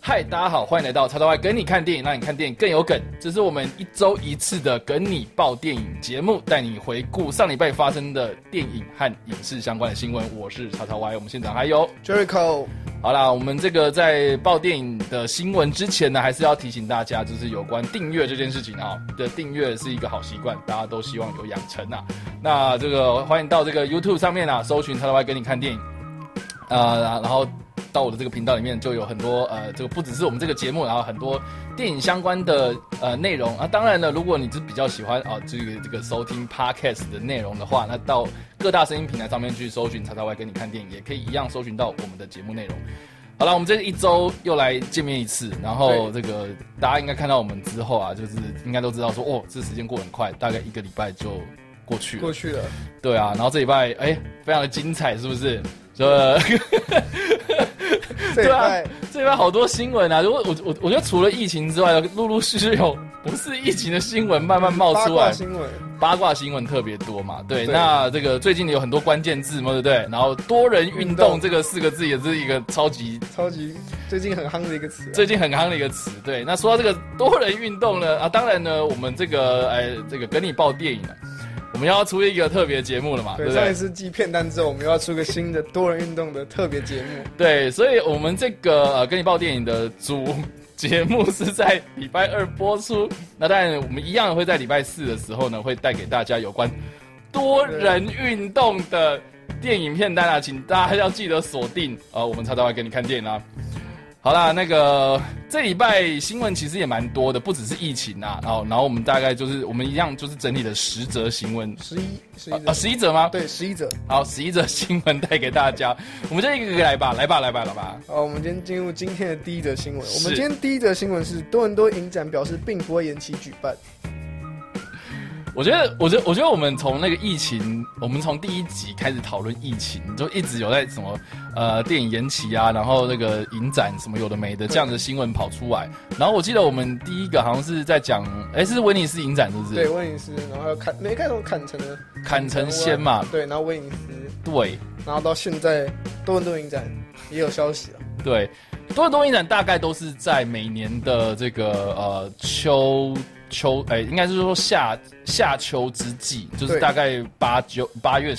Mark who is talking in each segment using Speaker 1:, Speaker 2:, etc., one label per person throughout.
Speaker 1: 嗨，大家好，欢迎来到叉叉 Y 跟你看电影，让你看电影更有梗。这是我们一周一次的跟你报电影节目，带你回顾上礼拜发生的电影和影视相关的新闻。我是叉叉 Y，我们现场还有
Speaker 2: Jericho，
Speaker 1: 好啦，我们这个在报电影的新闻之前呢，还是要提醒大家，就是有关订阅这件事情啊、的订阅是一个好习惯，大家都希望有养成啊。那这个欢迎到这个 YouTube 上面啊，搜寻“叉叉 Y 跟你看电影”，呃，然后到我的这个频道里面就有很多呃，这个不只是我们这个节目，然后很多电影相关的呃内容啊。当然呢，如果你是比较喜欢啊、这个这个收听 Podcast 的内容的话，那到各大声音平台上面去搜寻“叉叉 Y 跟你看电影”，也可以一样搜寻到我们的节目内容。好了，我们这一周又来见面一次，然后这个大家应该看到我们之后啊，就是应该都知道说，哦，这时间过很快，大概一个礼拜就过去了。
Speaker 2: 过去了，
Speaker 1: 对啊，然后这礼拜哎、非常的精彩，是不是？这
Speaker 2: 这一
Speaker 1: 对啊
Speaker 2: 拜，
Speaker 1: 这边好多新闻啊！我我我我觉得除了疫情之外，陆陆续续有不是疫情的新闻慢慢冒
Speaker 2: 八
Speaker 1: 出
Speaker 2: 卦
Speaker 1: 来，
Speaker 2: 新闻，
Speaker 1: 八卦新闻特别多嘛。对，
Speaker 2: 对
Speaker 1: 那这个最近有很多关键字嘛，对不对？然后多人运
Speaker 2: 运
Speaker 1: 动
Speaker 2: 动
Speaker 1: 这个四个字也是一个超级
Speaker 2: 超级最近很夯的一个词啊、
Speaker 1: 最近很夯的一个词。对，那说到这个多人运动呢，啊，当然呢，我们这个哎这个跟你报电影了，我们要出一个特别节目了嘛，对
Speaker 2: 对
Speaker 1: 不
Speaker 2: 上一
Speaker 1: 对？
Speaker 2: 次寄片单之后，我们又要出个新的多人运动的特别节目，
Speaker 1: 对，所以我们这个呃跟你报电影的主 节目是在礼拜二播出。那当然，我们一样会在礼拜四的时候呢，会带给大家有关多人运动的电影片单啊，请大家要记得锁定。呃，我们才才会给你看电影啊。好啦，那个这礼拜新闻其实也蛮多的，不只是疫情啊，然后然后我们大概就是我们一样就是整理了十则新闻，
Speaker 2: 十一十
Speaker 1: 啊
Speaker 2: 一
Speaker 1: 啊
Speaker 2: 则，
Speaker 1: 十一则吗？
Speaker 2: 对十一则。
Speaker 1: 好，十一则新闻带给大家，我们就一个一个来吧，来吧，来吧，来吧。
Speaker 2: 好，我们今天进入今天的第一则新闻。
Speaker 1: 是
Speaker 2: 我们今天第一则新闻是多伦多影展表示并不会延期举办。
Speaker 1: 我觉得，我觉得，我觉得我们从那个疫情，我们从第一集开始讨论疫情，就一直有在什么呃电影延期啊，然后那个影展什么有的没的这样的新闻跑出来。然后我记得我们第一个好像是在讲，哎，是威尼斯影展是不
Speaker 2: 对，
Speaker 1: 是？
Speaker 2: 威尼斯，然后还有坎，没看懂坎城的
Speaker 1: 坎城先嘛，
Speaker 2: 对，然后威尼斯，
Speaker 1: 对
Speaker 2: 然后到现在多伦多影展也有消息了。
Speaker 1: 对，多伦多影展大概都是在每年的这个呃秋秋，哎，应该是说夏夏秋之际，就是
Speaker 2: 对
Speaker 1: 大概八九八月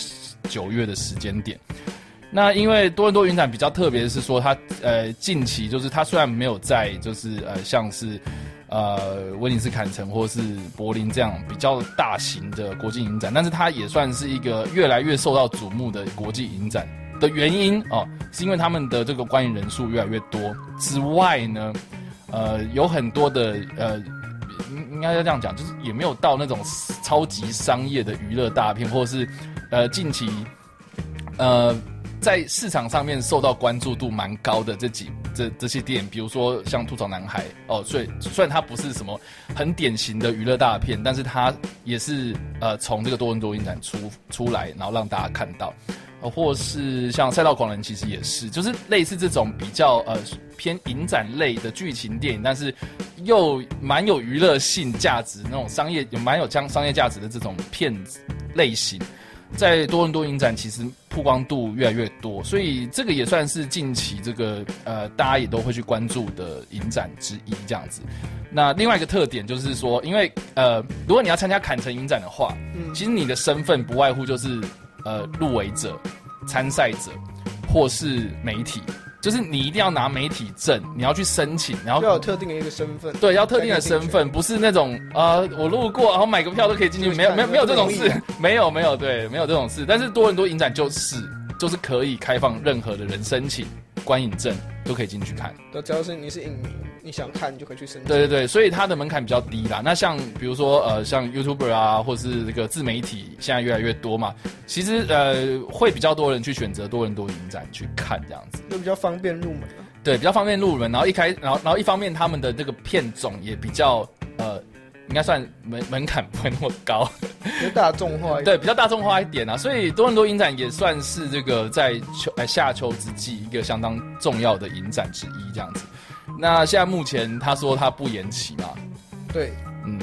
Speaker 1: 九月的时间点。那因为多伦多云展比较特别的是说它，呃近期就是它虽然没有在就是呃像是呃威尼斯坎城或是柏林这样比较大型的国际影展，但是它也算是一个越来越受到瞩目的国际影展。的原因哦，是因为他们的这个观影人数越来越多之外呢，呃，有很多的呃，应应该要这样讲，就是也没有到那种超级商业的娱乐大片，或者是呃近期呃在市场上面受到关注度蛮高的这几这这些电影，比如说像《吐槽男孩》哦，所以虽然它不是什么很典型的娱乐大片，但是它也是呃从这个多伦多影展出出来，然后让大家看到。呃或是像《赛道狂人》，其实也是，就是类似这种比较呃偏影展类的剧情电影，但是又蛮有娱乐性价值，那种商业有蛮有将商业价值的这种片子类型，在多伦多影展其实曝光度越来越多，所以这个也算是近期这个呃大家也都会去关注的影展之一这样子。那另外一个特点就是说，因为呃如果你要参加坎城影展的话，
Speaker 2: 嗯，
Speaker 1: 其实你的身份不外乎就是呃入围者、参赛者，或是媒体，就是你一定要拿媒体证，你要去申请，然
Speaker 2: 要有
Speaker 1: 后
Speaker 2: 特定的一个身份。
Speaker 1: 对要特定的身份，不是那种啊、呃我路过然后买个票都可以进去，
Speaker 2: 进去
Speaker 1: 没有
Speaker 2: 看
Speaker 1: 没有没有这种
Speaker 2: 不
Speaker 1: 事
Speaker 2: 容易啊，
Speaker 1: 没有没有对没有这种事，但是多伦多影展就是就是可以开放任何的人申请观影证都可以进去看。
Speaker 2: 对，只要是你是影迷，你想看你就可以去申请。
Speaker 1: 对对对，所以它的门槛比较低啦。那像比如说呃，像 YouTuber 啊，或是这个自媒体，现在越来越多嘛，其实呃会比较多人去选择多人多影展去看这样子，
Speaker 2: 就比较方便入门啊。
Speaker 1: 对，比较方便入门。然后一开，然后然后一方面他们的这个片种也比较呃，应该算门门槛不会那么高。
Speaker 2: 比较大众化一点。
Speaker 1: 对，比较大众化一点啊，所以多伦多影展也算是这个在秋呃夏秋之际一个相当重要的影展之一这样子。那现在目前他说他不延期嘛，
Speaker 2: 对，
Speaker 1: 嗯，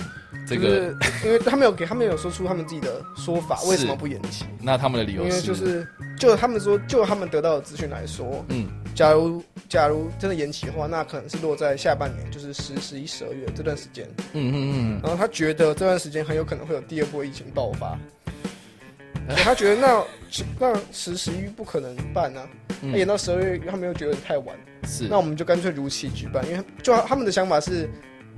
Speaker 1: 这
Speaker 2: 就
Speaker 1: 个。
Speaker 2: 是因为他们有给他们有说出他们自己的说法，
Speaker 1: 是
Speaker 2: 为什么不延期？
Speaker 1: 那他们的理
Speaker 2: 因
Speaker 1: 由
Speaker 2: 为
Speaker 1: 是，
Speaker 2: 就是就他们说，就他们得到的资讯来说，
Speaker 1: 嗯，
Speaker 2: 假如假如真的延期的话，那可能是落在下半年，就是十、十一、十二月这段时间。
Speaker 1: 嗯嗯嗯，
Speaker 2: 然后他觉得这段时间很有可能会有第二波疫情爆发，
Speaker 1: 嗯
Speaker 2: 所以他觉得那那十、十一不可能办啊，
Speaker 1: 嗯
Speaker 2: 他演到十二月，他们又觉得有点太晚，
Speaker 1: 是
Speaker 2: 那我们就干脆如期举办，因为就他们的想法是，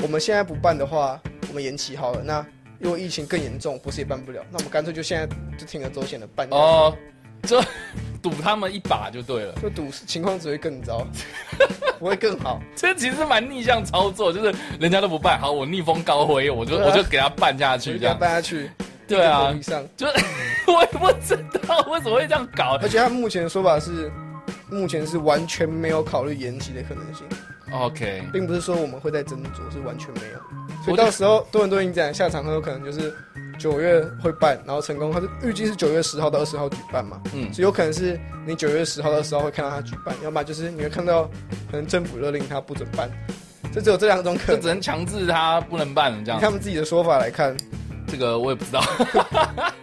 Speaker 2: 我们现在不办的话，我们延期好了，那如果疫情更严重，不是也办不了，那我们干脆就现在就铤而走险的办，哦，
Speaker 1: 哦，这 赌他们一把就对了。
Speaker 2: 就赌情况只会更 糟，不会更好。
Speaker 1: 这其实蛮逆向操作，就是人家都不办，好，我逆风高挥，我就、
Speaker 2: 对啊
Speaker 1: 我就给他办下去，
Speaker 2: 就
Speaker 1: 这
Speaker 2: 一定要
Speaker 1: 样。
Speaker 2: 办下去，
Speaker 1: 对啊
Speaker 2: 以上。
Speaker 1: 就是我也不知道为什么会这样搞
Speaker 2: 而且他目前的说法是，目前是完全没有考虑延期的可能性，
Speaker 1: ，OK，
Speaker 2: 并不是说我们会再斟酌，是完全没有。所
Speaker 1: 我
Speaker 2: 以到时候多伦多影展下场很有可能就是九月会办，然后成功，它是预计是九月十号到二十号举办嘛，
Speaker 1: 嗯
Speaker 2: 所以有可能是你九月十号到二十号会看到它举办，要么就是你会看到可能政府勒令它不准办，这只有这两种可
Speaker 1: 这只
Speaker 2: 能。
Speaker 1: 能强制他不能办了这
Speaker 2: 以
Speaker 1: 样。
Speaker 2: 他们自己的说法来看，
Speaker 1: 这个我也不知道，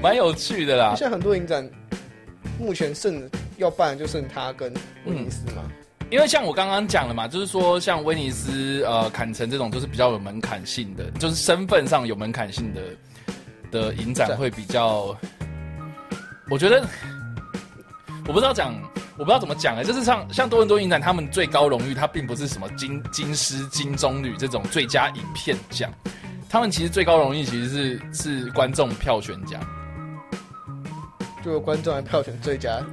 Speaker 1: 蛮有趣的啦。
Speaker 2: 像很多影展目前剩要办的就剩它跟威尼斯嘛，
Speaker 1: 因为像我刚刚讲了嘛，就是说像威尼斯、呃坎城这种，就是比较有门槛性的，就是身份上有门槛性的的影展
Speaker 2: 是
Speaker 1: 会比较，我觉得我不知道讲，我不知道怎么讲哎、就是像像多伦多影展，他们最高荣誉它并不是什么金金狮、金棕榈这种最佳影片奖，他们其实最高荣誉其实是是观众票选奖。
Speaker 2: 就有观众来票选最佳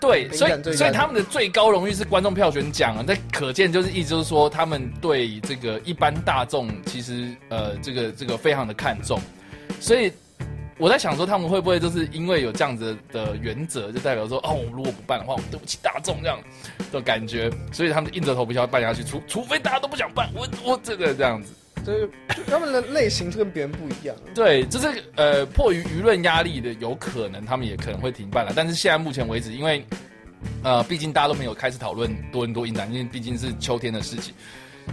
Speaker 1: 对，
Speaker 2: 影
Speaker 1: 所
Speaker 2: 展
Speaker 1: 以
Speaker 2: 最
Speaker 1: 所以
Speaker 2: 佳
Speaker 1: 他们的最高荣誉是观众票选奖啊，那可见就是意思就是说，他们对这个一般大众其实呃这个这个非常的看重，所以我在想说，他们会不会就是因为有这样子的原则，就代表说哦，我如果不办的话，我们对不起大众这样的感觉，所以他们硬着头皮要办下去，除除非大家都不想办，我我这个这样子。
Speaker 2: 就是就他们的类型就跟别人不一样。
Speaker 1: 对，就是呃，迫于舆论压力的，有可能他们也可能会停办了。但是现在目前为止，因为呃，毕竟大家都没有开始讨论多伦多影展，因为毕竟是秋天的事情，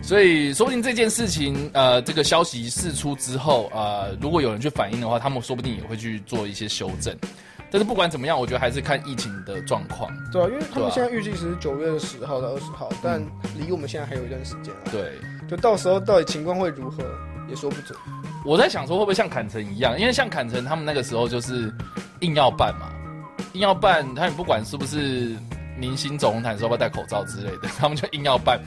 Speaker 1: 所以说不定这件事情呃，这个消息释出之后，呃，如果有人去反映的话，他们说不定也会去做一些修正。但是不管怎么样，我觉得还是看疫情的状况。
Speaker 2: 对啊，因为他
Speaker 1: 对啊嗯
Speaker 2: 们现在预计是九月十号到二十号，但离我们现在还有一段时间啊。
Speaker 1: 对，
Speaker 2: 就到时候到底情况会如何也说不准。
Speaker 1: 我在想说会不会像坎城一样，因为像坎城他们那个时候就是硬要办嘛，硬要办，他们不管是不是明星总红毯的时候要不要戴口罩之类的，他们就硬要办。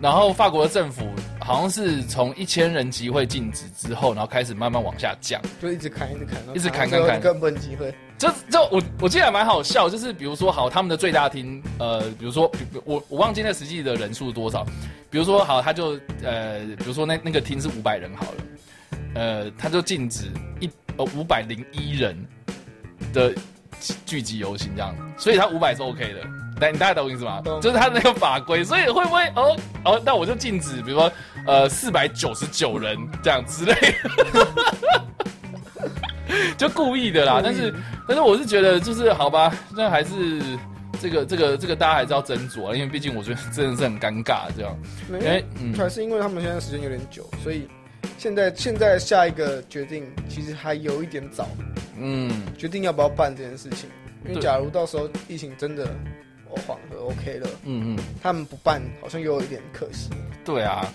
Speaker 1: 然后法国的政府好像是从一千人集会禁止之后，然后开始慢慢往下降。
Speaker 2: 就一直砍，一直砍，然后
Speaker 1: 一直砍
Speaker 2: 到最后
Speaker 1: 砍砍
Speaker 2: 根本机会。
Speaker 1: 这这我我记得还蛮好笑，就是比如说好，他们的最大厅，呃，比如说比我我忘记那实际的人数多少，比如说好，他就呃，比如说那那个厅是五百人好了，呃，他就禁止一呃五百零一人的聚聚集游行这样，所以他五百是 OK 的。但你大家懂我意思吗？
Speaker 2: 懂
Speaker 1: 就是他的那个法规，所以会不会哦哦，那我就禁止，比如说呃四百九十九人这样之类的， 就故意的啦。
Speaker 2: 故意
Speaker 1: 但是但是我是觉得就是好吧，那还是这个这个这个大家还是要斟酌啊，因为毕竟我觉得真的是很尴尬这样。
Speaker 2: 没
Speaker 1: 哎、嗯，
Speaker 2: 还是因为他们现在时间有点久，所以现在现在下一个决定其实还有一点早，
Speaker 1: 嗯，
Speaker 2: 决定要不要办这件事情。因为
Speaker 1: 对
Speaker 2: 假如到时候疫情真的哦缓和 OK 了，
Speaker 1: 嗯嗯，
Speaker 2: 他们不办好像又有一点可惜。
Speaker 1: 对啊，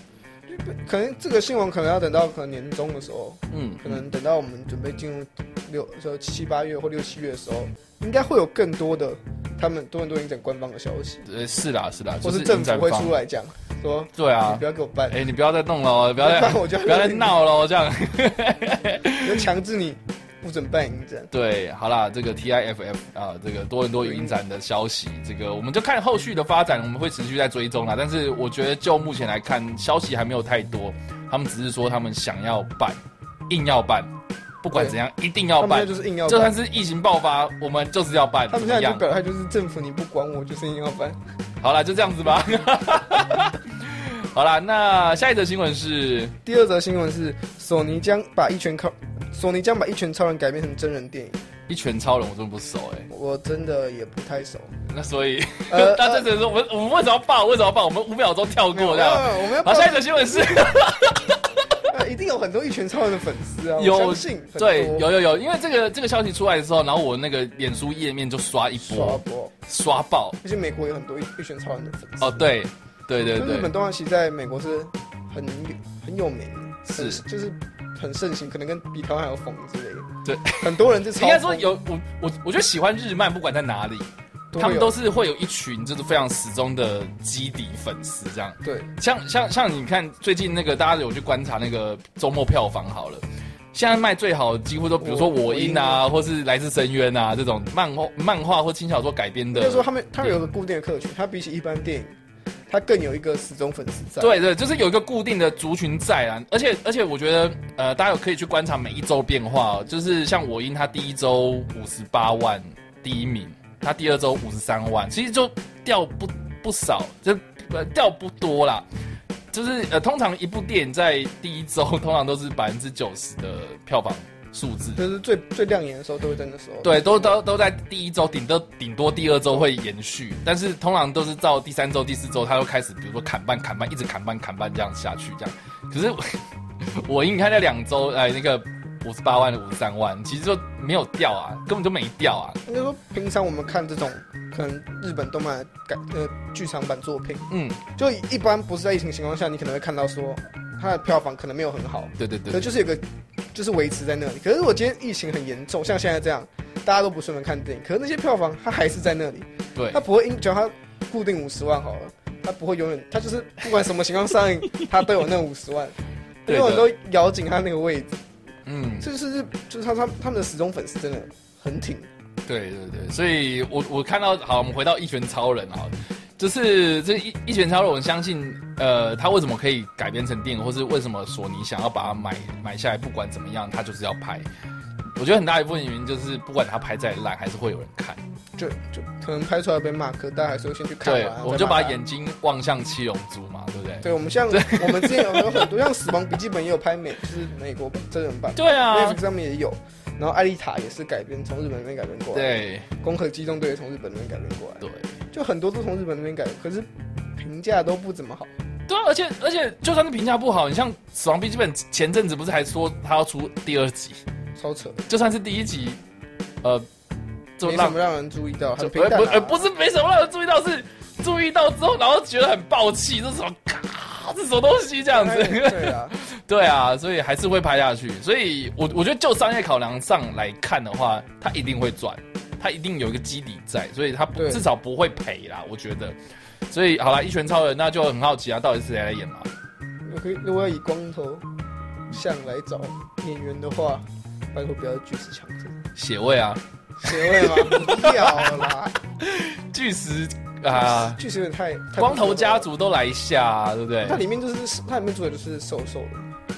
Speaker 2: 可能这个新闻可能要等到可能年终的时候，
Speaker 1: 嗯，
Speaker 2: 可能等到我们准备进入六说七八月或六七月的时候，应该会有更多的他们多伦多影展官方的消息，
Speaker 1: 呃是啦是啦，
Speaker 2: 或
Speaker 1: 就是
Speaker 2: 政
Speaker 1: 影展
Speaker 2: 府会
Speaker 1: 方
Speaker 2: 出来讲说，
Speaker 1: 对啊
Speaker 2: 你不，要给我办
Speaker 1: 哎、，你不要再动了哦，不要再
Speaker 2: 办 我就
Speaker 1: 不要再闹了哦，这样。
Speaker 2: 你就强制你不准办影展。
Speaker 1: 对，好啦，这个 TIFF 啊、这个多伦多影展的消息，这个我们就看后续的发展，我们会持续在追踪啦。但是我觉得就目前来看，消息还没有太多，他们只是说他们想要办，硬要办，不管怎样一定要
Speaker 2: 他们
Speaker 1: 办
Speaker 2: 现在。就是硬要
Speaker 1: 就算
Speaker 2: 办，
Speaker 1: 是疫情爆发，我们就是要办，
Speaker 2: 他
Speaker 1: 怎么
Speaker 2: 们现在
Speaker 1: 样
Speaker 2: 就？表态就是政府你不管我，就是硬要办。
Speaker 1: 好啦，就这样子吧。好啦，那下一则新闻是，
Speaker 2: 第二则新闻是索尼将把一拳超，索尼将把一拳超人改编成真人电影，
Speaker 1: 一拳超人，我真的不熟哎、
Speaker 2: 我真的也不太熟。
Speaker 1: 那所以，
Speaker 2: 呃
Speaker 1: 大家只能说，我们我们为什么要报？为什么要报？我们五秒钟跳过这样。
Speaker 2: 啊我们要
Speaker 1: 好，
Speaker 2: 报
Speaker 1: 下一则新闻是。
Speaker 2: 啊，一定有很多一拳超人的粉丝啊，
Speaker 1: 有
Speaker 2: 我相信很多
Speaker 1: 对，有有有，因为这个这个消息出来的时候，然后我那个脸书页面就刷一
Speaker 2: 刷
Speaker 1: 波，
Speaker 2: 播，
Speaker 1: 刷爆
Speaker 2: 而且美国有很多玉玉泉超人的粉丝。
Speaker 1: 哦，对对对
Speaker 2: 就日
Speaker 1: 对
Speaker 2: 本，动画其实在美国是很有很有名，很
Speaker 1: 是
Speaker 2: 就是很盛行，可能跟比台湾还要疯之类的。
Speaker 1: 对，
Speaker 2: 很多人就超
Speaker 1: 应该说
Speaker 2: 疯
Speaker 1: 有我我我觉得喜欢日漫，不管在哪里，
Speaker 2: 都
Speaker 1: 他们
Speaker 2: 有
Speaker 1: 都是会有一群就是非常死忠的基底粉丝这样。
Speaker 2: 对
Speaker 1: 像像像你看最近那个大家有去观察那个周末票房好了，现在卖最好的几乎都比如说
Speaker 2: 我
Speaker 1: 我音啊，或是来自深渊啊这种漫画漫画或轻小说改编的
Speaker 2: 应。该说他们他们有个固定的客群，他比起一般电影，他更有一个死忠粉丝在。，
Speaker 1: 对对，就是有一个固定的族群在啊，而且而且我觉得，呃，大家有可以去观察每一周变化、哦，就是像我音，它第一周五十八万第一名，它第二周五十三万，其实就掉不不少，就呃掉不多啦。就是呃，通常一部电影在第一周通常都是百分之九十的票房数字，
Speaker 2: 就是最最亮眼的时候都会在那时候。
Speaker 1: 对，都都都在第一周，顶多顶多第二周会延续，但是通常都是到第三周、第四周，它又开始，比如说砍半、砍半，一直砍半、砍半这样下去，这样。可是我我 应该在两周，哎，那个五十八万、五十三万，其实就没有掉啊，根本就没掉啊。
Speaker 2: 应该说平常我们看这种可能日本动漫的改呃剧场版作品，
Speaker 1: 嗯，
Speaker 2: 就一般不是在疫情情况下，你可能会看到说它的票房可能没有很好，
Speaker 1: 对对
Speaker 2: 可
Speaker 1: 对，
Speaker 2: 就是有个就是维持在那里。可是我今天疫情很严重，像现在这样，大家都不出门看电影，可是那些票房它还是在那里，
Speaker 1: 对
Speaker 2: 它不会因只要它固定五十万好了，它不会永远，它就是不管什么情况 上映，它都有那五十万，
Speaker 1: 对
Speaker 2: 因为我
Speaker 1: 的
Speaker 2: 都咬紧它那个位置，
Speaker 1: 嗯，
Speaker 2: 这就是日就是他他他们的死忠粉丝真的很挺，
Speaker 1: 对对对，所以我我看到，好，我们回到一拳超人啊，就是这一一拳超人，我相信，呃，他为什么可以改编成电影，或是为什么索尼想要把它买买下来，不管怎么样，他就是要拍。我觉得很大一部分原因就是，不管他拍再烂，还是会有人看。
Speaker 2: 就就可能拍出来被骂，可大家还是会先去看
Speaker 1: 对
Speaker 2: 完，，
Speaker 1: 我们就把
Speaker 2: 演。
Speaker 1: 眼睛望向七龙珠嘛，对不对？
Speaker 2: 对，我们像我们之前有有很多像《死亡笔记本》也有拍美，就是美国真人版
Speaker 1: 对啊
Speaker 2: Netflix，上面也有，然后《艾丽塔》也是改编从日本那边改编过来，，
Speaker 1: 对
Speaker 2: 《攻壳机动队》也从日本那边改编过来，
Speaker 1: 对
Speaker 2: 就很多都从日本那边改，可是评价都不怎么好。
Speaker 1: 对啊！而且而且，就算是评价不好，你像《死亡笔记本》前阵子不是还说他要出第二集，
Speaker 2: 超扯，
Speaker 1: 就算是第一集，呃，就
Speaker 2: 没
Speaker 1: 让
Speaker 2: 什么让人注意到，
Speaker 1: 就
Speaker 2: 很平淡、
Speaker 1: 不呃
Speaker 2: 啊。
Speaker 1: 不是没什么让人注意到，是注意到之后，然后觉得很爆气，这是什么咔，这是什么东西这样
Speaker 2: 哎
Speaker 1: 子？
Speaker 2: 对啊，
Speaker 1: 对啊，所以还是会拍下去。所以我我觉得就商业考量上来看的话，它一定会赚，它一定有一个基底在，所以它不
Speaker 2: 对
Speaker 1: 至少不会赔啦，我觉得。所以好啦，一拳超人那就很好奇啊，到底是谁来演嘛？
Speaker 2: 我可以如果要以光头像来找演员的话，拜托不要巨石强森，
Speaker 1: 血味啊，
Speaker 2: 谁 会吗？不要啦，
Speaker 1: 巨石啊，
Speaker 2: 巨石有点太太
Speaker 1: 光头家
Speaker 2: 族。
Speaker 1: 族都来一下、啊，对不对
Speaker 2: 它？里面就是它里面主角就是瘦瘦的，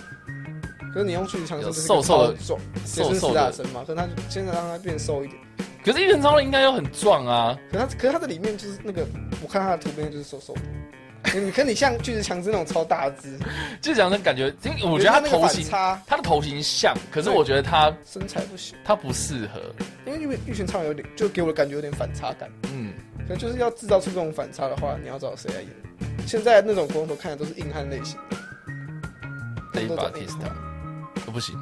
Speaker 2: 可是你用去长寿
Speaker 1: 有
Speaker 2: 就是
Speaker 1: 瘦瘦的
Speaker 2: 的壮，
Speaker 1: 瘦
Speaker 2: 是啊
Speaker 1: 瘦
Speaker 2: 大
Speaker 1: 的，
Speaker 2: 神嘛，可是他现在让他变瘦一点，
Speaker 1: 可是一拳超人应该又很壮啊。
Speaker 2: 可是他可是他这里面就是那个，我看他的图片就是瘦瘦的，你可你像巨石强森那种超大只，
Speaker 1: 就讲的感觉，因为我觉得他
Speaker 2: 那个
Speaker 1: 头
Speaker 2: 反
Speaker 1: 型，
Speaker 2: 差
Speaker 1: 他的头型像，可是
Speaker 2: 对
Speaker 1: 我觉得他
Speaker 2: 身材不行，
Speaker 1: 他不适合。
Speaker 2: 因为因为玉泉唱有点就给我的感觉有点反差感，
Speaker 1: 嗯，
Speaker 2: 可就是要制造出这种反差的话，你要找谁来演？现在那种光头看起来都是硬汉类型的，
Speaker 1: 这一
Speaker 2: 都
Speaker 1: 把
Speaker 2: 找
Speaker 1: t
Speaker 2: 硬
Speaker 1: i s
Speaker 2: 汉
Speaker 1: t a 都不行，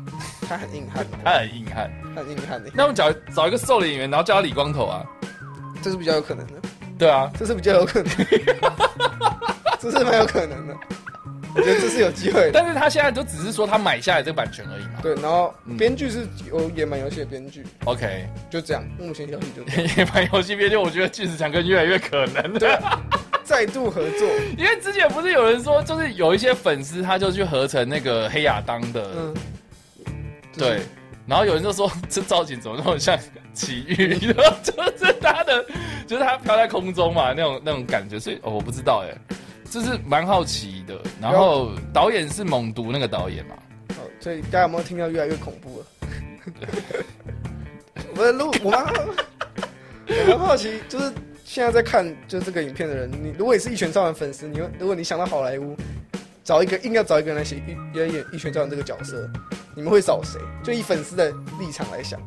Speaker 2: 他很硬汉，哦
Speaker 1: 他很硬汉。
Speaker 2: 他很硬汉的，
Speaker 1: 那我们找找一个瘦的演员，然后叫他李光头啊。
Speaker 2: 这是比较有可能的。
Speaker 1: 对啊，
Speaker 2: 这是比较有可能， 这是蛮有可能的。我觉得这是有机会的。
Speaker 1: 但是他现在就只是说他买下来这个版权而已嘛。
Speaker 2: 对，然后
Speaker 1: 嗯
Speaker 2: 编剧是有野蛮游戏的编剧，
Speaker 1: OK，
Speaker 2: 就这样。目前消息就这样
Speaker 1: 也蛮游戏编剧，我觉得巨石强根越来越可能
Speaker 2: 对
Speaker 1: 了。
Speaker 2: 啊，再度合 作，
Speaker 1: 因为之前不是有人说，就是有一些粉丝他就去合成那个黑亚当的，
Speaker 2: 嗯，就是
Speaker 1: 对，，然后有人就说 这造型怎么那么像奇遇？然后 就是他的，就是他飘在空中嘛，那种那种感觉。所以、哦、我不知道哎，就是蛮好奇的。然后导演是猛毒那个导演嘛？
Speaker 2: 好，所以大家有没有听到越来越恐 怖了？我们录，我蛮好，我蛮好奇，就是现在在看就是这个影片的人，你如果你是一拳超人粉丝，你会如果你想到好莱坞，找一个硬要找一个人来写一来演一拳超人这个角色，你们会找谁？就以粉丝的立场来想，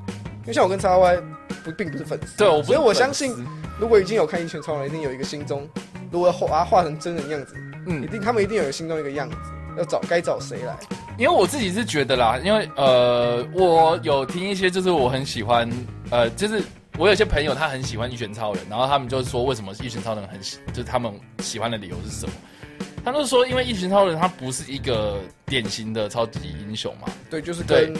Speaker 2: 因为像我跟叉 Y 不并不是粉丝，
Speaker 1: 对，我不
Speaker 2: 所以
Speaker 1: 是
Speaker 2: 我
Speaker 1: 粉丝
Speaker 2: 相信，，如果已经有看一拳超人，一定有一个心中，如果画把它画成真人样子，一
Speaker 1: 嗯，
Speaker 2: 定他们一定有心中一个样子，要找该找谁来？
Speaker 1: 因为我自己是觉得啦，因为呃，我有听一些就是我很喜欢，呃，就是我有些朋友他很喜欢一拳超人，然后他们就说为什么一拳超人很喜，就是他们喜欢的理由是什么？他们就说因为一拳超人他不是一个典型的超级英雄嘛，
Speaker 2: 对，就是
Speaker 1: 对
Speaker 2: 跟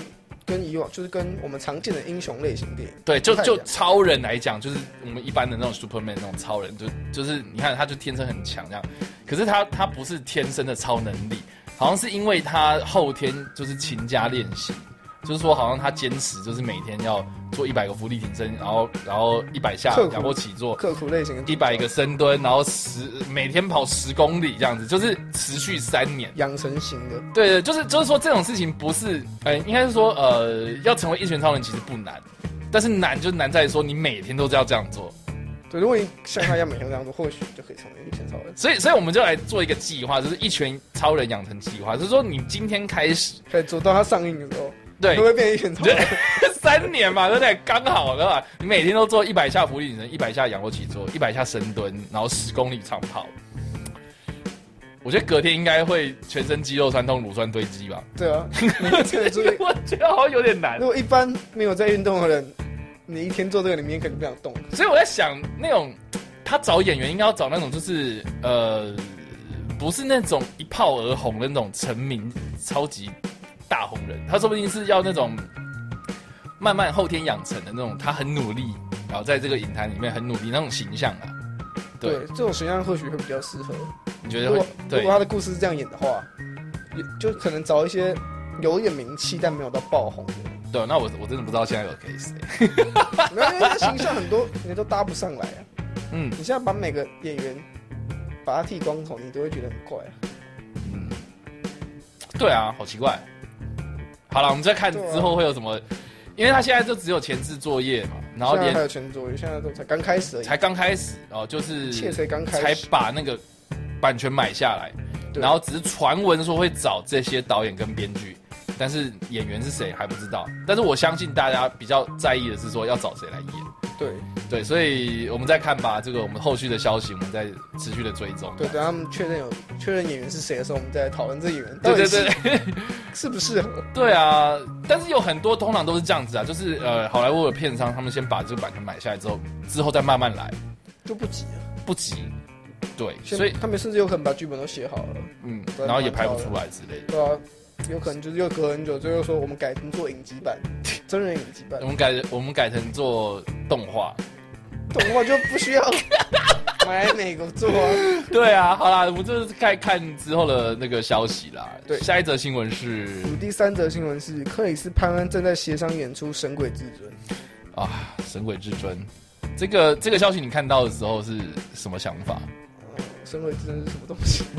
Speaker 2: 跟以往就是跟我们常见的英雄类型电影，
Speaker 1: 对，就
Speaker 2: 不太一
Speaker 1: 就
Speaker 2: 样
Speaker 1: 超人来讲，就是我们一般的那种 Superman 那种超人，就就是你看他就天生很强这样，可是他他不是天生的超能力，好像是因为他后天就是勤加练习，就是说好像他坚持就是每天要做一百个伏地挺身，然后然后一百下
Speaker 2: 刻苦
Speaker 1: 仰卧起坐，
Speaker 2: 刻苦类型的主角
Speaker 1: 一百个深蹲，然后十每天跑十公里这样子，就是持续三年。
Speaker 2: 养成型的，
Speaker 1: 对对，就是就是说这种事情不是，呃，应该是说，呃，要成为一拳超人其实不难，但是难就难在说你每天都是要这样做，
Speaker 2: 对，如果你像他一样每天这样做，或许就可以成为一拳超人，
Speaker 1: 所以所以我们就来做一个计划，就是一拳超人养成计划，就是说你今天开始，
Speaker 2: 可以做到他上映的时候，会
Speaker 1: 对
Speaker 2: 不，会变一拳超人？
Speaker 1: 三年嘛，对不对？刚好对吧？你每天都做一百下俯卧撑，一百下仰卧起坐，一百下深蹲，然后十公里长跑。我觉得隔天应该会全身肌肉酸痛、乳酸堆积吧。
Speaker 2: 对啊，每天这个注意
Speaker 1: 。我觉得好像有点难
Speaker 2: 如。果一般没有在运动的人，你一天做这个，你明天肯定不想动。
Speaker 1: 所以我在想，那种他找演员应该要找那种就是呃，不是那种一炮而红的那种成名超级大红人，他说不定是要那种慢慢后天养成的那种，他很努力，然后在这个影坛里面很努力那种形象啊。对
Speaker 2: 对，这种形象或许会比较适合。
Speaker 1: 你觉得
Speaker 2: 如
Speaker 1: 会
Speaker 2: 果如
Speaker 1: 对
Speaker 2: 果他的故事是这样演的话，也就可能找一些有一点名气但没有到爆红的。
Speaker 1: 对？那我我真的不知道现在有可以谁。
Speaker 2: 没有，因为他形象很多你都搭不上来啊。
Speaker 1: 嗯
Speaker 2: 你现在把每个演员把他剃光头，你都会觉得很怪啊。
Speaker 1: 嗯，对啊，好奇怪。好了，我们再看
Speaker 2: 对啊
Speaker 1: 之后会有什么，因为他现在就只有前置作业嘛，然后
Speaker 2: 现在还
Speaker 1: 连
Speaker 2: 有全桌，现在都才刚开始而
Speaker 1: 才刚开始哦，就
Speaker 2: 已，切
Speaker 1: 是
Speaker 2: 才刚开
Speaker 1: 才
Speaker 2: 始。
Speaker 1: 把那个版权买下来，
Speaker 2: 对
Speaker 1: 然后只是传闻说会找这些导演跟编剧，但是演员是谁还不知道。但是我相信大家比较在意的是说要找谁来演，
Speaker 2: 对
Speaker 1: 对，所以我们再看吧，这个我们后续的消息我们再持续的追踪。
Speaker 2: 对，等他们确认有确认演员是谁的时候，我们再来讨论这演员到
Speaker 1: 对
Speaker 2: 底
Speaker 1: 对
Speaker 2: 是
Speaker 1: 对。
Speaker 2: 适不适合。
Speaker 1: 对啊，但是有很多通常都是这样子啊，就是呃，好莱坞的片商他们先把这个版权买下来之后，之后再慢慢来，
Speaker 2: 就不急了。
Speaker 1: 不急。对，
Speaker 2: 先
Speaker 1: 所以
Speaker 2: 他们甚至有可能把剧本都写好了，
Speaker 1: 嗯，
Speaker 2: 对
Speaker 1: 然后也拍不出来之类的。
Speaker 2: 对啊，有可能就是又隔很久，最后说我们改成做影集版， 真人影集版
Speaker 1: 我，们改我们改成做动画。
Speaker 2: 动画就不需要买来美国做啊。
Speaker 1: 对啊，好啦，我们就是看看之后的那个消息啦。
Speaker 2: 对
Speaker 1: 下一则新闻是
Speaker 2: 我们第三则新闻是克里斯潘恩正在协商演出《神鬼至尊》，
Speaker 1: 啊，《神鬼至尊》这个这个消息你看到的时候是什么想法？
Speaker 2: 呃神鬼至尊》是什么东西？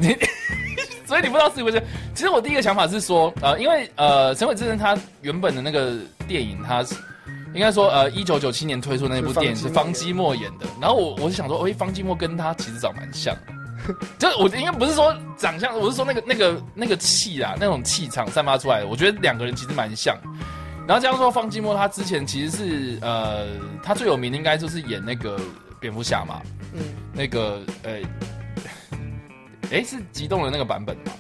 Speaker 1: 所以你不知道是不是？其实我第一个想法是说，呃，因为呃，《神鬼之刃》它原本的那个电影，它是应该说呃，一九九七年推出的那部电影是
Speaker 2: 是
Speaker 1: 方
Speaker 2: 方
Speaker 1: 基
Speaker 2: 基
Speaker 1: 墨演的。然后我我是想说，哎、方基墨跟他其实长蛮像的，就是我应该不是说长相，我是说那个那个那个气啊，那种气场散发出来的，我觉得两个人其实蛮像。然后这样说，方基墨他之前其实是呃，他最有名的应该就是演那个蝙蝠侠嘛，
Speaker 2: 嗯，
Speaker 1: 那个呃，诶，是激动的那个版本吗？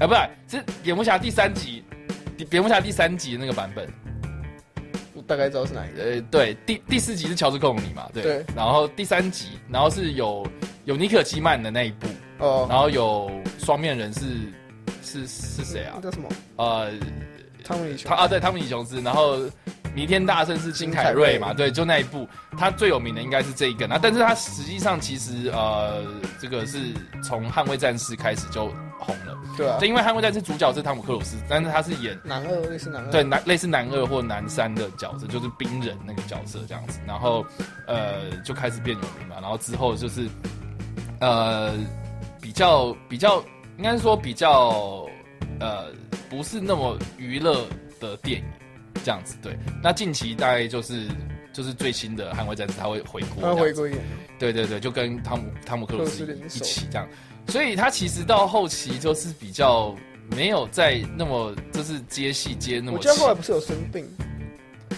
Speaker 1: 啊，不是，是蝙蝠侠第三集，蝙蝠侠第三集的那个版本。
Speaker 2: 我大概知道是哪一个。
Speaker 1: 呃，对，第第四集是乔治·克隆尼嘛，对。
Speaker 2: 对
Speaker 1: 然后第三集，然后是有有尼可基曼的那一部，
Speaker 2: 哦，
Speaker 1: 然后有双面人是是是谁啊
Speaker 2: 那？叫什么？
Speaker 1: 呃，
Speaker 2: 汤姆·李
Speaker 1: 他
Speaker 2: 琼。
Speaker 1: 啊，对，汤姆·李琼斯，然后弥天大圣是金凯瑞嘛，对，就那一部，他最有名的应该是这一个。那但是他实际上其实呃，这个是从《捍卫战士》开始就红了，
Speaker 2: 对啊
Speaker 1: 对，，因为《捍卫战士》主角是汤姆·克鲁斯，但是他是演
Speaker 2: 男二类似男二。
Speaker 1: 对男类似男二或男三的角色，就是冰人那个角色这样子，然后呃就开始变有名嘛，然后之后就是呃比较比较应该是说比较呃不是那么娱乐的电影这样子，对，那近期大概就是。就是最新的《捍卫战士》，他会回国，
Speaker 2: 他回归演，
Speaker 1: 对对对，就跟汤姆汤姆克鲁斯
Speaker 2: 克鲁斯
Speaker 1: 一
Speaker 2: 联手
Speaker 1: 起这样，所以他其实到后期就是比较没有再那么就是接戏接那
Speaker 2: 我
Speaker 1: 么
Speaker 2: 记得
Speaker 1: 勤，
Speaker 2: 后来不是有生病，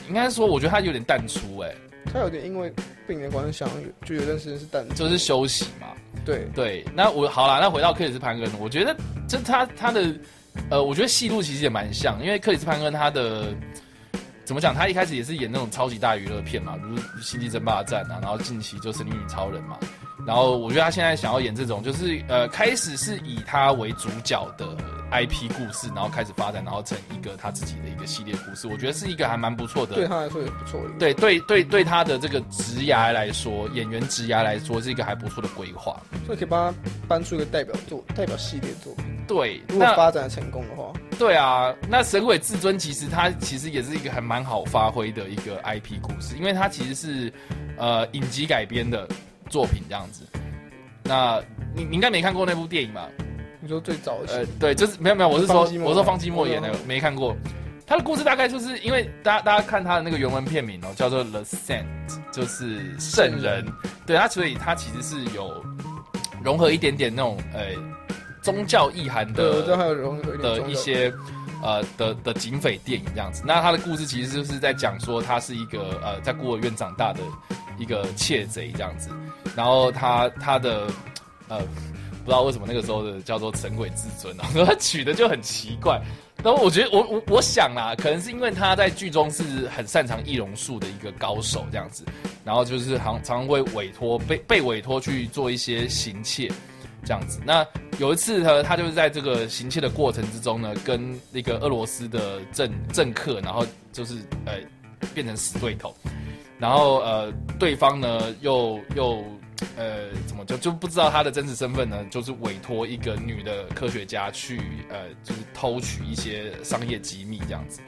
Speaker 1: 应该说我觉得他有点淡出哎、
Speaker 2: 他有点因为病的关系，想有就有段时间是淡出。
Speaker 1: 就是休息嘛。
Speaker 2: 对，
Speaker 1: 对，那我好啦，那回到克里斯潘根，我觉得这他他的呃，我觉得戏路其实也蛮像，因为克里斯潘根他的怎么讲？他一开始也是演那种超级大娱乐片嘛，比如《星际争霸战》啊，然后近期就《神力女超人》嘛。然后我觉得他现在想要演这种，就是呃，开始是以他为主角的 IP 故事，然后开始发展，然后成一个他自己的一个系列故事。我觉得是一个还蛮不错的
Speaker 2: 对他来说也不错。
Speaker 1: 对对对对他的这个职涯来说，演员职涯来说是一个还不错的规划。
Speaker 2: 所以可以帮他搬出一个代表作、代表系列作品。
Speaker 1: 对，
Speaker 2: 如果
Speaker 1: 那
Speaker 2: 发展得成功的话，
Speaker 1: 对啊，那《神鬼至尊》其实它其实也是一个还蛮好发挥的一个 IP 故事，因为它其实是呃影集改编的作品这样子。那你你应该没看过那部电影吧？
Speaker 2: 你说最早的
Speaker 1: 呃
Speaker 2: 戏，，
Speaker 1: 对，就是没有没有，我是说
Speaker 2: 方季莫
Speaker 1: 我说方季莫演的
Speaker 2: 哦，
Speaker 1: 没看过。他的故事大概就是因为大家大家看他的那个原文片名哦，叫做《The Saint》，就是圣人。对他，所以他其实是有融合一点点那种呃宗教意涵
Speaker 2: 对，我知道还
Speaker 1: 的
Speaker 2: 有融合呃一点
Speaker 1: 的
Speaker 2: 中
Speaker 1: 一
Speaker 2: 药
Speaker 1: 些呃的的警匪电影这样子。那他的故事其实就是在讲说他是一个呃在孤儿院长大的一个窃贼这样子，然后他他的呃不知道为什么那个时候的叫做神鬼至尊啊， 他取的就很奇怪。然后我觉得我我我想啦，可能是因为他在剧中是很擅长易容术的一个高手这样子，然后就是常常常会委托被被委托去做一些行窃这样子。那有一次呢，他就是在这个行窃的过程之中呢，跟那个俄罗斯的政政客，然后就是呃变成死对头，然后呃对方呢又又呃怎么就就不知道他的真实身份呢，就是委托一个女的科学家去呃就是偷取一些商业机密这样子。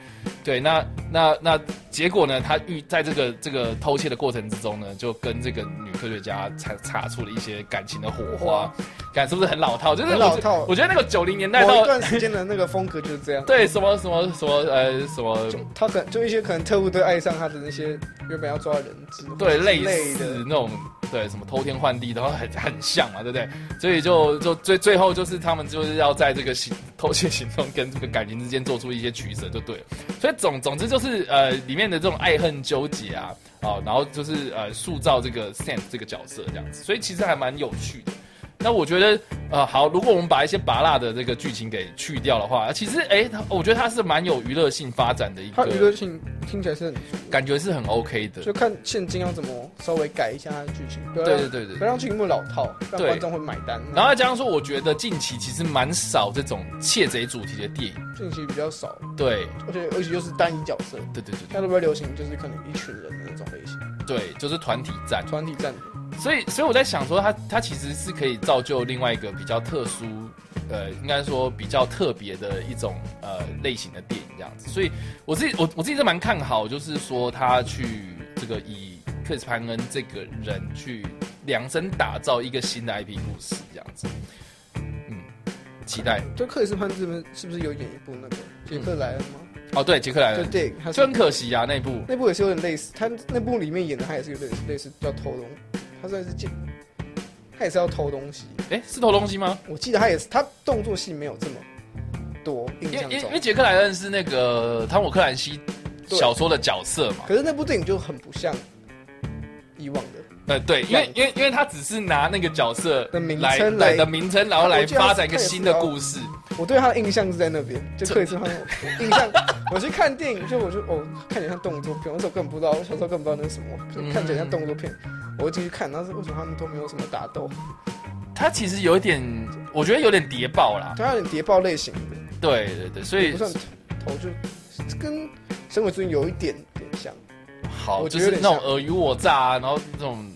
Speaker 1: 对，那那那结果呢？他遇在这个这个偷窃的过程之中呢，就跟这个女科学家擦擦出了一些感情的火花，感是不是很老套？就是
Speaker 2: 很老
Speaker 1: 我觉
Speaker 2: 套
Speaker 1: 我觉得那个九零年代
Speaker 2: 某
Speaker 1: 到。
Speaker 2: 一段时间的那个风格就是这样
Speaker 1: 对什么什么什么呃什么
Speaker 2: 就他可能就一些可能特务队爱上他的那些原本要抓的人质，
Speaker 1: 对类
Speaker 2: 类
Speaker 1: 似
Speaker 2: 的
Speaker 1: 那种对什么偷天换地，然后很很像嘛，对不对？所以就就最最后就是他们就是要在这个行偷窃行动跟这个感情之间做出一些取舍，就对了。所以总总之就是呃里面的这种爱恨纠结啊，哦，然后就是呃塑造这个 Sam 这个角色这样子，所以其实还蛮有趣的。那我觉得，呃，好，如果我们把一些拔辣的这个剧情给去掉的话，其实，哎，它我觉得它是蛮有娱乐性发展的一
Speaker 2: 他
Speaker 1: 个
Speaker 2: 娱乐性听起来是很足
Speaker 1: 感觉是很 OK 的。
Speaker 2: 就啊看现今要怎么稍微改一下它的剧情，不要
Speaker 1: 对对
Speaker 2: 让
Speaker 1: 对对
Speaker 2: 不。要让剧情那么老套，让
Speaker 1: 对
Speaker 2: 观众会买单。
Speaker 1: 然后再加上说，我觉得近期其实蛮少这种窃贼主题的电影。
Speaker 2: 近期比较少，
Speaker 1: 对，
Speaker 2: 而且而且又是单一角色，
Speaker 1: 对对对
Speaker 2: 现在都比较流行就是可能一群人的那种类型，
Speaker 1: 对对，就是团体战。
Speaker 2: 团体战的。
Speaker 1: 所以，所以我在想说它，它其实是可以造就另外一个比较特殊，呃，应该说比较特别的一种呃类型的电影这样子。所以我自己我我自己是蛮看好，就是说他去这个以克里斯潘恩这个人去量身打造一个新的 IP 故事这样子。嗯，期待
Speaker 2: 就克里斯潘这边是不是有演一部那个杰克莱恩吗？
Speaker 1: 哦。对，杰克莱
Speaker 2: 就
Speaker 1: 恩，
Speaker 2: 电影，他
Speaker 1: 就
Speaker 2: 说
Speaker 1: 很可惜啊那一部。
Speaker 2: 那部也是有点类似，他那部里面演的他也是有点类似叫偷东，他算是见，他也是要偷东西。
Speaker 1: 哎、是偷东西吗？
Speaker 2: 我记得他也是，他动作戏没有这么多，印
Speaker 1: 因为
Speaker 2: 象
Speaker 1: 因为因为
Speaker 2: 中。
Speaker 1: 杰克莱恩是那个汤姆克兰西
Speaker 2: 对
Speaker 1: 小说的角色嘛。
Speaker 2: 可是那部电影就很不像以往的，
Speaker 1: 呃，对，因为因为因为他只是拿那个角色
Speaker 2: 的名
Speaker 1: 来
Speaker 2: 称
Speaker 1: 来
Speaker 2: 来
Speaker 1: 的名称，然后来
Speaker 2: 我记得他
Speaker 1: 发展一个新的故事。
Speaker 2: 我对他的印象是在那边，就克里斯潘恩我印象。 我去看电影，就我就哦，看起来像动作片，我那时候根本不知道，我小时候根本不知道那是什么，就看起来像动作片。我就进去看，然后是为什么他们都没有什么打斗？
Speaker 1: 他其实有一点，我觉得有点谍报啦。
Speaker 2: 对，他有点谍报类型的，
Speaker 1: 对对对，所
Speaker 2: 也
Speaker 1: 以
Speaker 2: 不算头，就跟《神鬼之有一点点像。
Speaker 1: 好
Speaker 2: 我
Speaker 1: 就
Speaker 2: 觉得有
Speaker 1: 是那
Speaker 2: 点
Speaker 1: 种
Speaker 2: 像
Speaker 1: 尔虞我诈啊，然后那种。嗯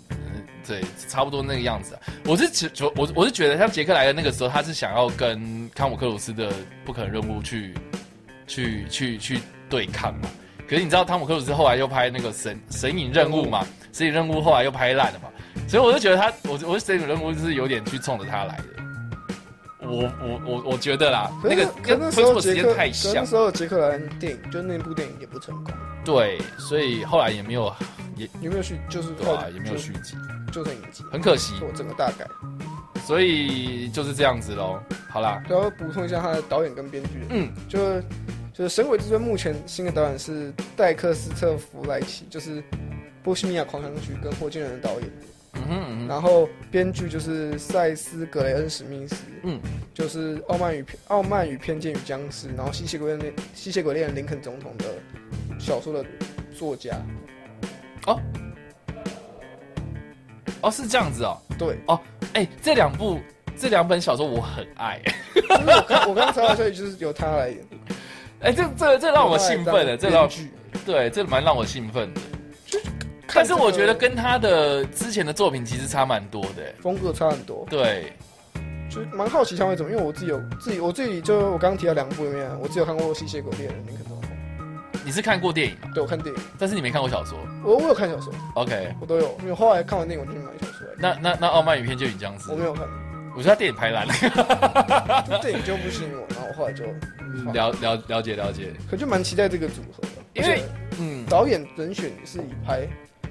Speaker 1: 对，差不多那个样子、啊。我是觉，觉我我是觉得，像杰克莱恩那个时候，他是想要跟汤姆克鲁斯的不可能任务去去去去对抗嘛。可是你知道，汤姆克鲁斯后来又拍那个神神隐任务嘛，神隐任务后来又拍烂了嘛，所以我就觉得他，我我神隐任务是有点去冲着他来的。我我我我觉得啦，
Speaker 2: 可
Speaker 1: 那
Speaker 2: 是
Speaker 1: 个
Speaker 2: 可是
Speaker 1: 跟推
Speaker 2: 那时
Speaker 1: 出
Speaker 2: 候
Speaker 1: 的时
Speaker 2: 杰
Speaker 1: 间
Speaker 2: 克，
Speaker 1: 太
Speaker 2: 可是
Speaker 1: 像
Speaker 2: 那，时候杰克莱恩电影就那部电影也不成功，
Speaker 1: 对，所以后来也没有
Speaker 2: 有没有续？哦就是
Speaker 1: 对
Speaker 2: 后
Speaker 1: 啊，也没有续集，
Speaker 2: 就，就成影集，
Speaker 1: 很可惜。
Speaker 2: 我整个大改。
Speaker 1: 所以就是这样子喽。好啦，
Speaker 2: 然后补充一下他的导演跟编剧人，
Speaker 1: 嗯，
Speaker 2: 就就是《神鬼之尊》目前新的导演是戴克斯特·弗莱奇，就是《波西米亚狂想曲》跟《火箭人》的导演，
Speaker 1: 嗯哼嗯哼，
Speaker 2: 然后编剧就是塞斯·格雷恩·史密斯，
Speaker 1: 嗯，
Speaker 2: 就是《傲慢与傲慢与偏见与僵尸》，然后吸血鬼恋《吸血鬼恋人》林肯总统的小说的作家，
Speaker 1: 哦，是这样子哦。
Speaker 2: 对，
Speaker 1: 哎、这两部这两本小说我很爱，
Speaker 2: 就是我看我刚才的消息就是由他来演，
Speaker 1: 哎、这这这 让我兴奋的，这让
Speaker 2: 编剧
Speaker 1: 对这蛮让我兴奋的。但
Speaker 2: 看这
Speaker 1: 是
Speaker 2: 个
Speaker 1: 我觉得跟他的之前的作品其实差蛮多的、
Speaker 2: 风格差很多，
Speaker 1: 对，
Speaker 2: 就是蛮好奇他会怎么，因为我自己有自己我自己就我刚刚提到两部里面，啊我自己有看过《吸血鬼猎人》，你可能
Speaker 1: 你是看过电影吗？
Speaker 2: 对我看电影，
Speaker 1: 但是你没看过小说。
Speaker 2: 我我有看小说，
Speaker 1: OK，
Speaker 2: 我都有，因为后来看完电影我就去买小说来看，
Speaker 1: 那那那《傲慢与偏见与僵尸
Speaker 2: 我》，没有看，
Speaker 1: 我觉得他电影拍 烂了。
Speaker 2: 电影就不吸引我，然后我后来就放
Speaker 1: 了了了解了解，
Speaker 2: 可就蛮期待这个组合的，
Speaker 1: 因为
Speaker 2: 而且
Speaker 1: 嗯，
Speaker 2: 导演人选是以拍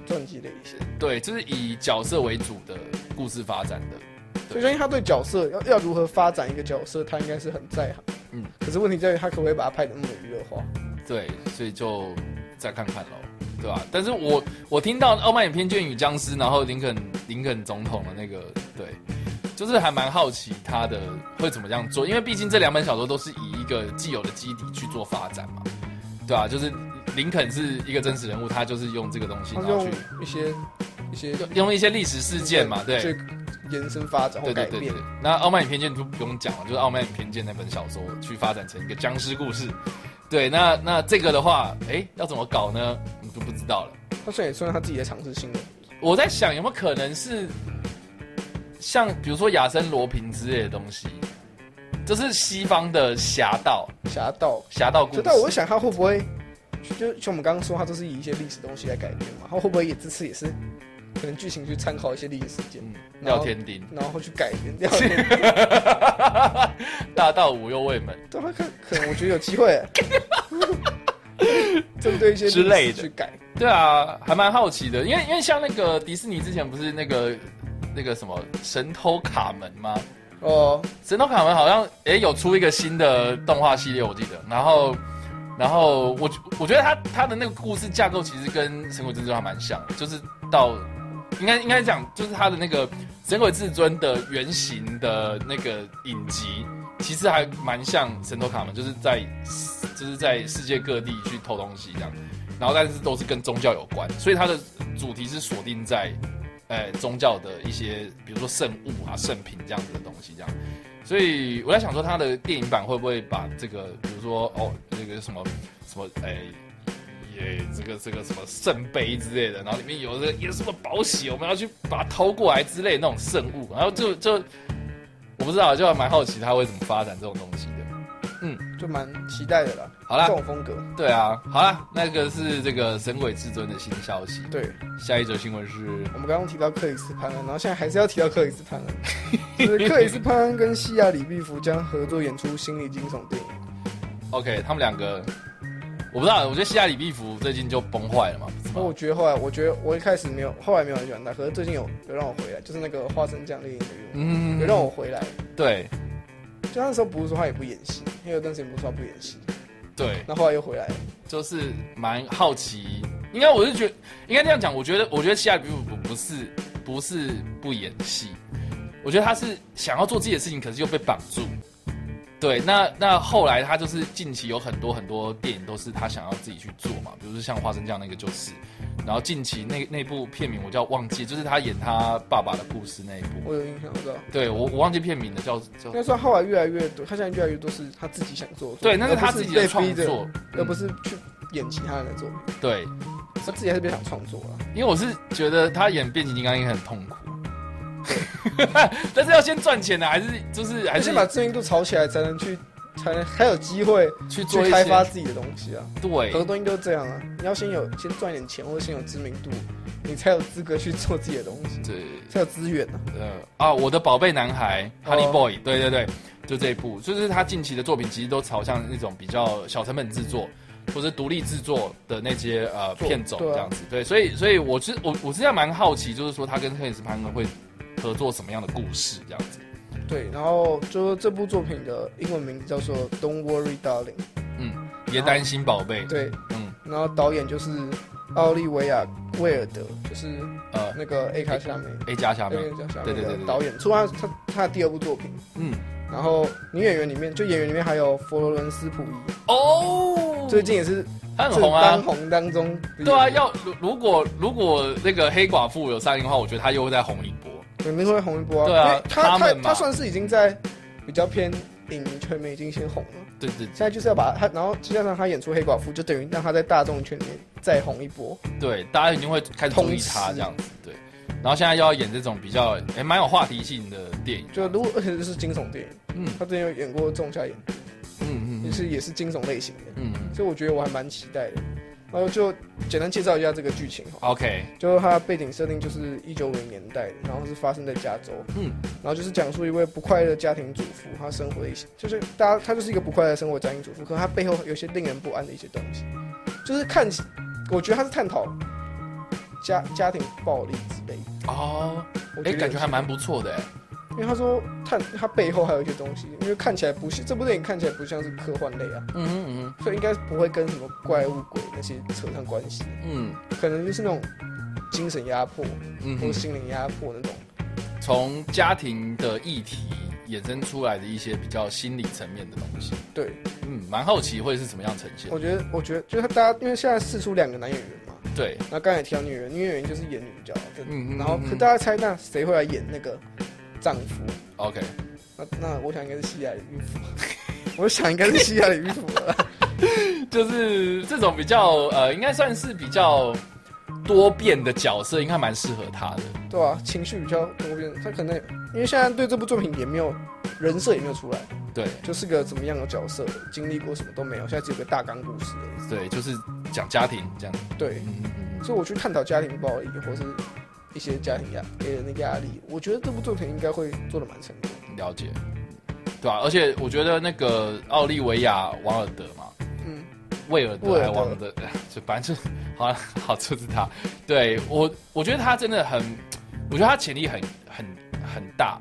Speaker 2: 传记类型，
Speaker 1: 对，就是以角色为主的故事发展的。
Speaker 2: 所以相信他对角色要要如何发展一个角色，他应该是很在行。
Speaker 1: 嗯
Speaker 2: 嗯，可是问题在于他可不可以把它拍的那么娱乐化？
Speaker 1: 对，所以就再看看喽，对吧、但是我我听到《傲慢与偏见与僵尸》，然后林肯林肯总统的那个，对，就是还蛮好奇他的会怎么样做，因为毕竟这两本小说都是以一个既有的基底去做发展嘛，对吧、就是林肯是一个真实人物，他就是用这个东西，
Speaker 2: 他
Speaker 1: 然后
Speaker 2: 用
Speaker 1: 去
Speaker 2: 一些一些
Speaker 1: 用用一些历史事件嘛，对。
Speaker 2: 去延伸发展或
Speaker 1: 对
Speaker 2: 改
Speaker 1: 对
Speaker 2: 变。
Speaker 1: 对对，那《傲慢与偏见》就不用讲了，就是《傲慢与偏见》那本小说去发展成一个僵尸故事。对，那那这个的话，哎，要怎么搞呢？你就不知道了。
Speaker 2: 他虽然也算他自己在尝试新的，
Speaker 1: 我在想，有没有可能是像比如说亚森罗平之类的东西，就是西方的侠盗、
Speaker 2: 侠盗。
Speaker 1: 侠盗故
Speaker 2: 可
Speaker 1: 事。
Speaker 2: 但我想他会不会，就就像我们刚刚说，他都是以一些历史东西来改编嘛，他会不会也这次也是可能剧情去参考一些历史事件，
Speaker 1: 嗯，廖天丁、
Speaker 2: 然后去改编掉？
Speaker 1: 大盗五右卫门，
Speaker 2: 对，他啊可可能我觉得有机会， 针对一些历史
Speaker 1: 之类的
Speaker 2: 去改。
Speaker 1: 对啊，还蛮好奇的，因为因为像那个迪士尼之前不是那个那个什么神偷卡门吗？
Speaker 2: 哦，
Speaker 1: 神偷卡门好像诶、有出一个新的动画系列，我记得。然后，然后我我觉得他他的那个故事架构其实跟《神鬼至尊》还蛮像，就是到应该应该讲就是他的那个《神鬼至尊》的原型的那个影集，其实还蛮像《神偷卡门》，就是在就是在世界各地去偷东西这样。然后但是都是跟宗教有关，所以它的主题是锁定在。呃，宗教的一些，比如说圣物啊、圣品这样子的东西，这样。所以我在想说，他的电影版会不会把这个，比如说哦，那个什么什么，哎、耶，这个这个什么圣杯之类的，然后里面有这个耶稣的宝血，我们要去把它偷过来之类的那种圣物，然后就就我不知道，就还蛮好奇他会怎么发展这种东西的。
Speaker 2: 就蛮期待的啦。
Speaker 1: 好啦
Speaker 2: 这，种风格，
Speaker 1: 对啊，好啦，那个是这个神鬼至尊的新消息。
Speaker 2: 对
Speaker 1: 下一则新闻是，
Speaker 2: 我们刚刚提到克里斯潘恩，然后现在还是要提到克里斯潘恩， 就是克里斯潘恩跟西亚李碧芙将合作演出心理惊悚 电影。
Speaker 1: OK，他们两个，我不知道，我觉得西亚里毕福最近就崩坏了嘛，不是
Speaker 2: 那
Speaker 1: 吗
Speaker 2: 我觉得后来，我觉得我一开始没有，后来没有很喜欢他，可是最近有有让我回来，就是那个花生酱那个演员，
Speaker 1: 嗯
Speaker 2: 有让我回来。
Speaker 1: 对
Speaker 2: 就那时候不是说他也不演戏，因为有段时间不是说他不演戏，
Speaker 1: 对，
Speaker 2: 那后来又回来了。
Speaker 1: 就是蛮好奇，应该我是觉应该这样讲，我觉得我觉得西亚比不不是不是不演戏，我觉得他是想要做自己的事情，可是又被绑住。对，那那后来他就是近期有很多很多电影都是他想要自己去做嘛，比如说像花生酱那个就是，然后近期那那部片名我叫忘记，就是他演他爸爸的故事那一部，
Speaker 2: 我有印象，我知道。
Speaker 1: 对我我忘记片名了，叫叫
Speaker 2: 应该说他后来越来越多，他现在越来越多是他自己想做的作品，
Speaker 1: 对，那是他
Speaker 2: 而不
Speaker 1: 自
Speaker 2: 是
Speaker 1: 己的
Speaker 2: 被
Speaker 1: 创
Speaker 2: 逼的，
Speaker 1: 作，嗯
Speaker 2: 而不
Speaker 1: 是
Speaker 2: 是去演其他人的作品。
Speaker 1: 对，
Speaker 2: 他自己还是比较想创作啊了。
Speaker 1: 因为我是觉得他演变形金刚也很痛苦， 但是要先赚钱的，啊还是就是还
Speaker 2: 还
Speaker 1: 是
Speaker 2: 是把知名度炒起来，才能去，才能还有机会
Speaker 1: 去做
Speaker 2: 去
Speaker 1: 一
Speaker 2: 开
Speaker 1: 些
Speaker 2: 发自己的东西啊。很多
Speaker 1: 对
Speaker 2: 东西都是这样啊，你要先有先赚点钱，或者先有知名度，你才有资格去做自己的东西，
Speaker 1: 对
Speaker 2: 才有资源啊。
Speaker 1: 呃啊，我的宝贝男孩
Speaker 2: 哦
Speaker 1: Honey Boy，对对对，就这一部，就是他近期的作品其实都朝向那种比较小成本制作。或者独立制作的那些呃
Speaker 2: 嗯做
Speaker 1: 片种
Speaker 2: 对啊
Speaker 1: 这样子，对，所以所以我是我我是在蛮好奇，就是说他跟克里斯潘恩会合作什么样的故事这样子，
Speaker 2: 对，然后就是这部作品的英文名字叫做《Don't Worry, Darling》。
Speaker 1: 别担心宝贝，
Speaker 2: 对，
Speaker 1: 嗯
Speaker 2: 然后导演就是奥利维亚·威尔德，就是
Speaker 1: 呃
Speaker 2: 那个 A 卡下面。
Speaker 1: A 加下面，
Speaker 2: 对对
Speaker 1: 对对对对对
Speaker 2: 导演，除了他他他的第二部作品，
Speaker 1: 嗯
Speaker 2: 然后女演员里面，就演员里面还有佛罗伦斯·普伊，
Speaker 1: 哦，
Speaker 2: 最近也是
Speaker 1: 他很
Speaker 2: 正
Speaker 1: 红啊
Speaker 2: 当。红当中的演员，
Speaker 1: 对啊，要如如果如果那个黑寡妇有上映的话，我觉得他又会再红一波。
Speaker 2: 肯定会红一波啊。
Speaker 1: 对啊
Speaker 2: 因为他
Speaker 1: 他
Speaker 2: 他
Speaker 1: 们嘛
Speaker 2: 他算是已经在比较偏影迷圈面已经先红了，
Speaker 1: 对对
Speaker 2: 现在就是要把他，然后再加上他演出黑寡妇，就等于让他在大众圈里面再红一波。
Speaker 1: 对，大家一定会开始注意他这样子。对，然后现在又要演这种比较哎蛮、有话题性的电影，
Speaker 2: 就如果而且就是惊悚电影，
Speaker 1: 嗯
Speaker 2: 他之前有演过《仲夏夜》，
Speaker 1: 嗯
Speaker 2: 也
Speaker 1: 嗯
Speaker 2: 是也是惊悚类型的，
Speaker 1: 嗯嗯
Speaker 2: 所以我觉得我还蛮期待的。然后就简单介绍一下这个剧情哈，
Speaker 1: ，OK，
Speaker 2: 就它背景设定就是一九五零年代的，然后是发生在加州，
Speaker 1: 嗯
Speaker 2: 然后就是讲述一位不快乐的家庭主妇，她生活的一些，就是大家她就是一个不快乐的生活家庭主妇，可她背后有些令人不安的一些东西，就是看起，我觉得她是探讨家家庭暴力之类的，
Speaker 1: 哦，
Speaker 2: 我
Speaker 1: 哎、
Speaker 2: 觉得
Speaker 1: 感觉
Speaker 2: 有
Speaker 1: 还
Speaker 2: 些
Speaker 1: 蛮不错的哎、
Speaker 2: 因为他说探他背后还有一些东西，因为看起来不是这部电影看起来不像是科幻类啊，
Speaker 1: 嗯嗯嗯
Speaker 2: 所以应该不会跟什么怪物鬼那些扯上关系，
Speaker 1: 嗯
Speaker 2: 可能就是那种精神压迫
Speaker 1: 嗯
Speaker 2: 或
Speaker 1: 哼，
Speaker 2: 心灵压迫那种。
Speaker 1: 从家庭的议题衍生出来的一些比较心理层面的东西，
Speaker 2: 对，
Speaker 1: 嗯，蛮好奇会是怎么样呈现。
Speaker 2: 我觉得我觉得就是他大家因为现在试出两个男演员嘛，
Speaker 1: 对，
Speaker 2: 然后刚才也提到女演员，女演员就是演女角的，
Speaker 1: 嗯嗯
Speaker 2: 然后
Speaker 1: 嗯
Speaker 2: 可大家猜那谁会来演那个丈夫？
Speaker 1: OK，
Speaker 2: 那那我想应该是西雅的孕妇， 我想应该是西雅的孕妇了 啦。
Speaker 1: 就是这种比较呃，应该算是比较多变的角色，应该蛮适合他的。
Speaker 2: 对啊，情绪比较多变，他可能因为现在对这部作品也没有人设也没有出来，
Speaker 1: 对
Speaker 2: 就是个怎么样的角色，经历过什么都没有，现在只有个大纲故事而
Speaker 1: 对，就是讲家庭这样。
Speaker 2: 已。对，
Speaker 1: 嗯嗯嗯
Speaker 2: 所以我去探讨家庭暴力或是一些家庭压给人的压力，我觉得这部作品应该会做的蛮成功。
Speaker 1: 嗯，了解。对啊，而且我觉得那个奥利维亚·王尔德嘛，
Speaker 2: 嗯，
Speaker 1: 威尔德还王的， 就反正就好了，好就是他。对我，我觉得他真的很，我觉得他潜力很很很大。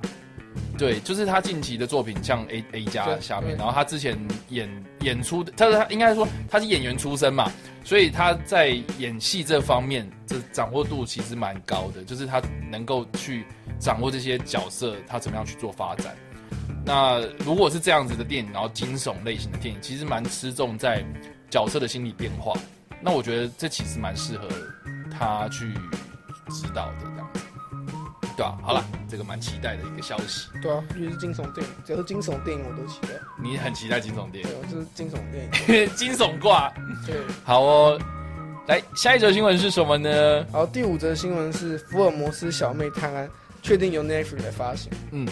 Speaker 1: 对，就是他近期的作品，像 A A 加
Speaker 2: 对
Speaker 1: 下面，
Speaker 2: 对
Speaker 1: 然后他之前演演出的，他他应该说他是演员出身嘛，所以他在演戏这方面，这掌握度其实蛮高的，就是他能够去掌握这些角色，他怎么样去做发展。那如果是这样子的电影，然后惊悚类型的电影，其实蛮吃重在角色的心理变化。那我觉得这其实蛮适合他去指导的这样子，对啊，好了，这个蛮期待的一个消息。
Speaker 2: 对啊，尤其是惊悚电影，只要是惊悚电影我都期待。
Speaker 1: 你很期待惊悚 电
Speaker 2: 对，我就是惊悚 电影。
Speaker 1: 影，惊悚挂。
Speaker 2: 对，
Speaker 1: 好哦，来下一则新闻是什么呢？
Speaker 2: 好，第五则新闻是福尔摩斯小妹探案，确定由 Netflix 来发行。
Speaker 1: 嗯，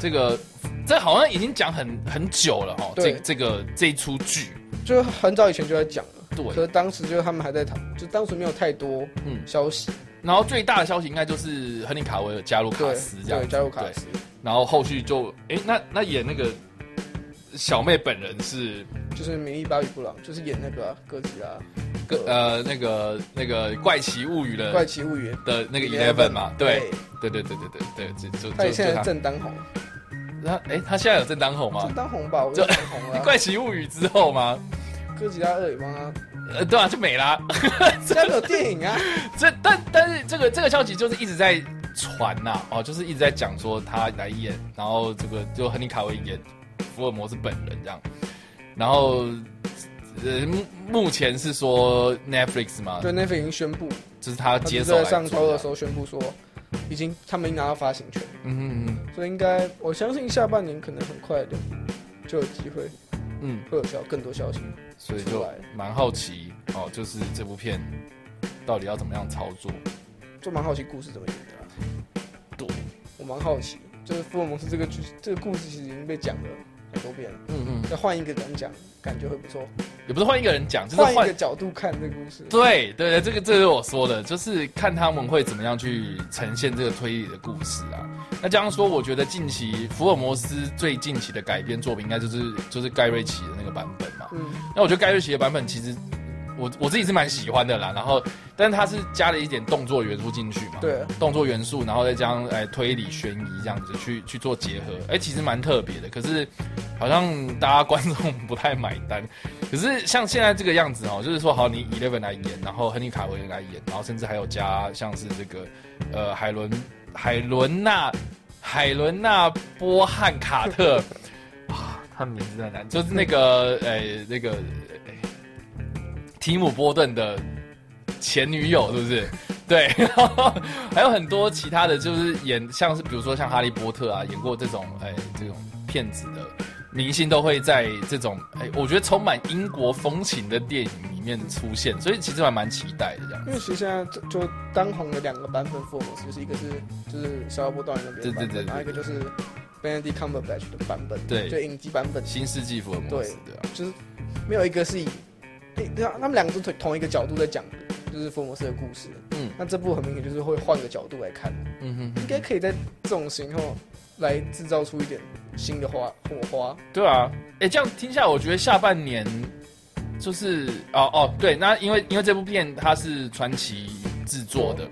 Speaker 1: 这个这好像已经讲很很久了哦，这
Speaker 2: 对
Speaker 1: 这个这一出剧，
Speaker 2: 就是很早以前就在讲了，
Speaker 1: 对
Speaker 2: 可是当时就是他们还在讨，就当时没有太多
Speaker 1: 嗯
Speaker 2: 消息，
Speaker 1: 然后最大的消息应该就是亨利卡维尔加入卡
Speaker 2: 对
Speaker 1: 斯这样
Speaker 2: 对，
Speaker 1: 子，
Speaker 2: 加入卡
Speaker 1: 对
Speaker 2: 斯
Speaker 1: 然后后续就哎，那那演那个小妹本人是
Speaker 2: 就是米莉巴与布朗，就是演那个啊哥吉拉、
Speaker 1: 个呃那个那个怪奇物语的
Speaker 2: 怪奇物语
Speaker 1: 的那个 Eleven 嘛，对，对对对对对对，就就
Speaker 2: 他
Speaker 1: 就
Speaker 2: 也现
Speaker 1: 就
Speaker 2: 在
Speaker 1: 他
Speaker 2: 正当红，
Speaker 1: 他哎他现在有正当红吗
Speaker 2: 正？当红吧，我就
Speaker 1: 这
Speaker 2: 正当红 了。
Speaker 1: 怪奇物语之后吗？
Speaker 2: 哥吉拉二也帮 他，
Speaker 1: 呃，对啊，就没啦。
Speaker 2: 现在没有电影啊，
Speaker 1: 这但但是这个这个消息就是一直在传呐、哦，就是一直在讲说他来演，然后这个就亨利卡维演福尔摩斯本人这样，然后呃目目前是说 Netflix 嘛，
Speaker 2: 对，Netflix 已经宣布，
Speaker 1: 就是他
Speaker 2: 他
Speaker 1: 接
Speaker 2: 就
Speaker 1: 手来
Speaker 2: 在上周
Speaker 1: 做
Speaker 2: 的
Speaker 1: 的
Speaker 2: 时候宣布说，已经他们已经拿到发行权，
Speaker 1: 嗯嗯
Speaker 2: 所以应该我相信下半年可能很快的就有机会
Speaker 1: 嗯嗯，
Speaker 2: 会有消更多消息。
Speaker 1: 所以
Speaker 2: 出
Speaker 1: 就
Speaker 2: 来
Speaker 1: 蛮好奇哦，就是这部片到底要怎么样操作？
Speaker 2: 就蛮好奇故事怎么演的、啊。
Speaker 1: 对，
Speaker 2: 我蛮好奇，就是福尔摩斯这个剧，这个故事其实已经被讲了很多遍了，
Speaker 1: 嗯嗯，
Speaker 2: 再换一个人讲，感觉会不错。
Speaker 1: 也不是换一个人讲，就是
Speaker 2: 换一
Speaker 1: 换
Speaker 2: 个角度看这个故事，
Speaker 1: 对对对，这个这个是我说的，就是看他们会怎么样去呈现这个推理的故事啊。那这样说，我觉得近期福尔摩斯最近期的改编作品，应该就是就是盖瑞奇的那个版本嘛。
Speaker 2: 嗯，
Speaker 1: 那我觉得盖瑞奇的版本其实我我自己是蛮喜欢的啦。然后，但是他是加了一点动作元素进去嘛，
Speaker 2: 对，
Speaker 1: 动作元素，然后再加上哎推理悬疑这样子去去做结合，哎，其实蛮特别的。可是好像大家观众不太买单。可是像现在这个样子哦，就是说好你 Eleven 来演，然后亨利卡维尔来演，然后甚至还有加像是这个呃海伦海伦娜海伦娜波汉卡特。啊，他名字很难，就是那个，呃、那个，哎提姆波顿的前女友，是不是？对， 然后还有很多其他的就是演，像是比如说像哈利波特啊，演过这种哎这种骗子的明星，都会在这种哎我觉得充满英国风情的电影里面出现，所以其实还蛮期待的这样。
Speaker 2: 因为其实现在就就当红的两个版本福尔摩斯，就是一个是就是小波段那边的版本，
Speaker 1: 对对对对对
Speaker 2: 然后一个就是 Benedict Cumberbatch 的版本，
Speaker 1: 对
Speaker 2: 就影集版本，
Speaker 1: 新世纪福尔摩斯，对啊，
Speaker 2: 就是没有一个是以，诶对啊，他们两个都同同一个角度在讲，就是福尔摩斯的故事。
Speaker 1: 嗯
Speaker 2: 那这部很明显就是会换个角度来看，
Speaker 1: 嗯哼
Speaker 2: 应
Speaker 1: 哼，
Speaker 2: 该可以在这种时候来制造出一点新的花火花。
Speaker 1: 对啊，哎，这样听下来，我觉得下半年就是哦哦，对，那因为因为这部片它是传奇制作的，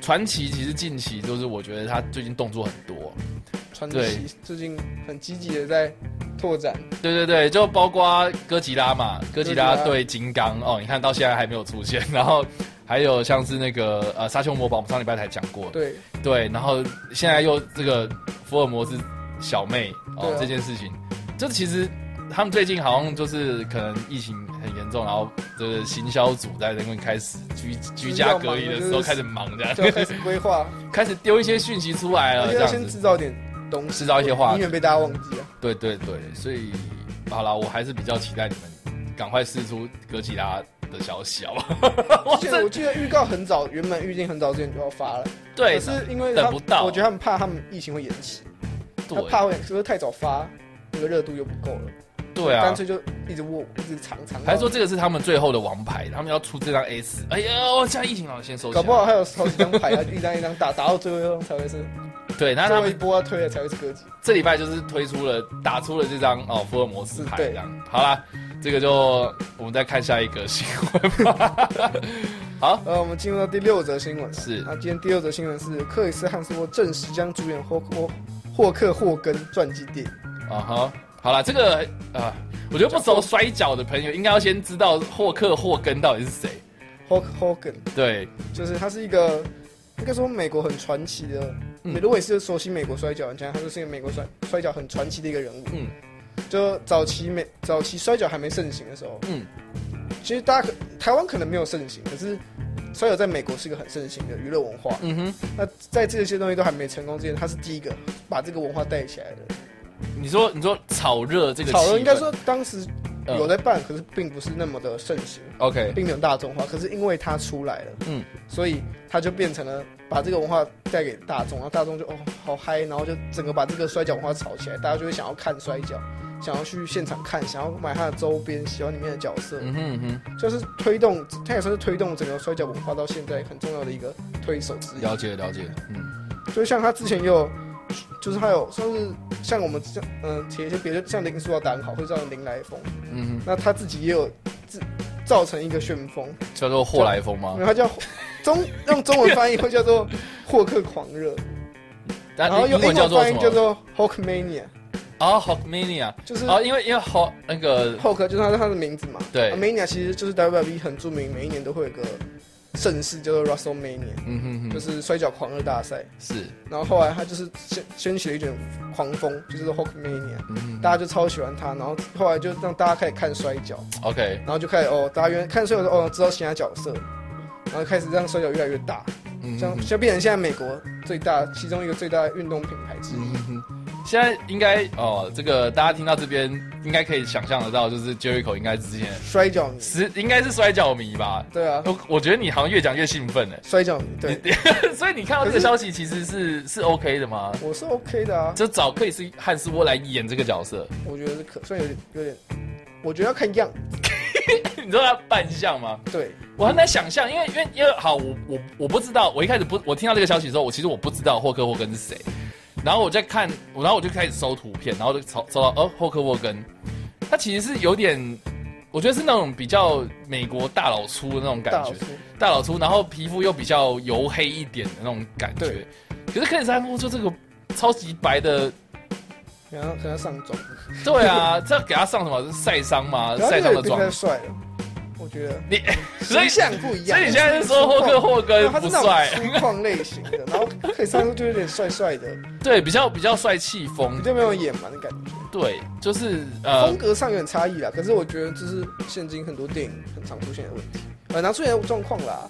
Speaker 1: 传奇其实近期就是我觉得他最近动作很多，
Speaker 2: 川
Speaker 1: 对
Speaker 2: 崎最近很积极的在 拓展，
Speaker 1: 对对对，就包括哥吉拉嘛，哥吉拉
Speaker 2: 哥吉拉
Speaker 1: 对金刚哦，你看到现在还没有出现，然后还有像是那个呃沙丘魔堡，我们上礼拜才讲过，
Speaker 2: 对，
Speaker 1: 对，然后现在又这个福尔摩斯小妹哦、
Speaker 2: 对啊
Speaker 1: 这件事情，这其实他们最近好像就是可能疫情很严重，然后就是行销组在那边开始居居家隔离的时候
Speaker 2: 就是
Speaker 1: 开始忙这样，
Speaker 2: 就要开始 规划，
Speaker 1: 开始丢一些讯息出来了
Speaker 2: 而且
Speaker 1: 这
Speaker 2: 要
Speaker 1: 样
Speaker 2: 先
Speaker 1: 子，
Speaker 2: 制造点东西，
Speaker 1: 制造一些话
Speaker 2: 永
Speaker 1: 题，
Speaker 2: 远被大家忘 记啊了。
Speaker 1: 对对对，所以好啦，我还是比较期待你们赶快试出哥吉拉的消息， 好不好？
Speaker 2: 我记得我记得预告很早，原本预定很早之前就要发了，
Speaker 1: 对，
Speaker 2: 可是因为
Speaker 1: 等
Speaker 2: 他
Speaker 1: 不到
Speaker 2: 我觉得他们怕他们疫情会延期，他
Speaker 1: 对
Speaker 2: 怕会是不是太早发，那个热度又不够了，
Speaker 1: 对啊
Speaker 2: 干，脆就一直握，一直藏藏。
Speaker 1: 还是说这个是他们最后的王牌，他们要出这张 S。哎呀，哦现在疫情了，先收起来。
Speaker 2: 搞不好还有好几张牌啊，一张一张打，打到最后一张才会是
Speaker 1: 对， 那
Speaker 2: 最
Speaker 1: 他
Speaker 2: 后一
Speaker 1: 们
Speaker 2: 波要推了才会是歌姬。
Speaker 1: 这礼拜就是推出了打出了这张哦福尔摩斯牌
Speaker 2: 是对
Speaker 1: 这样。好啦，这个就我们再看下一个新闻 吧。好，
Speaker 2: 呃，我们进入到第六则新闻了。
Speaker 1: 是
Speaker 2: 那今天第六则新闻是克里斯汉斯沃正式将主演霍霍霍克霍根传记电影。
Speaker 1: 啊哈，好啦，这个啊、我觉得不熟摔跤的朋友应该要先知道霍克霍根到底是谁。
Speaker 2: 霍克霍根
Speaker 1: 对，
Speaker 2: 就是他是一个，应该说美国很传奇的，
Speaker 1: 嗯
Speaker 2: 如果也是熟悉美国摔跤玩家，他就是一个美国摔摔跤很传奇的一个人物。
Speaker 1: 嗯
Speaker 2: 就早期美早期摔跤还没盛行的时候，
Speaker 1: 嗯，
Speaker 2: 其实大家可台湾可能没有盛行，可是摔跤在美国是一个很盛行的娱乐文化。
Speaker 1: 嗯哼，
Speaker 2: 那在这些东西都还没成功之前，他是第一个把这个文化带起来的。
Speaker 1: 你说你说炒热这个
Speaker 2: 炒
Speaker 1: 气
Speaker 2: 热
Speaker 1: 氛
Speaker 2: 应该说当时
Speaker 1: 嗯
Speaker 2: 有在办，可是并不是那么的盛行，
Speaker 1: OK，
Speaker 2: 并没有大众化。可是因为它出来了，
Speaker 1: 嗯，
Speaker 2: 所以它就变成了把这个文化带给大众，然后大众就哦好嗨，然后就整个把这个摔跤文化炒起来，大家就会想要看摔跤，想要去现场看，想要买它的周边，喜欢里面的角色，
Speaker 1: 嗯哼嗯哼，
Speaker 2: 就是推动，它也算是推动整个摔跤文化到现在很重要的一个推手之一。
Speaker 1: 了解了解，嗯
Speaker 2: 就像他之前也有，就是他有算是像我们像嗯写一些别的像林书豪打很好，会叫林来疯，
Speaker 1: 嗯
Speaker 2: 那他自己也有自造成一个旋风，
Speaker 1: 哼，叫做霍来风吗
Speaker 2: 然？后他叫中用中文翻译会叫做霍克狂热，
Speaker 1: 然
Speaker 2: 然后
Speaker 1: 英
Speaker 2: 嗯用英
Speaker 1: 文
Speaker 2: 文
Speaker 1: 叫做
Speaker 2: 翻
Speaker 1: 什
Speaker 2: 译叫
Speaker 1: 么？
Speaker 2: 做 Hulkmania，
Speaker 1: 啊，Hulkmania，
Speaker 2: 就是
Speaker 1: 哦，因为因为 Hulk 那个
Speaker 2: Hulk 就是他的他的名字嘛。
Speaker 1: 对
Speaker 2: 啊，Mania 其实就是 WWE 很著名，每一年都会有个盛事叫做 WrestleMania，
Speaker 1: 嗯哼哼，
Speaker 2: 就是摔跤狂热大赛。
Speaker 1: 是，
Speaker 2: 然后后来他就是掀掀起了一阵狂风，就是 Hulkmania。
Speaker 1: 嗯哼
Speaker 2: 大家就超喜欢他，然后后来就让大家开始看摔跤，
Speaker 1: ，OK，
Speaker 2: 然后就开始哦，大家原来看摔跤的时候哦，知道其他角色，然后开始让摔跤越来越大，
Speaker 1: 嗯
Speaker 2: 像
Speaker 1: 哼哼
Speaker 2: 就变成现在美国最大其中一个最大的运动品牌之一。
Speaker 1: 嗯哼哼现在应该哦，这个大家听到这边应该可以想象得到，就是 Jericho 应该之前
Speaker 2: 摔跤迷，
Speaker 1: 是应该是摔跤迷吧？
Speaker 2: 对啊，
Speaker 1: 我我觉得你好像越讲越兴奋哎，
Speaker 2: 摔跤迷，对，
Speaker 1: 所以你看到这个消息其实是是 OK 的吗？
Speaker 2: 我是 OK 的啊，
Speaker 1: 就找克里斯汉斯沃来演这个角色，
Speaker 2: 我觉得是可，虽然有点有点，我觉得要看样，
Speaker 1: 你知道他扮相吗？
Speaker 2: 对，
Speaker 1: 我很难想象，因为因为因为好，我我我不知道，我一开始不，我听到这个消息的时候，我其实我不知道霍克霍根是谁，然后我在看，我然后我就开始搜图片，然后就搜搜到哦，霍克霍根，他其实是有点，我觉得是那种比较美国大老粗的那种感
Speaker 2: 大
Speaker 1: 觉
Speaker 2: 老，师，
Speaker 1: 大老粗，然后皮肤又比较黝黑一点的那种感觉
Speaker 2: 对，
Speaker 1: 可是克里斯汉夫就这个超级白的，
Speaker 2: 然后可能要上妆，
Speaker 1: 对啊，这要给他上什么晒伤吗？
Speaker 2: 然后
Speaker 1: 晒
Speaker 2: 这
Speaker 1: 伤呃的
Speaker 2: 个也不
Speaker 1: 妆
Speaker 2: 太，帅了，我觉得
Speaker 1: 你所以
Speaker 2: 形象不一
Speaker 1: 所
Speaker 2: 样，
Speaker 1: 以你现在是说霍克霍
Speaker 2: 对
Speaker 1: 根
Speaker 2: 他
Speaker 1: 不
Speaker 2: 是
Speaker 1: 帅
Speaker 2: 那？种粗犷类型的，然后可以上去就有点帅帅的，
Speaker 1: 对，比较比较帅气风
Speaker 2: 比，较没有野蛮的感觉。
Speaker 1: 对，就是呃
Speaker 2: 风，格上有点差异啦。可是我觉得这是现今很多电影很常出现的问题，很常出现的状况啦。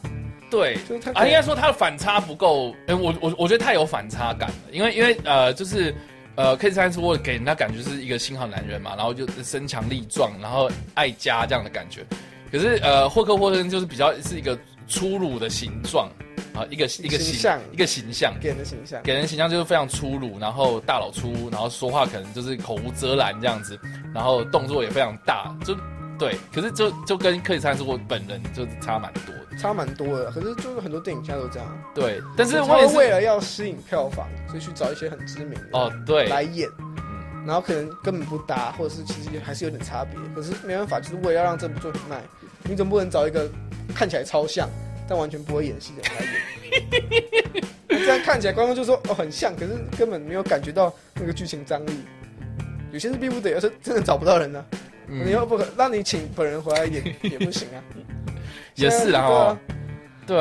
Speaker 1: 对，
Speaker 2: 就是他
Speaker 1: 啊，应该说它的反差不够，哎、我我我觉得太有反差感了，因为因为呃，就是呃，K 三十我给人家感觉是一个新好男人嘛，然后就身强力壮，然后爱家这样的感觉，可是呃，霍克霍恩就是比较是一个粗鲁的形状啊、一个一个
Speaker 2: 形象
Speaker 1: 一个形象。
Speaker 2: 给人的形象，
Speaker 1: 给人形象就是非常粗鲁，然后大老粗，然后说话可能就是口无遮拦这样子，然后动作也非常大，就对。可是就就跟克里斯汀斯沃本人就是差蛮多的，
Speaker 2: 差蛮多的啦。可是就是很多电影现在都这样，
Speaker 1: 对。但是
Speaker 2: 他
Speaker 1: 我也
Speaker 2: 们
Speaker 1: 是
Speaker 2: 为了要吸引票房，所以去找一些很知名的
Speaker 1: 哦，对，
Speaker 2: 来演
Speaker 1: 嗯，
Speaker 2: 然后可能根本不搭，或者是其实还是有点差别。可是没办法，就是为了要让这部作品卖，你总不能找一个看起来超像但完全不会演戏的人来演。这样看起来观众就说哦很像，可是根本没有感觉到那个剧情张力。有些是逼不得已，而是真的找不到人呢、
Speaker 1: 嗯
Speaker 2: 你又不可让你请本人回来演也不行啊。
Speaker 1: 也是啦哦
Speaker 2: 现在对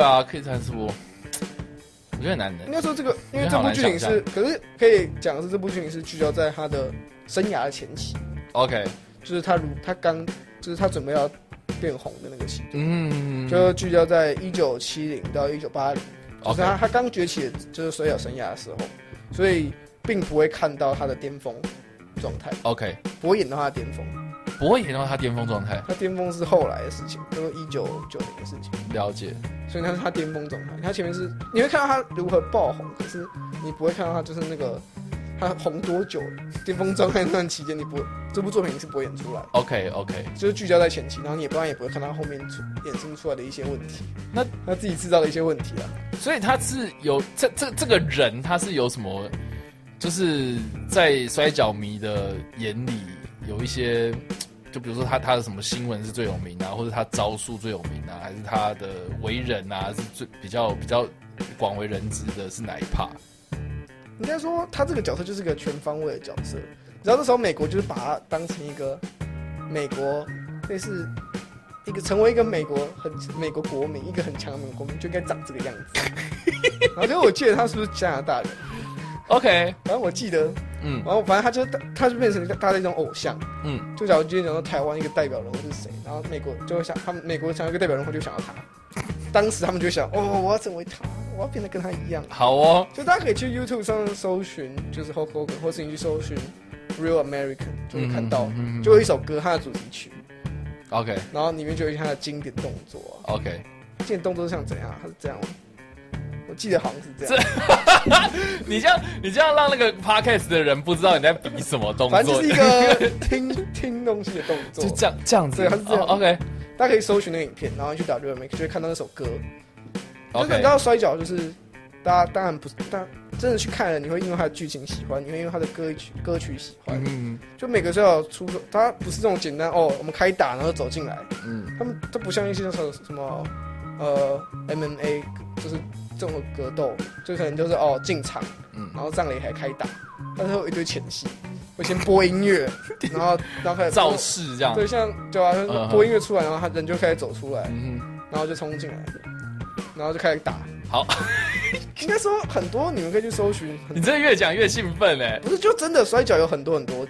Speaker 1: 哈对
Speaker 2: 啊。，
Speaker 1: 啊，克里斯汀斯沃，我觉得很难的
Speaker 2: 应。该说这个，因为这部剧情是，可是可以讲的是这部剧情是聚焦在他的生涯的前期。
Speaker 1: OK，
Speaker 2: 就是他如他刚就是他准备要变红的那个戏，
Speaker 1: 嗯，
Speaker 2: 就聚焦在一九七零到一九八零，就是他
Speaker 1: OK，
Speaker 2: 他刚崛起的，就是水手生涯的时候，啊所以并不会看到他的巅峰状态，
Speaker 1: OK，
Speaker 2: 不会演到他的巅峰，
Speaker 1: 不会演到他巅峰状态，
Speaker 2: 他巅峰是后来的事情，就是一九九零的事情，
Speaker 1: 了解。
Speaker 2: 所以他是他巅峰状态，他前面是你会看到他如何爆红，可是你不会看到他就是那个。他红多久？巅峰状态那段期间，你不会这部作品你是不会演出来的。
Speaker 1: OK OK，
Speaker 2: 就是聚焦在前期，然后你也不然也不会看到后面出衍生出来的一些问题，
Speaker 1: 那
Speaker 2: 他自己制造的一些问题啊。
Speaker 1: 所以他是有这这这个人他是有什么，就是在摔跤迷的眼里有一些。就比如说他他的什么新闻是最有名啊，或者他招数最有名啊，还是他的为人啊是最比较比较广为人知的是哪一 part？
Speaker 2: 应该说他这个角色就是个全方位的角色。你知道那时候美国就是把他当成一个美国类似一个成为一个美国很美国国民一个很强的美国国民就应该长这个样子。然后就我记得他是不是加拿大人，
Speaker 1: OK，
Speaker 2: 反正我记得，
Speaker 1: 嗯
Speaker 2: 然后反正他就他就变成一个大家的一种偶像。
Speaker 1: 嗯，
Speaker 2: 就假如今天讲到台湾一个代表人物是谁，然后美国就会想，他们美国想要一个代表人物就想到他，当时他们就想，哦，我要成为他，我要变得跟他一样。
Speaker 1: 好哦，
Speaker 2: 就大家可以去 YouTube 上搜寻，就是 Hulk Hogan，或是你去搜寻 Real American，就会看到，
Speaker 1: 嗯嗯嗯嗯
Speaker 2: 就有一首歌它的主题曲，
Speaker 1: OK
Speaker 2: 然后里面就有一些他的经典动作、啊，
Speaker 1: OK，
Speaker 2: 经典动作是像怎样啊？他是这样吗？我记得好像是这样。
Speaker 1: 你这样，你这样让那个 podcast 的人不知道你在比什么动作，
Speaker 2: 反正就是一个听听东西的动 作，
Speaker 1: 就这样这样子。哦
Speaker 2: 对他是这样
Speaker 1: o k
Speaker 2: 大家可以搜寻那个影片，然后去打 Real American，就会看到那首歌。就是你
Speaker 1: OK，
Speaker 2: 知道摔跤就是，大家当然不是，但真的去看了，你会因为它的剧情喜欢，你会因为它的歌曲歌曲喜欢。
Speaker 1: 嗯
Speaker 2: 就每个摔跤出，它不是这种简单哦，我们开打然后走进来，
Speaker 1: 嗯
Speaker 2: 他们它不像一些什么什么呃 MMA，就是这种格斗，就可能就是哦进场，然
Speaker 1: 嗯，
Speaker 2: 后上擂台开打，但是会有一堆前戏，会先播音乐，然后然后 开始
Speaker 1: 造势这样。
Speaker 2: 对，像对啊，就是
Speaker 1: 嗯
Speaker 2: 播音乐出来，然后他人就开始走出来，
Speaker 1: 嗯哼，
Speaker 2: 然后就冲进来，然后就开始打。
Speaker 1: 好，
Speaker 2: 应该说很多你们可以去搜寻，很
Speaker 1: 你这越讲越兴奋欸嘞、
Speaker 2: 不是就真的摔跤有很多很多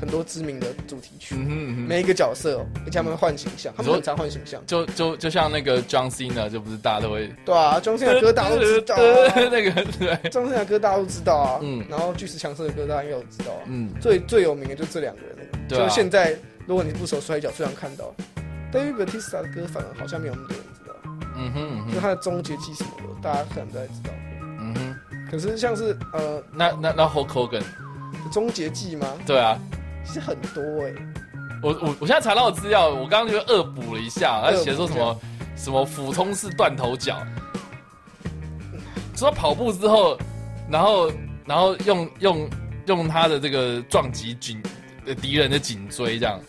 Speaker 2: 很多知名的主题曲，
Speaker 1: 嗯哼嗯哼，
Speaker 2: 每一个角色、哦，而且他们会换形象，他们
Speaker 1: 说
Speaker 2: 很常换形象。
Speaker 1: 就就就像那个 John Cena，就不是大家都会，
Speaker 2: 对啊，庄森的歌大家都知道、
Speaker 1: 呃
Speaker 2: 啊，
Speaker 1: 那个对，
Speaker 2: 庄森的歌大家都知道啊，
Speaker 1: 嗯
Speaker 2: 然后巨石强森的歌大家应该都知道啊。
Speaker 1: 嗯，
Speaker 2: 最最有名的就这两个人，那个
Speaker 1: 对啊
Speaker 2: 就是现在如果你不熟摔跤，最常看到。David Batista 的歌反而好像没有那么多人知道，
Speaker 1: 嗯哼嗯
Speaker 2: 就
Speaker 1: 哼
Speaker 2: 他的终结技什么的，大家可能不太知道。
Speaker 1: 嗯哼，
Speaker 2: 可是像是呃
Speaker 1: 那那那 Hulk Hogan，
Speaker 2: 终结技吗？
Speaker 1: 对啊，
Speaker 2: 其实很多哎、
Speaker 1: 我我我现在查到的资料，我刚刚就恶补了一下，他写说什
Speaker 2: 恶
Speaker 1: 么什么俯冲式断头脚，说他跑步之后，然后然后用用用他的这个撞击颈呃敌人的颈椎这样，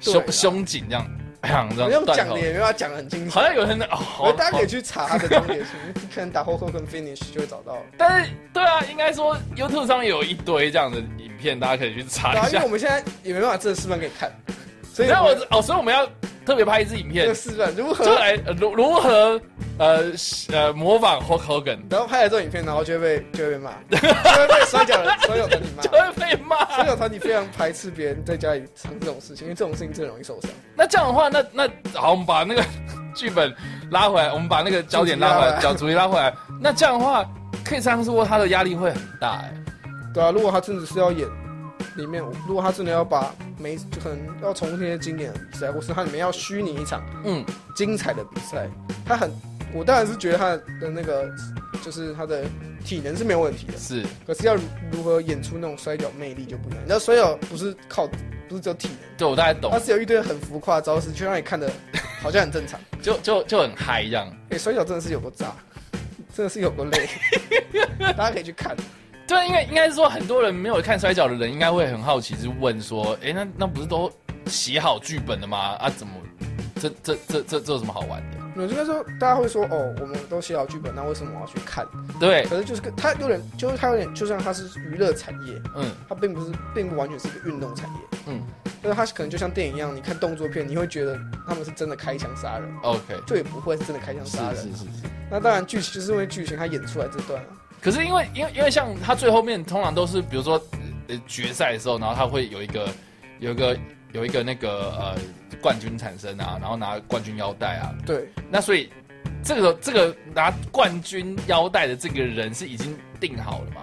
Speaker 2: 对
Speaker 1: 胸
Speaker 2: 啦
Speaker 1: 胸颈这样，砰这
Speaker 2: 不
Speaker 1: 样
Speaker 2: 用
Speaker 1: 断
Speaker 2: 讲
Speaker 1: 头
Speaker 2: 的，也没办法讲得很清楚
Speaker 1: 好。像有人哦，好
Speaker 2: 大家可以去查他的终结技，你可能打后后跟 finish 就 会找到。
Speaker 1: 但是对啊，应该说 YouTube 上面有一堆这样的影片，大家可以去查
Speaker 2: 对
Speaker 1: 一
Speaker 2: 啊，因为
Speaker 1: 下
Speaker 2: 我。们现在也没办法真的示范给你看，所以
Speaker 1: 然后
Speaker 2: 我
Speaker 1: 我哦，所以我们要特别拍一支影
Speaker 2: 这
Speaker 1: 片
Speaker 2: 个，示范如
Speaker 1: 就
Speaker 2: 何
Speaker 1: 来呃如如何呃呃模仿 Hulk Hogan，
Speaker 2: 然后拍了这种影片，然后就会被就会被骂，就会被摔跤人、摔跤团体 骂
Speaker 1: 就。会被骂
Speaker 2: 摔。跤团体非常排斥别人在家里唱这种事情，因为这种事情真的容易受伤。
Speaker 1: 那这样的话，那那好，我们把那个剧本拉回来，我们把那个焦点拉回来，角
Speaker 2: 主题拉回
Speaker 1: 主意拉回来。那这样的话，可以上说他的压力会很大哎、
Speaker 2: 对啊，如果他真的是要演里面，如果他真的要把每就可能要重复那些经典的比赛，或是他里面要虚拟一场
Speaker 1: 嗯，
Speaker 2: 精彩的比赛，他很，我当然是觉得他的那个就是他的体能是没有问题的，
Speaker 1: 是
Speaker 2: 可是要如如何演出那种摔跤魅力就不一样。你知道摔跤不是靠不是只有体能，
Speaker 1: 对我大概懂
Speaker 2: 它，是有啊一堆很浮夸的招式，就让你看的好像很正常。
Speaker 1: 就就就很嗨这样。
Speaker 2: 哎、摔跤真的是有个炸，真的是有个累，大家可以去看。
Speaker 1: 对，因为应该是说很多人没有看摔跤的人，应该会很好奇，是问说，哎，那那不是都写好剧本的吗？啊，怎么这这这这这有什么好玩的？
Speaker 2: 我就跟说，大家会说哦，我们都写好剧本，那为什么我要去看？
Speaker 1: 对，
Speaker 2: 可是就是跟它有点，就是它有点，就像它是娱乐产业，
Speaker 1: 嗯
Speaker 2: 它并不是，并不完全是一个运动产业。
Speaker 1: 嗯
Speaker 2: 就是它可能就像电影一样，你看动作片，你会觉得他们是真的开枪杀人，
Speaker 1: ，OK，
Speaker 2: 就也不会是真的开枪
Speaker 1: 是
Speaker 2: 杀
Speaker 1: 是
Speaker 2: 人。
Speaker 1: 是是。
Speaker 2: 那当然剧情就是因为剧情它演出来这段啊，
Speaker 1: 可是因为因为因为像他最后面通常都是比如说呃决赛的时候，然后他会有一个有一个有一个那个呃冠军产生啊，然后拿冠军腰带啊，
Speaker 2: 对，
Speaker 1: 那所以这个这个拿冠军腰带的这个人是已经定好了吗？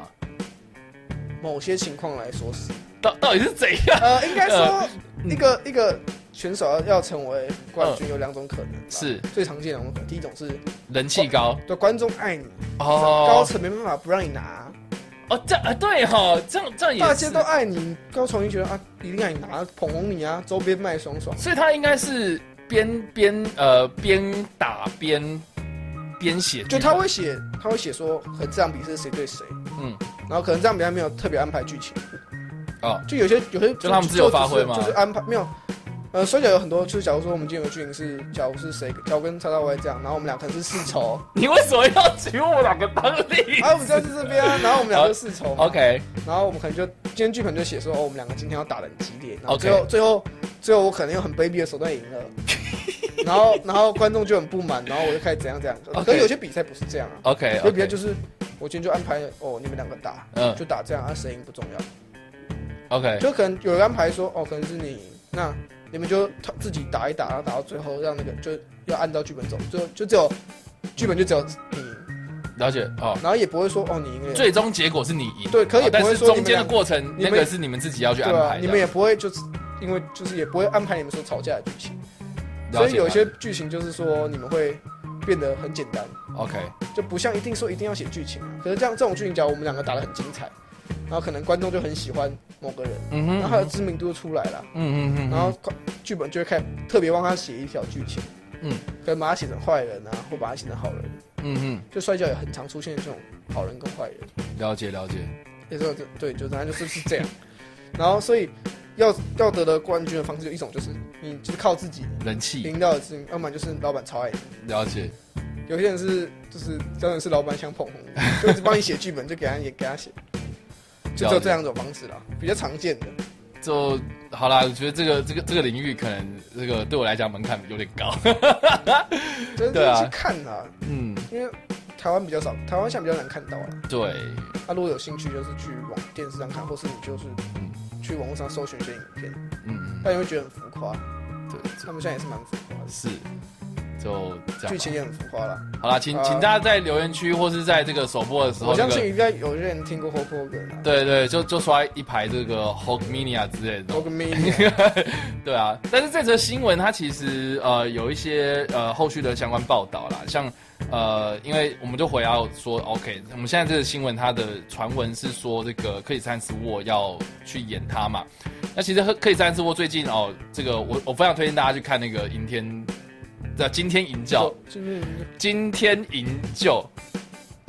Speaker 2: 某些情况来 说是，
Speaker 1: 到到底是怎样？
Speaker 2: 呃，应该说
Speaker 1: 嗯
Speaker 2: 一个一个选手要要成为冠军有两种可能吧，
Speaker 1: 是
Speaker 2: 最常见的两种可能，第一种是
Speaker 1: 人气高
Speaker 2: 对观众爱你，高
Speaker 1: 哦
Speaker 2: 层没办法不让你拿，
Speaker 1: 哦这啊对哈、哦，这样这样
Speaker 2: 大
Speaker 1: 也
Speaker 2: 家
Speaker 1: 是
Speaker 2: 都，爱你，高层就觉得啊一定爱你拿，捧红你啊，周边卖爽爽。
Speaker 1: 所以他应该是边边呃边打边边写剧
Speaker 2: 就
Speaker 1: 本，
Speaker 2: 他会写，他会写说和这场比赛是谁对谁，
Speaker 1: 嗯
Speaker 2: 然后可能这场比赛没有特别安排剧情，
Speaker 1: 哦
Speaker 2: 就有些有些
Speaker 1: 就他们自由发挥嘛
Speaker 2: 就就是安排没有。呃，摔跤有很多，就是假如说我们今天有个剧情是，假如是谁，假如跟叉叉 Y 这样，然后我们俩可能是世仇，
Speaker 1: 你为什么要举我两个当 例子
Speaker 2: 啊，我们就在这边啊，然后我们俩就世仇嘛
Speaker 1: ？OK，
Speaker 2: 然后我们可能就今天剧本就写说，哦，我们两个今天要打得很激烈，然后
Speaker 1: OK
Speaker 2: 最后最后最后我可能用很卑鄙的手段赢 了，然后然后观众就很不满，然后我就开始怎样怎样。
Speaker 1: OK
Speaker 2: 可是有些比赛不是这样啊，
Speaker 1: OK，
Speaker 2: 有些比赛就是我今天就安排哦，你们两个打，
Speaker 1: 嗯
Speaker 2: 就打这样，啊，谁赢不重要，
Speaker 1: OK，
Speaker 2: 就可能有人安排说，哦，可能是你赢，那你们就自己打一打，然后打到最后让那个就要按照剧本走，就就只有剧本就只有你赢，
Speaker 1: 了解哦。
Speaker 2: 然后也不会说哦你赢了。
Speaker 1: 最终结果是你赢，
Speaker 2: 对，可
Speaker 1: 哦
Speaker 2: 也
Speaker 1: 但
Speaker 2: 不会
Speaker 1: 是
Speaker 2: 说你
Speaker 1: 中
Speaker 2: 们
Speaker 1: 间
Speaker 2: 两
Speaker 1: 的
Speaker 2: 个
Speaker 1: 过程
Speaker 2: 你
Speaker 1: 那
Speaker 2: 们
Speaker 1: 个是你们自己要去安
Speaker 2: 对啊，
Speaker 1: 排的。
Speaker 2: 你们也不会就是因为就是也不会安排你们说吵架的剧情，
Speaker 1: 了
Speaker 2: 所
Speaker 1: 解
Speaker 2: 以有一些剧情就是说你们会变得很简单，
Speaker 1: OK，
Speaker 2: 就不像一定说一定要写剧情啊。可是这样这种剧情，假如我们两个打得很精彩，然后可能观众就很喜欢某个人，
Speaker 1: 嗯
Speaker 2: 然后
Speaker 1: 哼，
Speaker 2: 他的知名度就出来了，
Speaker 1: 嗯嗯嗯，
Speaker 2: 然后剧本就会开始特别帮他写一条剧情，
Speaker 1: 嗯，
Speaker 2: 可能把他写成坏人啊，或把他写成好人。
Speaker 1: 嗯
Speaker 2: 就摔跤也很常出现这种好人跟坏人。
Speaker 1: 哼，了解了解，
Speaker 2: 也是有这对，就反正就是是这 样。然后所以要要得的冠军的方式，就一种就是你就是靠自己
Speaker 1: 人气
Speaker 2: 赢到的事情，要不然就是老板超爱你。
Speaker 1: 了解，
Speaker 2: 有些人是就是真的是老板想捧红 你，就一直帮你写剧本，就给他也给他写，就只有这两种方式啦，比较常见的。
Speaker 1: 就好啦。我觉得这个这个这个领域可能这个对我来讲门槛有点高。
Speaker 2: 真
Speaker 1: 对
Speaker 2: 的
Speaker 1: 啊
Speaker 2: 去看啦，
Speaker 1: 嗯，
Speaker 2: 因为台湾比较少，台湾现在比较难看到啦。
Speaker 1: 对，
Speaker 2: 啊，如果有兴趣，就是去往电视上看，或是你就是去网络上搜寻一些影片，
Speaker 1: 嗯，
Speaker 2: 但你会觉得很浮夸，
Speaker 1: 对，
Speaker 2: 他们现在也是蛮浮夸的，
Speaker 1: 是，啊就这样吧。
Speaker 2: 剧情也很浮夸啦。
Speaker 1: 好啦，请请
Speaker 2: 呃
Speaker 1: 大家在留言区或是在这个首播的时候，
Speaker 2: 我
Speaker 1: 那
Speaker 2: 相
Speaker 1: 个。
Speaker 2: 信应该有些人听过 Hulk Hogan 啊
Speaker 1: 对对，就就刷一排这个 Hulkmania 之类的
Speaker 2: 哦
Speaker 1: 东西。
Speaker 2: ，Hogan
Speaker 1: 对啊，但是这则新闻它其实呃有一些呃后续的相关报道啦，像呃，因为我们就回到说，OK，我们现在这个新闻它的传闻是说这个克里斯汉斯沃要去演他嘛，那其实克克里斯汉斯沃最近哦，这个我我非常推荐大家去看那个《银天》的《今天营救》，
Speaker 2: 就是
Speaker 1: 今天营救。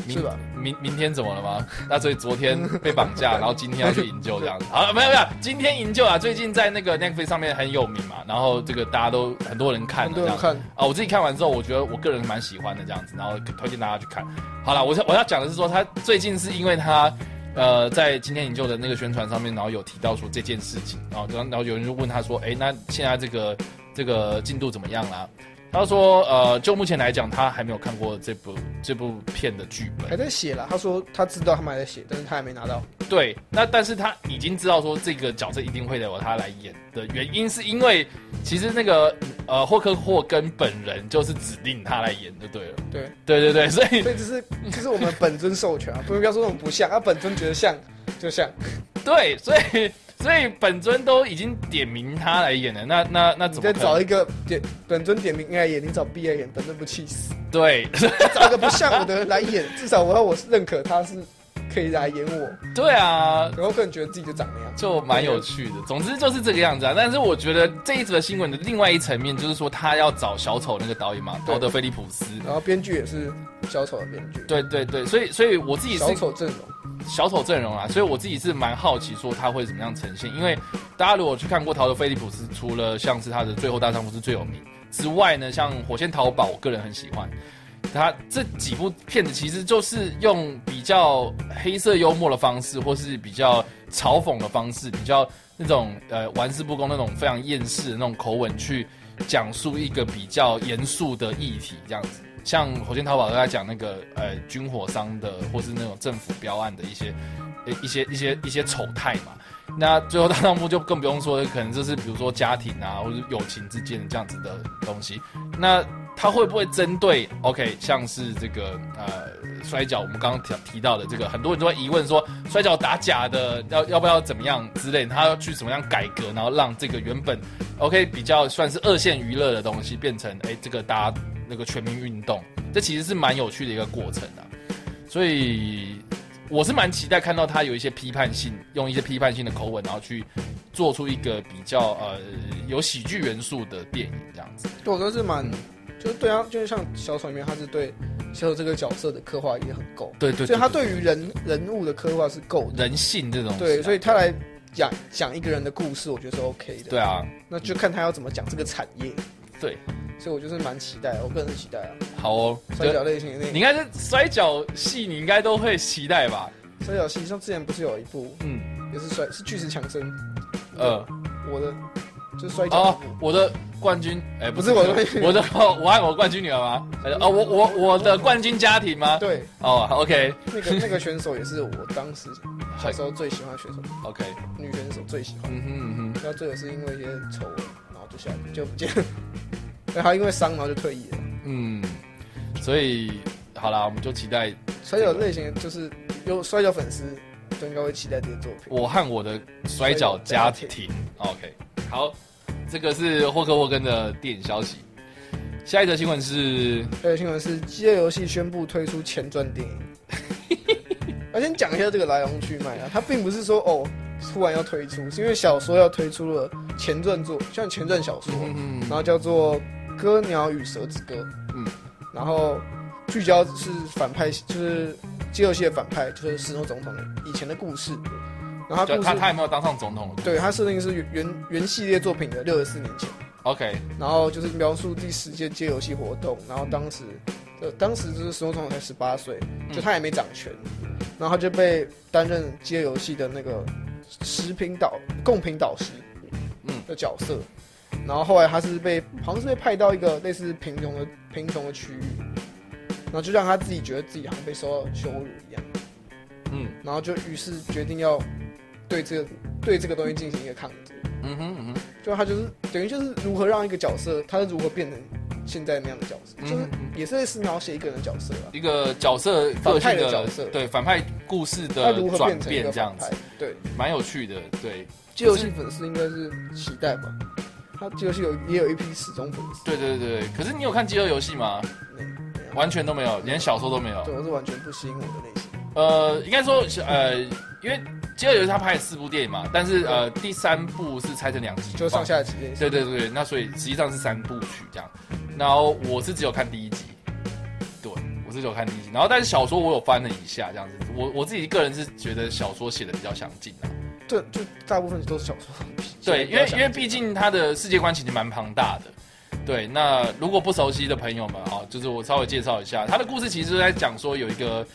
Speaker 1: 明
Speaker 2: 是吧？
Speaker 1: 明明天怎么了吗？那所以昨天被绑架，然后今天要去营救这样子。好了，没有没有，今天营救啊，最近在那个 Netflix 上面很有名嘛，然后这个大家都很多人看
Speaker 2: 很
Speaker 1: 了
Speaker 2: 多
Speaker 1: 这样
Speaker 2: 人
Speaker 1: 子
Speaker 2: 看，
Speaker 1: 啊。我自己看完之后，我觉得我个人蛮喜欢的这样子，然后推荐大家去看。好了，我要我要讲的是说，他最近是因为他呃在今天营救的那个宣传上面，然后有提到说这件事情，然后然后有人就问他说，哎，那现在这个这个进度怎么样啦、他说呃，就目前来讲，他还没有看过这部这部片的剧本
Speaker 2: 还。在写啦。他说他知道他们还在写，但是他还没拿到。
Speaker 1: 对，那但是他已经知道说这个角色一定会由他来演的原因，是因为其实那个呃霍克霍根本人就是指定他来演就对了。
Speaker 2: 对，
Speaker 1: 对对对，所以
Speaker 2: 所以这是 这是我们本尊授权啊，不不要说我们不像，啊，本尊觉得像就像。
Speaker 1: 对，所以所以本尊都已经点名他来演了，那那那
Speaker 2: 你
Speaker 1: 怎么
Speaker 2: 再
Speaker 1: 可能
Speaker 2: 找一个点本尊点名 AI 演，你找 B 来演，本尊不气死。
Speaker 1: 对
Speaker 2: 找一个不像我的来演，至少我要我认可他是可以来演我，
Speaker 1: 对啊，
Speaker 2: 然后个人觉得自己就长那样。
Speaker 1: 就蛮有趣的。总之就是这个样子啊。但是我觉得这一则新闻的另外一层面就是说，他要找小丑那个导演嘛，
Speaker 2: 对
Speaker 1: 罗德菲利普斯。
Speaker 2: 然后编剧也是小丑的编剧，
Speaker 1: 对对对，所以所以我自己是
Speaker 2: 小丑阵容。
Speaker 1: 小丑阵容啊，所以我自己是蛮好奇说他会怎么样呈现。因为大家如果去看过《陶德菲利普斯》，除了像是他的《最后大丈夫》是最有名之外呢，像《火线淘宝》，我个人很喜欢。他这几部片子其实就是用比较黑色幽默的方式，或是比较嘲讽的方式，比较那种呃玩世不恭那种非常厌世的那种口吻去讲述一个比较严肃的议题，这样子。像火箭淘宝都在讲那个呃军火商的，或是那种政府标案的一些呃一些一些一些丑态嘛。那最后大丈夫就更不用说，可能就是比如说家庭啊，或者是友情之间的这样子的东西。那他会不会针对 OK，像是这个呃摔跤，我们刚刚提提到的这个，很多人都会疑问说摔跤打假的，要要不要怎么样之类的，他要去怎么样改革，然后让这个原本 OK 比较算是二线娱乐的东西，变成哎这个大家那个全民运动，这其实是蛮有趣的一个过程啊。所以我是蛮期待看到他有一些批判性，用一些批判性的口吻，然后去做出一个比较呃有喜剧元素的电影这样子。
Speaker 2: 对我都是蛮，就是对啊，就是像小丑里面，他是对小丑这个角色的刻画也很够，
Speaker 1: 对对
Speaker 2: 所以他对于人人物的刻画是够的。
Speaker 1: 人性这种啊
Speaker 2: 对，所
Speaker 1: 以
Speaker 2: 以他来讲讲一个人的故事，我觉得是 OK 的。
Speaker 1: 对，啊，
Speaker 2: 那就看他要怎么讲这个产业。
Speaker 1: 对，
Speaker 2: 所以我就是蛮期待，我个人是期待啊，
Speaker 1: 好哦，
Speaker 2: 摔
Speaker 1: 对
Speaker 2: 角类型的电
Speaker 1: 你应
Speaker 2: 影，
Speaker 1: 该是摔跤戏，你应该都会期待吧？
Speaker 2: 摔角戏像之前不是有一部
Speaker 1: 嗯，
Speaker 2: 也是摔是巨石强森，
Speaker 1: 呃，
Speaker 2: 我的就是摔跤那
Speaker 1: 哦
Speaker 2: 部，
Speaker 1: 我的冠军，哎，不
Speaker 2: 不是我的冠军
Speaker 1: 我的哦我爱我冠军女儿吗？还是哦，我我我的冠军家庭吗？
Speaker 2: 对，
Speaker 1: 哦，OK
Speaker 2: 那个那 个选手也是我当时小
Speaker 1: 很
Speaker 2: 时候最喜欢的选手，
Speaker 1: OK，
Speaker 2: 女选手最喜欢。
Speaker 1: 嗯哼嗯哼，
Speaker 2: 那最后是因为一些丑闻，然后就下就不见了。 对，他因为伤，然后就退役了。
Speaker 1: 嗯，所以好啦，我们就期待
Speaker 2: 摔跤类型就是有摔跤粉丝就应该会期待这些作品。
Speaker 1: 我和我的摔跤家庭。OK，好，这个是霍克沃根的电影消息。下一则新闻是，
Speaker 2: 还有新闻是《饥饿游戏》宣布推出前传电影。 我先讲一下这个来龙去脉啊，它并不是说哦突然要推出，是因为小说要推出了前传作，像前传小说，啊
Speaker 1: 嗯
Speaker 2: 然后叫做《歌鸟与蛇之歌》，
Speaker 1: 嗯
Speaker 2: 嗯，然后聚焦是反派，就是饥饿系的反派，就是石头总统的以前的故事，然后他
Speaker 1: 就
Speaker 2: 故
Speaker 1: 他他
Speaker 2: 事
Speaker 1: 还没有当上总统
Speaker 2: 对他设定是原原原系列作品的六十四年前，
Speaker 1: OK，
Speaker 2: 然后就是描述第十届街游戏活动，然后当时，呃，当时就是石头总统才十八岁，就他也没掌权，然后他就被担任街游戏的那个食品导贡品导师，
Speaker 1: 嗯
Speaker 2: 的角色，然后后来他是被好像是被派到一个类似贫穷的贫穷的区域，然后就让他自己觉得自己好像被受到羞辱一样，
Speaker 1: 嗯
Speaker 2: 然后就于是决定要对这个对这个东西进行一个抗争。
Speaker 1: 嗯哼嗯哼，
Speaker 2: 就他就是等于就是如何让一个角色，他是如何变成现在那样的角色，
Speaker 1: 嗯
Speaker 2: 就是也是在描写一个人的角色啊，
Speaker 1: 一个角色个
Speaker 2: 反
Speaker 1: 性
Speaker 2: 派的角色
Speaker 1: 对反派故事
Speaker 2: 他
Speaker 1: 的
Speaker 2: 如何
Speaker 1: 转
Speaker 2: 变成一
Speaker 1: 变
Speaker 2: 个
Speaker 1: 这样
Speaker 2: 反派
Speaker 1: 子，。
Speaker 2: 对，
Speaker 1: 蛮有趣的。对
Speaker 2: 街游戏粉丝应该是期待吧，他街游戏有也有一批死忠粉丝，
Speaker 1: 对对对对，可是你有看《饥饿游戏》吗？
Speaker 2: 那那样
Speaker 1: 完全都没有，连小说都没有。
Speaker 2: 对我是完全不吸引我的类型。
Speaker 1: 呃，应该说呃，因为《饥饿游戏》他拍了四部电影嘛，但是呃第三部是拆成两集，
Speaker 2: 就上下集类型，
Speaker 1: 对对对，那所以实际上是三部曲这样。然后我是只有看第一集，对我是只有看第一集。然后但是小说我有翻了一下这样子，我我自己个人是觉得小说写的比较详尽啊。
Speaker 2: 对，就大部分都是小说。
Speaker 1: 对，因为因为
Speaker 2: 比较
Speaker 1: 毕竟他的世界观其实蛮庞大的。对，那如果不熟悉的朋友们啊、哦就是我稍微介绍一下，他的故事其实是在讲说有一个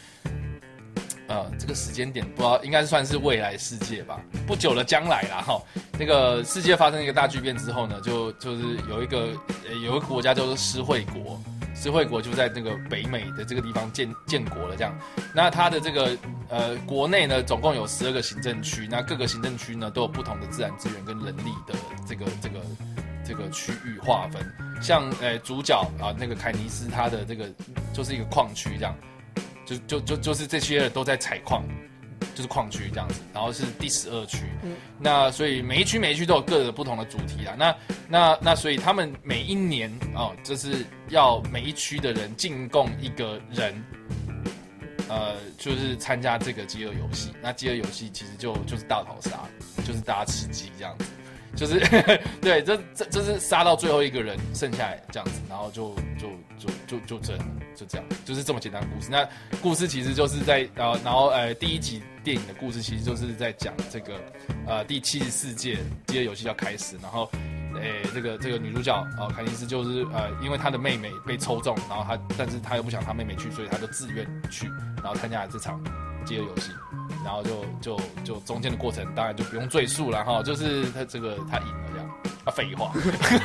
Speaker 1: 呃这个时间点，不知道应该算是未来世界吧，不久的将来啦哈。那个世界发生一个大巨变之后呢，就就是有一个呃有一个国家叫做施惠国，施惠国就在那个北美的这个地方建建国了这样。那它的这个呃国内呢，总共有十二个行政区，那各个行政区呢都有不同的自然资源跟人力的这个这个这个区域划分。像呃主角啊、那个凯尼斯他的这个就是一个矿区这样，就就就就是这些人都在采矿，就是矿区这样子，然后是第十二区，
Speaker 2: 嗯
Speaker 1: 那所以每一区每一区都有各的不同的主题啊，那那那所以他们每一年哦，就是要每一区的人进贡一个人。呃，就是参加这个饥饿游戏，那饥饿游戏其实就就是大逃杀，就是大家吃鸡这样子，就是 对，这这这是杀到最后一个人剩下来这样子，然后就就就就就这样，就这样，就是这么简单的故事。那故事其实就是在然后然后呃第一集电影的故事其实就是在讲这个呃第七十四届饥饿游戏要开始，然后诶、这个这个女主角哦、呃、凯尼斯就是呃因为她的妹妹被抽中，然后她但是她又不想她妹妹去，所以她就自愿去，然后参加了这场饥饿游戏。然后就就就中间的过程，当然就不用赘述了哈，就是他这个他赢了这样。啊，废话，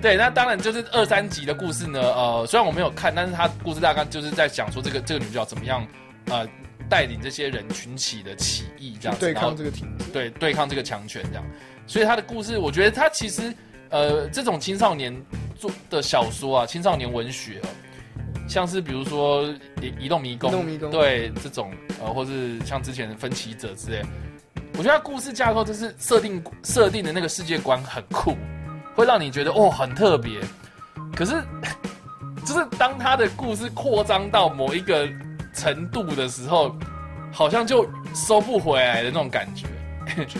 Speaker 1: 对，那当然就是二三集的故事呢。呃，虽然我没有看，但是他故事大纲就是在讲说这个这个女主角怎么样，呃，带领这些人群起的起义这样子，
Speaker 2: 对
Speaker 1: 然后
Speaker 2: 抗这个体制。
Speaker 1: 对对抗这个强权这样。所以他的故事，我觉得他其实呃，这种青少年做的小说啊，青少年文学、哦，像是比如说《移移动迷宫》
Speaker 2: 移动迷宫
Speaker 1: 对这种呃，或是像之前的《分歧者》之类，我觉得他故事架构就是设定设定的那个世界观很酷，会让你觉得哦很特别。可是，就是当他的故事扩张到某一个程度的时候，好像就收不回来的那种感觉。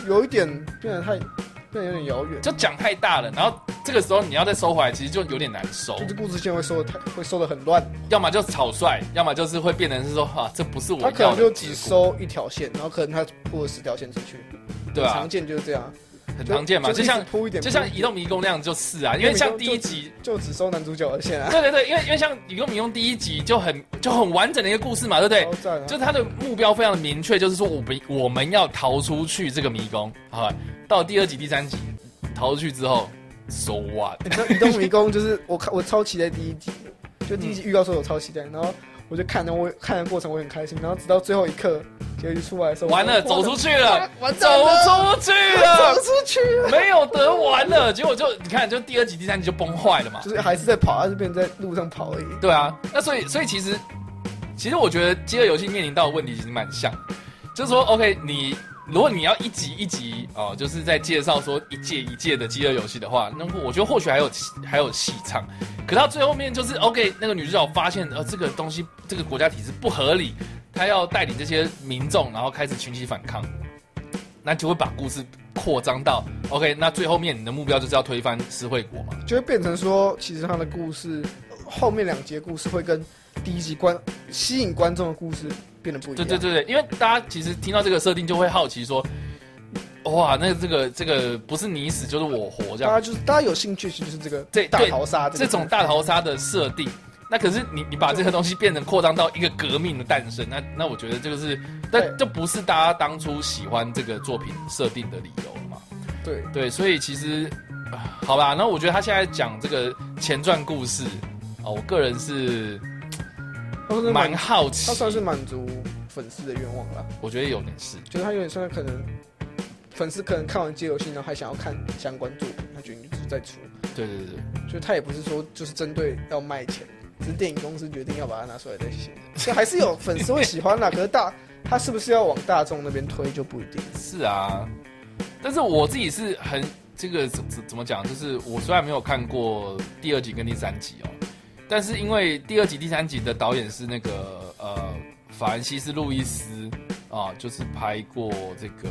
Speaker 2: 有一点变得太，变得有点遥远，
Speaker 1: 就讲太大了，然后这个时候你要再收回来，其实就有点难收，
Speaker 2: 就是故事线会收的太，会收的很乱。
Speaker 1: 要么就草率，要么就是会变成是说啊，这不是我
Speaker 2: 他
Speaker 1: 要
Speaker 2: 可能
Speaker 1: 的
Speaker 2: 就只
Speaker 1: 结果，
Speaker 2: 收一条线，然后可能他铺了十条线出去，
Speaker 1: 对
Speaker 2: 很
Speaker 1: 啊
Speaker 2: 常，见就是这样，
Speaker 1: 很常见嘛，
Speaker 2: 就
Speaker 1: 就像
Speaker 2: 一直铺一点，
Speaker 1: 就
Speaker 2: 铺
Speaker 1: 像
Speaker 2: 一
Speaker 1: 移
Speaker 2: 点
Speaker 1: 动迷宫那样就是啊，因为像第一集，
Speaker 2: 就只收男主角的线啊，
Speaker 1: 对对对，因为因为像移动迷宫第一集就很就很完整的一个故事嘛，对不 对
Speaker 2: 超？赞啊！
Speaker 1: 就是他的目标非常的明确，就是说我们我们要逃出去这个迷宫，好吧？到第二集、第三集逃出去之后，so what？
Speaker 2: 你知道移动迷宫就是我看我超期待第一集，就第一集预告说我超期待，然后我就看了我看的过程我很开心，然后直到最后一刻结局出来的时候，
Speaker 1: 完了，
Speaker 2: 我
Speaker 1: 走出去 了，，
Speaker 2: 完
Speaker 1: 走
Speaker 2: 蛋了
Speaker 1: 出去了
Speaker 2: 走，出去了，
Speaker 1: 没有得玩了，结果就你看，就第二集、第三集就崩坏了嘛。
Speaker 2: 就是还是在跑，他就变成在路上跑而已。
Speaker 1: 对啊，那所以所以其实，其实我觉得饥饿游戏面临到的问题其实蛮像，就是说，OK，你如果你要一集一集哦、就是在介绍说一届一届的饥饿游戏的话，那我觉得或许还有还有戏唱。可到最后面就是 OK，那个女主角发现呃这个东西这个国家体制不合理，她要带领这些民众，然后开始群起反抗，那就会把故事扩张到 OK，那最后面你的目标就是要推翻施惠国嘛。
Speaker 2: 就会变成说，其实他的故事后面两节故事会跟第一集观吸引观众的故事变得不一
Speaker 1: 对
Speaker 2: 样。
Speaker 1: 对对对，因为大家其实听到这个设定就会好奇说，哇，那这个这个不是你死就是我活这
Speaker 2: 大家
Speaker 1: 样，
Speaker 2: 就是大家有兴趣，其实就是这个
Speaker 1: 对
Speaker 2: 大
Speaker 1: 对
Speaker 2: 逃杀个
Speaker 1: 这种大逃杀的设定。那可是你你把这个东西变成扩张到一个革命的诞生，那那我觉得这个是，但
Speaker 2: 对
Speaker 1: 这不是大家当初喜欢这个作品设定的理由了嘛？
Speaker 2: 对，
Speaker 1: 对，所以其实，啊好吧，那我觉得他现在讲这个前传故事啊、我个人是
Speaker 2: 他算是
Speaker 1: 蛮
Speaker 2: 满，
Speaker 1: 好奇
Speaker 2: 他，算是满足粉丝的愿望了，
Speaker 1: 我觉得有点是，
Speaker 2: 就是他有点像可能粉丝可能看完街游戏，然后还想要看相关作品，他决定就是再出，
Speaker 1: 对对对对。
Speaker 2: 就他也不是说就是针对要卖钱，只是电影公司决定要把它拿出来再 写，所以还是有粉丝会喜欢啦。可是大他是不是要往大众那边推就不一定。
Speaker 1: 是啊，但是我自己是很这个怎怎怎么讲？就是我虽然没有看过第二集跟第三集哦，但是因为第二集、第三集的导演是那个呃法兰西斯·路易斯啊，就是拍过这个。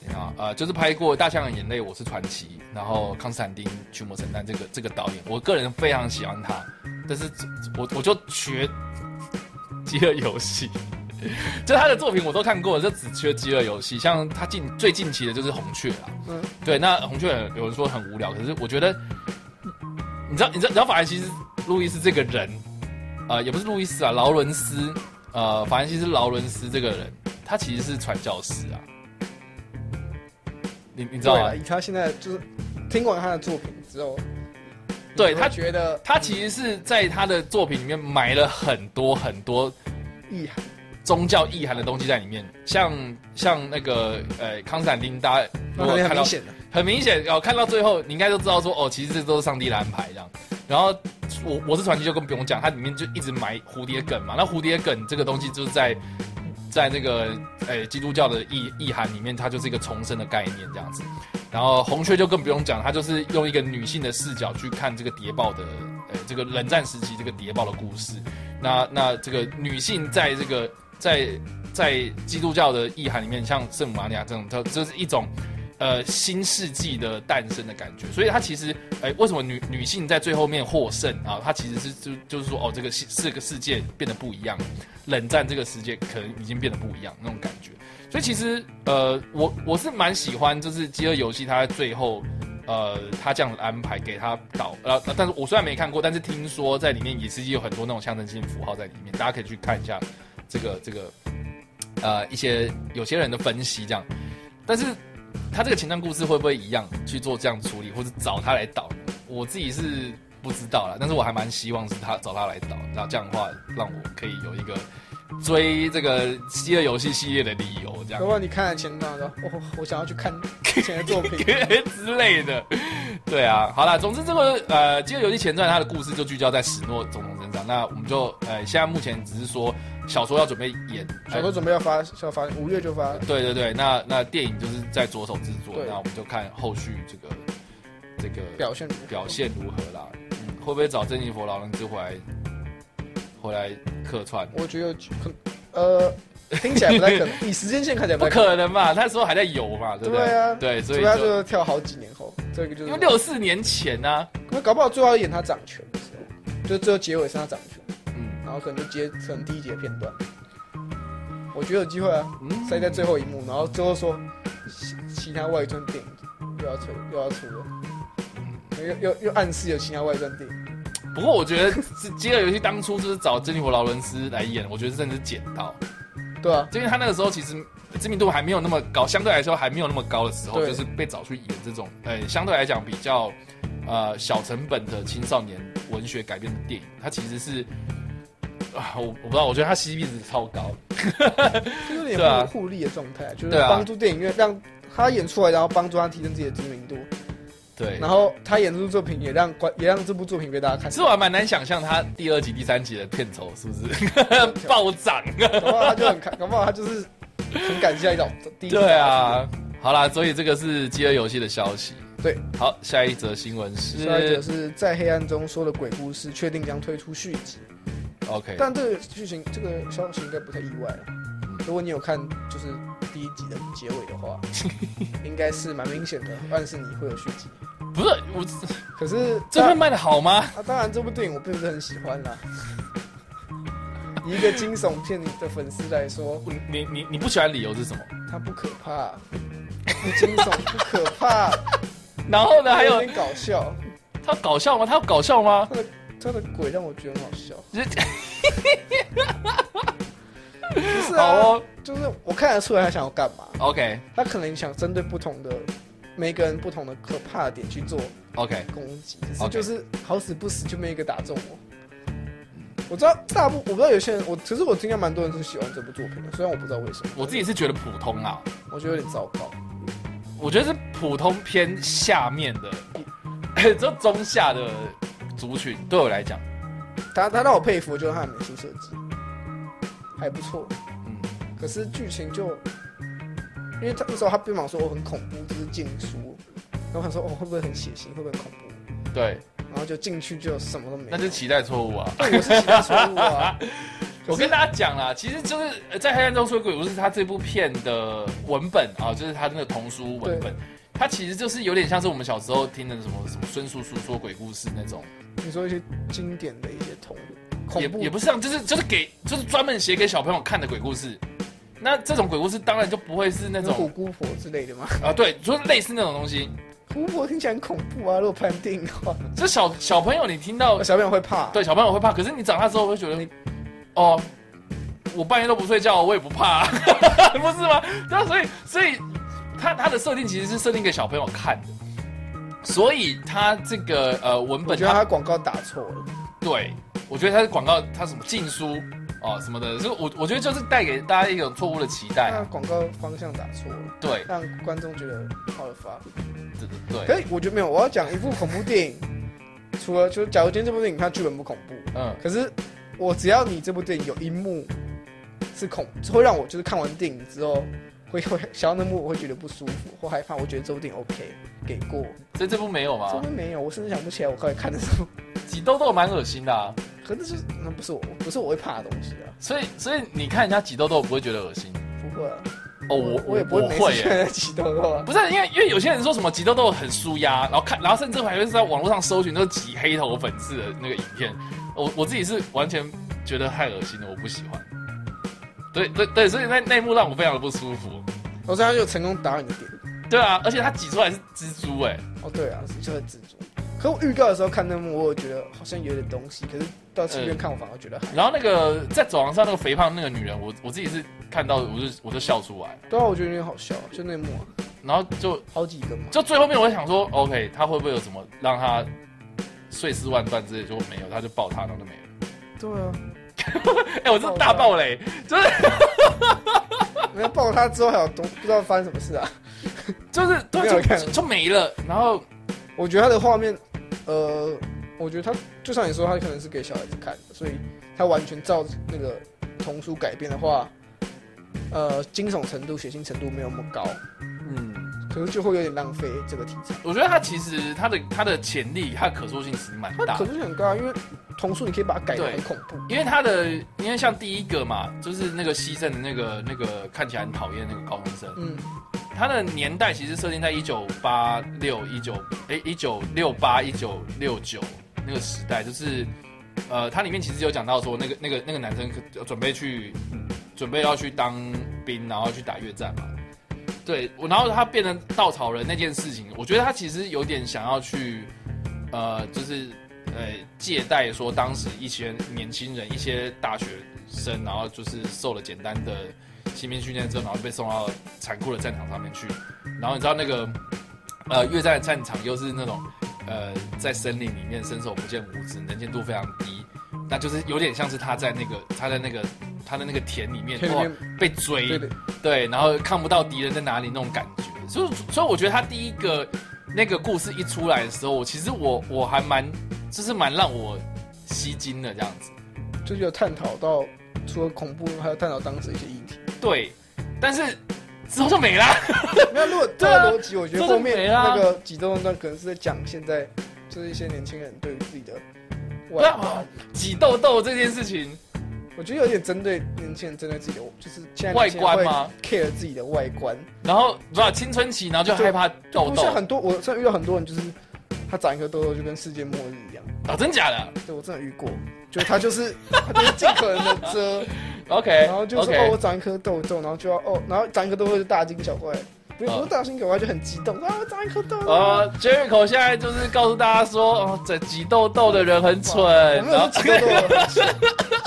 Speaker 1: 等一下啊，呃，就是拍过《大象的眼泪》《我是传奇》，然后《康斯坦丁·驱魔神探》这个这个导演，我个人非常喜欢他，但是我我就缺 饥饿游戏，就他的作品我都看过，就只缺饥饿游戏。像他近最近期的就是《红雀》啊，
Speaker 2: 嗯
Speaker 1: 对，那《红雀》有人说很无聊，可是我觉得，呃你知道，你知道，你知道法兰西斯·路易斯这个人，啊、也不是路易斯啊，劳伦斯，呃，法兰西斯劳伦斯这个人，他其实是传教士啊。你你知道
Speaker 2: 对
Speaker 1: 吗
Speaker 2: 了，？以他现在就是听完他的作品之后，
Speaker 1: 对
Speaker 2: 你会
Speaker 1: 他
Speaker 2: 觉得
Speaker 1: 他其实是在他的作品里面埋了很多很多
Speaker 2: 意涵，
Speaker 1: 宗教意涵的东西在里面，像像那个呃康斯坦丁，大家如
Speaker 2: 那
Speaker 1: 果
Speaker 2: 肯定
Speaker 1: 看
Speaker 2: 很
Speaker 1: 到
Speaker 2: 明显的。
Speaker 1: 很明显哦，看到最后你应该都知道说哦，其实这都是上帝的安排这样。然后我我是传奇就更不用讲，它里面就一直埋蝴蝶梗嘛。那蝴蝶梗这个东西就是在在那个诶、基督教的意意涵里面，它就是一个重生的概念这样子。然后红雀就更不用讲，它就是用一个女性的视角去看这个谍报的诶、这个冷战时期这个谍报的故事。那那这个女性在这个在在基督教的意涵里面，像圣母玛利亚这种，它这是一种呃新世纪的诞生的感觉。所以它其实，哎、为什么女女性在最后面获胜啊？它其实是就就是说，哦，这个世这个世界变得不一样了，冷战这个世界可能已经变得不一样那种感觉。所以其实，呃，我我是蛮喜欢，就是《饥饿游戏》它最后。呃，他这样的安排给他导，呃，但是我虽然没看过，但是听说在里面也是有很多那种象征性符号在里面，大家可以去看一下这个这个呃一些有些人的分析这样。但是他这个情感故事会不会一样去做这样处理，或者找他来导？我自己是不知道啦，但是我还蛮希望是他找他来导，那这样的话让我可以有一个追这个《饥饿游戏》系列的理由，这样。
Speaker 2: 搞不好你看了前段说，哦，我想要去看以前的作 品
Speaker 1: 之类的。对啊，好啦，总之这个呃《饥饿游戏前传》它的故事就聚焦在史诺总统身上。那我们就呃现在目前只是说小说要准备演，呃
Speaker 2: 小说准备要发，要发，五月就发。
Speaker 1: 对对对，那那电影就是在着手制作，
Speaker 2: 对
Speaker 1: 那我们就看后续这个这个
Speaker 2: 表现如何
Speaker 1: 表现如何啦。嗯，会不会找珍妮佛劳伦斯回来回来客串？
Speaker 2: 我觉得很，呃，听起来不太可能，以时间线看起来
Speaker 1: 不
Speaker 2: 太能。
Speaker 1: 可能吧？那时候还在游嘛，对不对？
Speaker 2: 对啊
Speaker 1: 对，所
Speaker 2: 主
Speaker 1: 以
Speaker 2: 要
Speaker 1: 就
Speaker 2: 就是跳好几年后，这个就是
Speaker 1: 因为六四年前呢、啊，
Speaker 2: 因为搞不好最后要演他掌权的时候，就最后结尾是他掌权，
Speaker 1: 嗯
Speaker 2: 然后可能就接成第一集的片段。我觉得有机会啊，
Speaker 1: 嗯，
Speaker 2: 塞在最后一幕，然后最后说其其他外传电影又要出又要出了，又又又暗示有其他外传电影，
Speaker 1: 不过我觉得是《饥饿游戏》当初就是找珍妮佛劳伦斯来演，我觉得真的是捡到，
Speaker 2: 对啊，
Speaker 1: 因为他那个时候其实呃知名度还没有那么高，相对来说还没有那么高的时候，
Speaker 2: 对
Speaker 1: 就是被找去演这种，呃，相对来讲比较呃小成本的青少年文学改编的电影，它其实是啊，我我不知道，我觉得它 CP 值超高，
Speaker 2: 就有点
Speaker 1: 对啊
Speaker 2: 互互利的状态，就是
Speaker 1: 对啊
Speaker 2: 帮助电影院让他演出来，然后帮助他提升自己的知名度，
Speaker 1: 对。
Speaker 2: 然后他演出作品也让观也让这部作品被大家看
Speaker 1: 其实我还蛮难想象他第二集、第三集的片酬是不 是暴涨？
Speaker 2: 搞不好他就很看，搞不好他就是很感谢 一种第一次
Speaker 1: 对啊， 好啦，所以这个是饥饿游戏的消息。
Speaker 2: 对，
Speaker 1: 好，下一则新闻是
Speaker 2: 下一则是在黑暗中说的鬼故事，确定将推出续集。
Speaker 1: OK，
Speaker 2: 但这个剧情，这个消息应该不太意外啊了。
Speaker 1: 嗯
Speaker 2: 如果你有看就是第一集的结尾的话，应该是蛮明显的暗示你会有续集。
Speaker 1: 不是我
Speaker 2: 可是
Speaker 1: 这
Speaker 2: 当
Speaker 1: 份卖的好吗？
Speaker 2: 啊，当然这部电影我并不是很喜欢啦。以一个惊悚片的粉丝来说，
Speaker 1: 你你你不喜欢的理由是什么？
Speaker 2: 它不可怕，不惊悚不可 怕，
Speaker 1: 然后呢，还
Speaker 2: 有
Speaker 1: 有
Speaker 2: 点搞笑。
Speaker 1: 他搞笑吗？他有搞笑吗？
Speaker 2: 它的它的鬼让我觉得很好笑。
Speaker 1: 就是
Speaker 2: 不是
Speaker 1: 好
Speaker 2: 啊，
Speaker 1: 哦
Speaker 2: 就是我看得出来他想要干嘛。
Speaker 1: ，OK
Speaker 2: 他可能想针对不同的每个人不同的可怕的点去做
Speaker 1: OK，
Speaker 2: 攻击，只是
Speaker 1: OK
Speaker 2: 就是好死不死就没有一个打中我。我知道大部我不知道有些人，我其实我听到蛮多人是喜欢这部作品的，虽然我不知道为什么。
Speaker 1: 我自己是觉得普通啊，
Speaker 2: 我觉得有点糟糕，
Speaker 1: 我觉得是普通偏下面的， 这中下的族群对我来讲，
Speaker 2: 他他让我佩服就是他的美术设计还不错，
Speaker 1: 嗯，
Speaker 2: 可是剧情就，因为他那时候他并忙说我很恐怖，就是禁书，然后我想说哦会不会很血腥，会不会很恐怖，
Speaker 1: 对，
Speaker 2: 然后就进去就什么都没有。
Speaker 1: 那就是期待错误啊。
Speaker 2: 对我是其他错误啊，
Speaker 1: 我跟大家讲啦，其实就是呃在《黑暗中说鬼故事》它这部片的文本啊，就是它那个童书文本，它其实就是有点像是我们小时候听的什么什么孙叔叔说鬼故事那种，
Speaker 2: 你说一些经典的一些童恐
Speaker 1: 也
Speaker 2: 怖
Speaker 1: 也不是像，就是就是给就是专门写给小朋友看的鬼故事。那这种鬼故事当然就不会是那
Speaker 2: 那种虎
Speaker 1: 种
Speaker 2: 姑婆之类的吗？
Speaker 1: 啊、对，就是类似那种东西。
Speaker 2: 虎姑婆听起来很恐怖啊，如果拍成电影的话，
Speaker 1: 这小小朋友你听到，
Speaker 2: 小朋友会怕。啊
Speaker 1: 对小朋友会怕，可是你长大之后会觉得，哦，我半夜都不睡觉，我也不怕、啊， 不是吗？对啊，所以所以它它的设定其实是设定给小朋友看的，所以它这个呃文
Speaker 2: 我
Speaker 1: 本
Speaker 2: 觉得
Speaker 1: 它
Speaker 2: 他广告打错了，
Speaker 1: 对，我觉得它是广告，它什么禁书哦什么的，所以我我觉得就是带给大家一种错误的期待
Speaker 2: 他
Speaker 1: 啊，
Speaker 2: 广告方向打错了，
Speaker 1: 对
Speaker 2: 让观众觉得好了发。
Speaker 1: 对对
Speaker 2: 可
Speaker 1: 对，
Speaker 2: 是我觉得没有，我要讲一部恐怖电影，除了就是假如今天这部电影它剧本不恐怖，
Speaker 1: 嗯
Speaker 2: 可是我只要你这部电影有一幕是恐，会让我就是看完电影之后会会想到那幕我会觉得不舒服或害怕，我觉得这部电影 OK 给过，
Speaker 1: 所以这部没有
Speaker 2: 这
Speaker 1: 吗
Speaker 2: 部？没有，我甚至想不起来我到底看的是什么。
Speaker 1: 挤痘痘蛮恶心的、啊，
Speaker 2: 可是就是那不是我，不是我会怕的东西啊，
Speaker 1: 所以所以你看人家挤痘痘不会觉得恶心
Speaker 2: 不会啊。
Speaker 1: 哦，我
Speaker 2: 我也不
Speaker 1: 我
Speaker 2: 会每
Speaker 1: 会
Speaker 2: 次
Speaker 1: 耶、
Speaker 2: 看在起痘痘啊。
Speaker 1: 不是因为因为有些人说什么挤痘痘很舒压，然后看，然后甚至还会在网络上搜寻，就是挤黑头粉刺的那个影片。我我自己是完全觉得太恶心了，我不喜欢。对对对，所以那那一幕让我非常的不舒服。
Speaker 2: 我这样就成功打你的点。
Speaker 1: 对啊，而且它挤出来是蜘蛛哎、
Speaker 2: 哦，对啊，就是蜘蛛。可我预告的时候看那幕，我有觉得好像有点东西，可是到戏
Speaker 1: 嗯
Speaker 2: 院看我反而觉得还好。
Speaker 1: 然后那个在走廊上那个肥胖那个女人，我我自己是看到我就我就笑出来，
Speaker 2: 对啊，我觉得有点好笑，就那幕啊、
Speaker 1: 然后就
Speaker 2: 好几个嘛。
Speaker 1: 就最后面我想说，OK，他会不会有什么让他碎尸万段之类的？就没有，他就抱他，然后就没了。
Speaker 2: 对啊，
Speaker 1: 哎、我这大爆雷，就是
Speaker 2: 没有抱他之后还有东，不知道发生什么事啊。
Speaker 1: 就是
Speaker 2: 没
Speaker 1: 对，
Speaker 2: 有
Speaker 1: 就
Speaker 2: 看
Speaker 1: 就就没了。然后
Speaker 2: 我觉得他的画面，呃，我觉得他就像你说，他可能是给小孩子看的，所以他完全照那个童书改编的话，呃，惊悚程度、血腥程度没有那么高，
Speaker 1: 嗯，
Speaker 2: 可是就会有点浪费这个题材。
Speaker 1: 我觉得他其实他的他的潜力，他的可塑性其实蛮
Speaker 2: 它
Speaker 1: 大
Speaker 2: 可
Speaker 1: 的，
Speaker 2: 是很高啊，因为童书你可以把它改的很恐怖。
Speaker 1: 因为他的因为像第一个嘛，就是那个西镇的那个那个看起来很讨厌那个高中生，
Speaker 2: 嗯，
Speaker 1: 他的年代其实设定在一九八六一九哎一九六八一九六九那个时代，就是呃，它里面其实有讲到说那个那个那个男生可准备去
Speaker 2: 嗯
Speaker 1: 准备要去当兵，然后去打越战嘛。对，我然后他变成稻草人那件事情，我觉得他其实有点想要去呃，就是呃借贷说当时一些年轻人、一些大学生，然后就是受了简单的新兵训练之后，然后被送到残酷的战场上面去。然后你知道那个呃越战的战场又是那种呃在森林里面伸手不见五指，能见度非常低，那就是有点像是他在那个他在那个他的那个田里面
Speaker 2: 天
Speaker 1: 哇
Speaker 2: 天
Speaker 1: 被追，
Speaker 2: 对的，
Speaker 1: 对，然后看不到敌人在哪里那种感觉，所以所以我觉得他第一个那个故事一出来的时候，其实我我还蛮就是蛮让我吸睛的这样子，
Speaker 2: 就是有探讨到除了恐怖，还有探讨当时一些议 题。
Speaker 1: 对，但是之后就没啦，
Speaker 2: 没有，如果这
Speaker 1: 对啊
Speaker 2: 个逻辑，我觉得
Speaker 1: 这就
Speaker 2: 后
Speaker 1: 没
Speaker 2: 面
Speaker 1: 啦
Speaker 2: 那个几段段可能是在讲现在就是一些年轻人对于自己的
Speaker 1: 对
Speaker 2: 外
Speaker 1: 啊，挤痘痘这件事情
Speaker 2: 我觉得有点针对年轻人，针对自己的就是现在
Speaker 1: 外
Speaker 2: 年轻人
Speaker 1: 观
Speaker 2: 会
Speaker 1: 吗？
Speaker 2: care 自己的外观。
Speaker 1: 然后不知道青春期，然后就害怕痘
Speaker 2: 不
Speaker 1: 痘
Speaker 2: 像很多，我真的遇到很多人，就是他长一颗痘痘就跟世界末日一样。
Speaker 1: 啊，真假的
Speaker 2: 对我真的遇过，就是他就是他就是尽可能的遮。
Speaker 1: ？OK，
Speaker 2: 然后就是哦，
Speaker 1: OK，
Speaker 2: 我长一颗痘痘，然后就要哦，然后长一颗痘痘就大惊小怪，不是
Speaker 1: 哦
Speaker 2: 不是大惊小怪，就很激动啊，我长一颗痘痘。
Speaker 1: 呃，Jericho 现在就是告诉大家说，哦，这挤痘痘的人很蠢，
Speaker 2: 我没有
Speaker 1: 然后
Speaker 2: 说挤痘痘很蠢，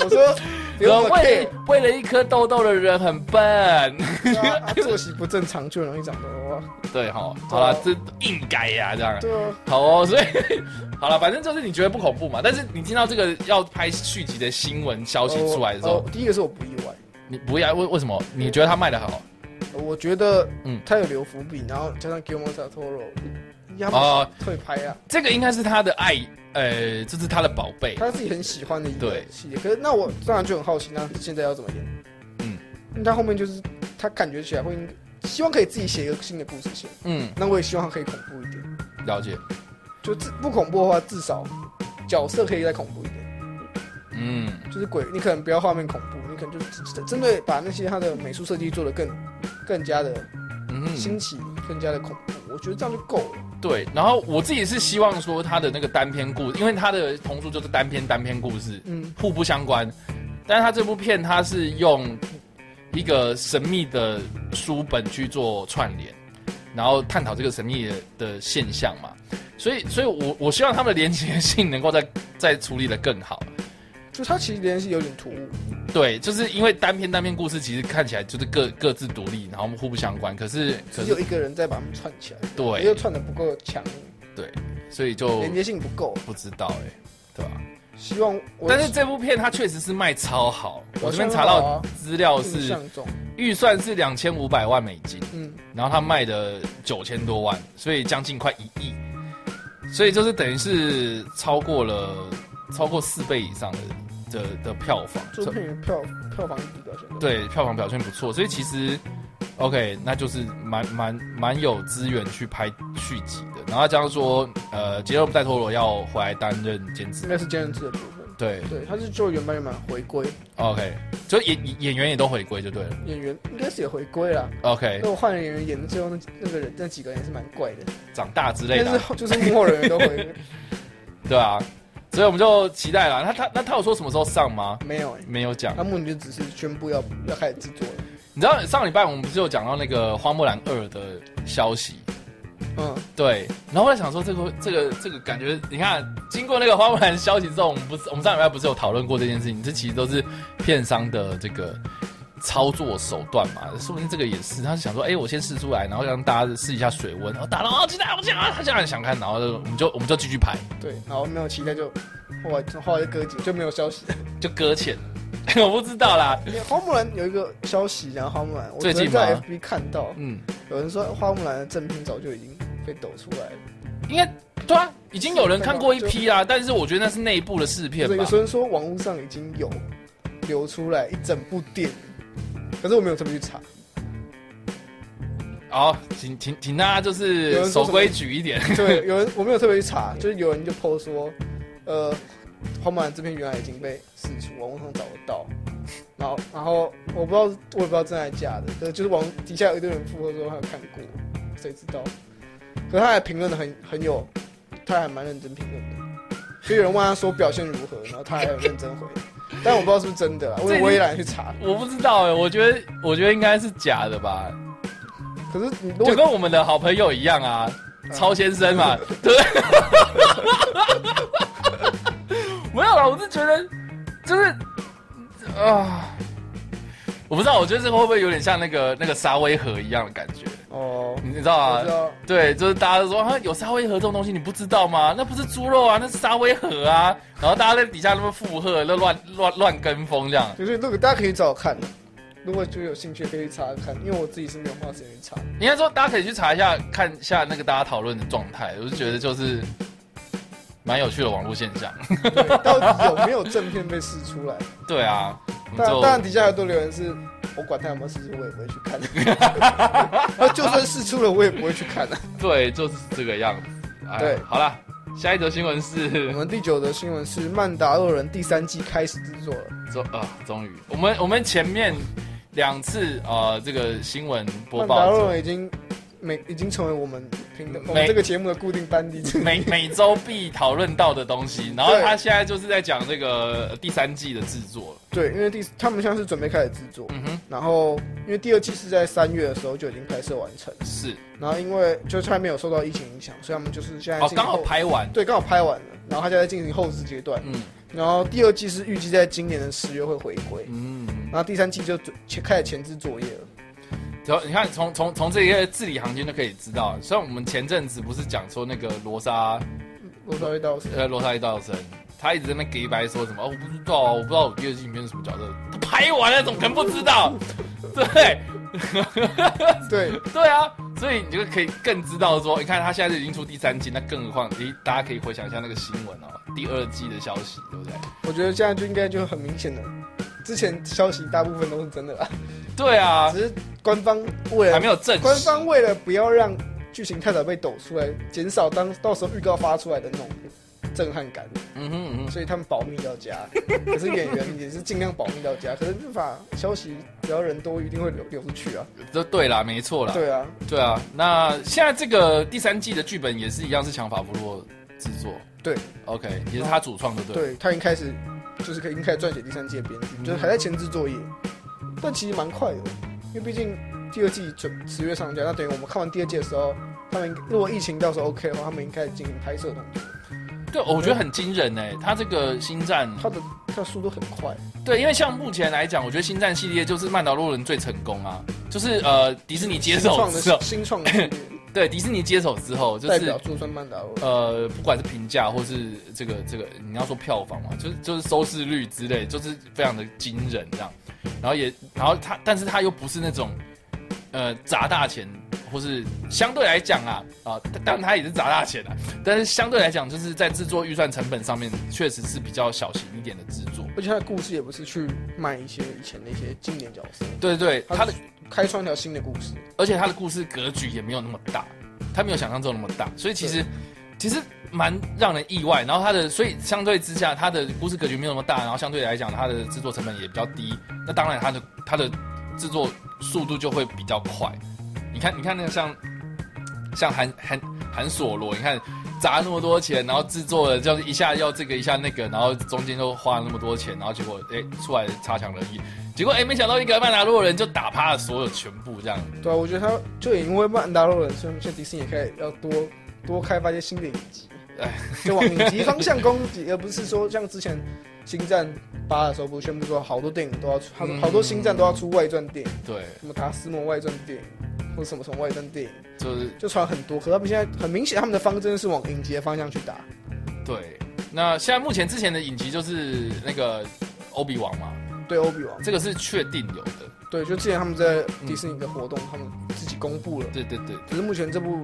Speaker 2: 我说不
Speaker 1: 然
Speaker 2: 用
Speaker 1: 后
Speaker 2: 那么
Speaker 1: 为了
Speaker 2: care，
Speaker 1: 为了一颗痘痘的人很笨，
Speaker 2: 啊啊作息不正常就容易长痘痘啊。
Speaker 1: 对哈，好
Speaker 2: 对啊
Speaker 1: 了，这应该呀、这样
Speaker 2: 对 啊，
Speaker 1: 好哦，所以好了，反正就是你觉得不恐怖嘛，但是你听到这个要拍续集的新闻消息出来的时候，
Speaker 2: 哦，哦第一个是我不意外，
Speaker 1: 你不要为为什么？你觉得他卖的好
Speaker 2: 我觉得
Speaker 1: 嗯
Speaker 2: 他有留伏笔，然后加上 Guillermo del Toro，要么
Speaker 1: 哦，
Speaker 2: 退拍啊，
Speaker 1: 这个应该是他的爱，呃，这是他的宝贝，
Speaker 2: 他自己很喜欢的一个
Speaker 1: 对
Speaker 2: 系列。可是那我当然就很好奇，那现在要怎么演？
Speaker 1: 嗯
Speaker 2: 嗯，因为他后面就是他感觉起来会应该希望可以自己写一个新的故事线。
Speaker 1: 嗯，
Speaker 2: 那我也希望可以恐怖一点，
Speaker 1: 了解，
Speaker 2: 就至不恐怖的话，至少角色可以再恐怖一点。
Speaker 1: 嗯，
Speaker 2: 就是鬼，你可能不要画面恐怖，你可能就只只针对把那些他的美术设计做的更更加的
Speaker 1: 嗯哼
Speaker 2: 新奇，更加的恐怖。我觉得这样就够了。
Speaker 1: 对，然后我自己是希望说他的那个单篇故事，因为他的童书就是单篇单篇故事，
Speaker 2: 嗯，
Speaker 1: 互不相关。但是他这部片他是用一个神秘的书本去做串联，然后探讨这个神秘的的现象嘛。所以，所以我我希望他们的连结性能够再再处理的更好。
Speaker 2: 就它其实联系有点突兀，
Speaker 1: 对，就是因为单篇单篇故事其实看起来就是各各自独立，然后互不相关，可是可
Speaker 2: 只
Speaker 1: 是
Speaker 2: 有一个人在把它们串起来，
Speaker 1: 对
Speaker 2: 又串的不够强，
Speaker 1: 对，所以就
Speaker 2: 连接性不够。
Speaker 1: 不知道哎、对吧、
Speaker 2: 希望我
Speaker 1: 但是这部片它确实是卖超好，我
Speaker 2: 我
Speaker 1: 这边
Speaker 2: 相信
Speaker 1: 查
Speaker 2: 好
Speaker 1: 到
Speaker 2: 啊
Speaker 1: 资料
Speaker 2: 印
Speaker 1: 哦是
Speaker 2: 象中，
Speaker 1: 预算是两千五百万美金，
Speaker 2: 嗯，
Speaker 1: 然后它卖的九千多万，所以将近快一亿，所以就是等于是超过了超过四倍以上的的的票房，
Speaker 2: 作品票票房比表现得
Speaker 1: 对票房表现不错，所以其实 OK，那就是蛮蛮蛮有资源去拍续集的。然后加上说，呃，杰罗姆·戴托罗要回来担任监
Speaker 2: 应
Speaker 1: 制，
Speaker 2: 该是坚持的部分。
Speaker 1: 对
Speaker 2: 对，他是做原班人马回归，
Speaker 1: ，OK，就演演员也都回归就对哎了
Speaker 2: 演员应该是也回归啦。
Speaker 1: ，OK，
Speaker 2: 那我换了演员演的最后那那个人那几个人也是蛮怪的，
Speaker 1: 长大之类
Speaker 2: 但
Speaker 1: 的
Speaker 2: 是
Speaker 1: 啊，
Speaker 2: 后就是幕后人员都回 归，
Speaker 1: 对啊，所以我们就期待了。那他那他有说什么时候上吗？
Speaker 2: 没有哎、
Speaker 1: 没有讲
Speaker 2: 他。目前就只是宣布要要开始制作了。
Speaker 1: 你知道上礼拜我们不是有讲到那个《花木兰二》的消息？
Speaker 2: 嗯，
Speaker 1: 对，然后我在想说，这个这个这个感觉，你看，经过那个花木兰消息之后，我们不是我们上礼拜不是有讨论过这件事情？这其实都是片商的这个操作手段嘛，说不定这个也是，他是想说，哎、我先试出来，然后让大家试一下水温，然后打到啊，现在我想啊，他现在想看，然后就我们就我们就继续拍，
Speaker 2: 对，然后没有期待就后来后来就搁置，就没有消息。
Speaker 1: 就搁浅， 我不知道啦，
Speaker 2: 花木兰有一个消息，然后花木兰，我
Speaker 1: 最
Speaker 2: 昨
Speaker 1: 近
Speaker 2: 天在
Speaker 1: 吗
Speaker 2: FB 看到
Speaker 1: 嗯，
Speaker 2: 有人说花木兰的正片早就已经被抖出来了，
Speaker 1: 应该对啊，已经有人看过一批啦，但是我觉得那是内部的试片
Speaker 2: 不是
Speaker 1: 吧
Speaker 2: 有，些人说网络上已经有流出来一整部电影，可是我没有特别去查。
Speaker 1: 好，请请请大家就
Speaker 2: 有
Speaker 1: 是
Speaker 2: 人说
Speaker 1: 守
Speaker 2: 什么
Speaker 1: 规矩一点，
Speaker 2: 对，有人我没有特别去查，就是有人就 PO 说，呃，花木兰这篇原来已经被释出，网络上找得到。然后，然后我不知道，我也不知道真的还是假的，可是就是网底下有一堆人附和说他有看过，谁知道？可是他还评论的很很有，他还蛮认真评论的。就有人问他说表现如何，然后他还有认真回，但我不知道是不是真的啦，我
Speaker 1: 这已
Speaker 2: 也
Speaker 1: 经
Speaker 2: 我也懒得去查。
Speaker 1: 我不知道哎、我觉得我觉得应该是假的吧，
Speaker 2: 可是你如
Speaker 1: 就
Speaker 2: 果
Speaker 1: 跟我们的好朋友一样啊，
Speaker 2: 嗯
Speaker 1: 超先生 嘛，对 不对？没有啦，我是觉得就是啊，我不知道，我觉得这个会不会有点像那个那个沙威河一样的感觉，
Speaker 2: 哦，
Speaker 1: 你知道
Speaker 2: 我
Speaker 1: 吗
Speaker 2: 知？道，
Speaker 1: 对，就是大家都说啊，有沙威河这种东西你不知道吗？那不是猪肉啊，那是沙威河啊。然后大家在底下那么附和，那乱乱乱跟风这样。
Speaker 2: 就是如果大家可以找看，如果就有兴趣可以去查看，因为我自己是没有花时间去查。
Speaker 1: 应该说，大家可以去查一下，看一下那个大家讨论的状态。我就觉得就是蛮有趣的网络现象。
Speaker 2: 对到底有没有正片被试出来？
Speaker 1: 对啊，我们
Speaker 2: 当然，当然
Speaker 1: 就
Speaker 2: 底下很多留言是，我管他有没有试出，我也不会去 看。那就算试出了，我也不会去看啊的。
Speaker 1: 对，就是这个样子。哎
Speaker 2: 对
Speaker 1: 好啦，下一则新闻
Speaker 2: 我
Speaker 1: 是
Speaker 2: 们第九则新闻是《曼达洛人》第三季开始制作了，
Speaker 1: 终啊，终于我们我们前面两次呃这个新闻
Speaker 2: 《
Speaker 1: 播
Speaker 2: 曼达
Speaker 1: 报
Speaker 2: 洛
Speaker 1: 之后，
Speaker 2: 人》已经每已经成为我们频道
Speaker 1: 每
Speaker 2: 我们这个节目的固定班底。
Speaker 1: 每每周必讨论到的东西，然后
Speaker 2: 对
Speaker 1: 他现在就是在讲这个呃第三季的制作了。
Speaker 2: 对，因为第他们现在是准备开始制作，
Speaker 1: 嗯哼，
Speaker 2: 然后因为第二季是在三月的时候就已经拍摄完成，
Speaker 1: 是
Speaker 2: 然后因为就是还没有受到疫情影响，所以他们就是现在
Speaker 1: 哦，
Speaker 2: 进行
Speaker 1: 刚好
Speaker 2: 后
Speaker 1: 拍完。
Speaker 2: 对刚好拍完了，然后他就在进行后置阶段。
Speaker 1: 嗯
Speaker 2: 然后第二季是预计在今年的十月会回归，
Speaker 1: 嗯。
Speaker 2: 然后第三季就准前开始前置作业了。
Speaker 1: 然后你看，从从从这些字里行间就可以知道，虽然我们前阵子不是讲说那个罗莎，
Speaker 2: 我稍微到时
Speaker 1: 呃，罗莎一道生，他一直在那给白说什么、哦，我不知道啊，我不知道我第二季里面是什么角色，都拍完了怎么可能不知道？对
Speaker 2: 对，
Speaker 1: 对啊，所以你就可以更知道说，你哎看他现在就已经出第三季，那更何况，诶，大家可以回想一下那个新闻哦，第二季的消息，对不对？
Speaker 2: 我觉得这样就应该就很明显了。之前消息大部分都是真的啦，
Speaker 1: 对啊，
Speaker 2: 只是官方为
Speaker 1: 还
Speaker 2: 了
Speaker 1: 没有证实。
Speaker 2: 官方为了不要让剧情太早被抖出来，减少当到时候预告发出来的那种震撼感，
Speaker 1: 嗯哼嗯哼，
Speaker 2: 所以他们保密到家。可是演员也是尽量保密到家，可是没法，消息只要人多一定会流流出去啊。
Speaker 1: 这对啦，没错啦。
Speaker 2: 对啊，
Speaker 1: 对啊，那现在这个第三季的剧本也是一样，是强法部落制作。
Speaker 2: 对
Speaker 1: ，OK，也是他主创的，对。
Speaker 2: 对他已经开始，就是可以已经开始撰写第三季的编剧，就是还在前置作业，但其实蛮快的，哦因为毕竟第二季准十月上架，那等于我们看完第二季的时候，他们如果疫情到时候 OK 的话，他们应该进行拍摄动作。
Speaker 1: 对对，哦我觉得很惊人哎、他这个星战，
Speaker 2: 他的他的速度很快，
Speaker 1: 对，因为像目前来讲，我觉得星战系列就是曼达洛人最成功啊，就是呃，迪士尼接
Speaker 2: 新
Speaker 1: 手
Speaker 2: 创
Speaker 1: 之后
Speaker 2: 的，新创的系列
Speaker 1: 对，迪士尼接手之后，就
Speaker 2: 代
Speaker 1: 是
Speaker 2: 表珠算曼达洛人，
Speaker 1: 呃，不管是评价或是这个这个，你要说票房嘛，就是就是收视率之类，就是非常的惊人这样。然后也，然后他，但是他又不是那种呃砸大钱，或是相对来讲啊啊，当然他也是砸大钱啊，但是相对来讲，就是在制作预算成本上面，确实是比较小型一点的制作。
Speaker 2: 而且他的故事也不是去卖一些以前的一些经典角色，
Speaker 1: 对对，他的
Speaker 2: 开创一条新的故事。
Speaker 1: 而且他的故事格局也没有那么大，他没有想象中那么大，所以其实其实蛮让人意外。然后他的所以相对之下，他的故事格局没有那么大，然后相对来讲，他的制作成本也比较低。那当然，他的他的制作速度就会比较快。你看，你看那个像像韩韩韩索罗，你看砸那么多钱，然后制作了就是一下要这个一下那个，然后中间又花了那么多钱，然后结果哎出来差强人意。结果哎，没想到一个曼达洛人就打趴了所有全部这样。
Speaker 2: 对啊，我觉得他就也因为曼达洛人，所以现在迪士尼也开始要多多开发一些新的影集
Speaker 1: 哎，
Speaker 2: 就往影集方向攻 击，而不是说像之前《星战八》的时候，不是宣布说好多电影都要出，好多
Speaker 1: 嗯
Speaker 2: 好多《星战》都要出外传电影，
Speaker 1: 对，
Speaker 2: 什么达斯摩外传电影，或者什么什么外传电影，
Speaker 1: 就是
Speaker 2: 就传很多。可他们现在很明显，他们的方针是往影集的方向去打。
Speaker 1: 对。那现在目前之前的影集就是那个欧比王嘛，
Speaker 2: 对欧比王，
Speaker 1: 这个是确定有的。
Speaker 2: 对，就之前他们在
Speaker 1: 嗯
Speaker 2: 迪士尼的活动，他们自己公布了。
Speaker 1: 对对对，
Speaker 2: 只是目前这部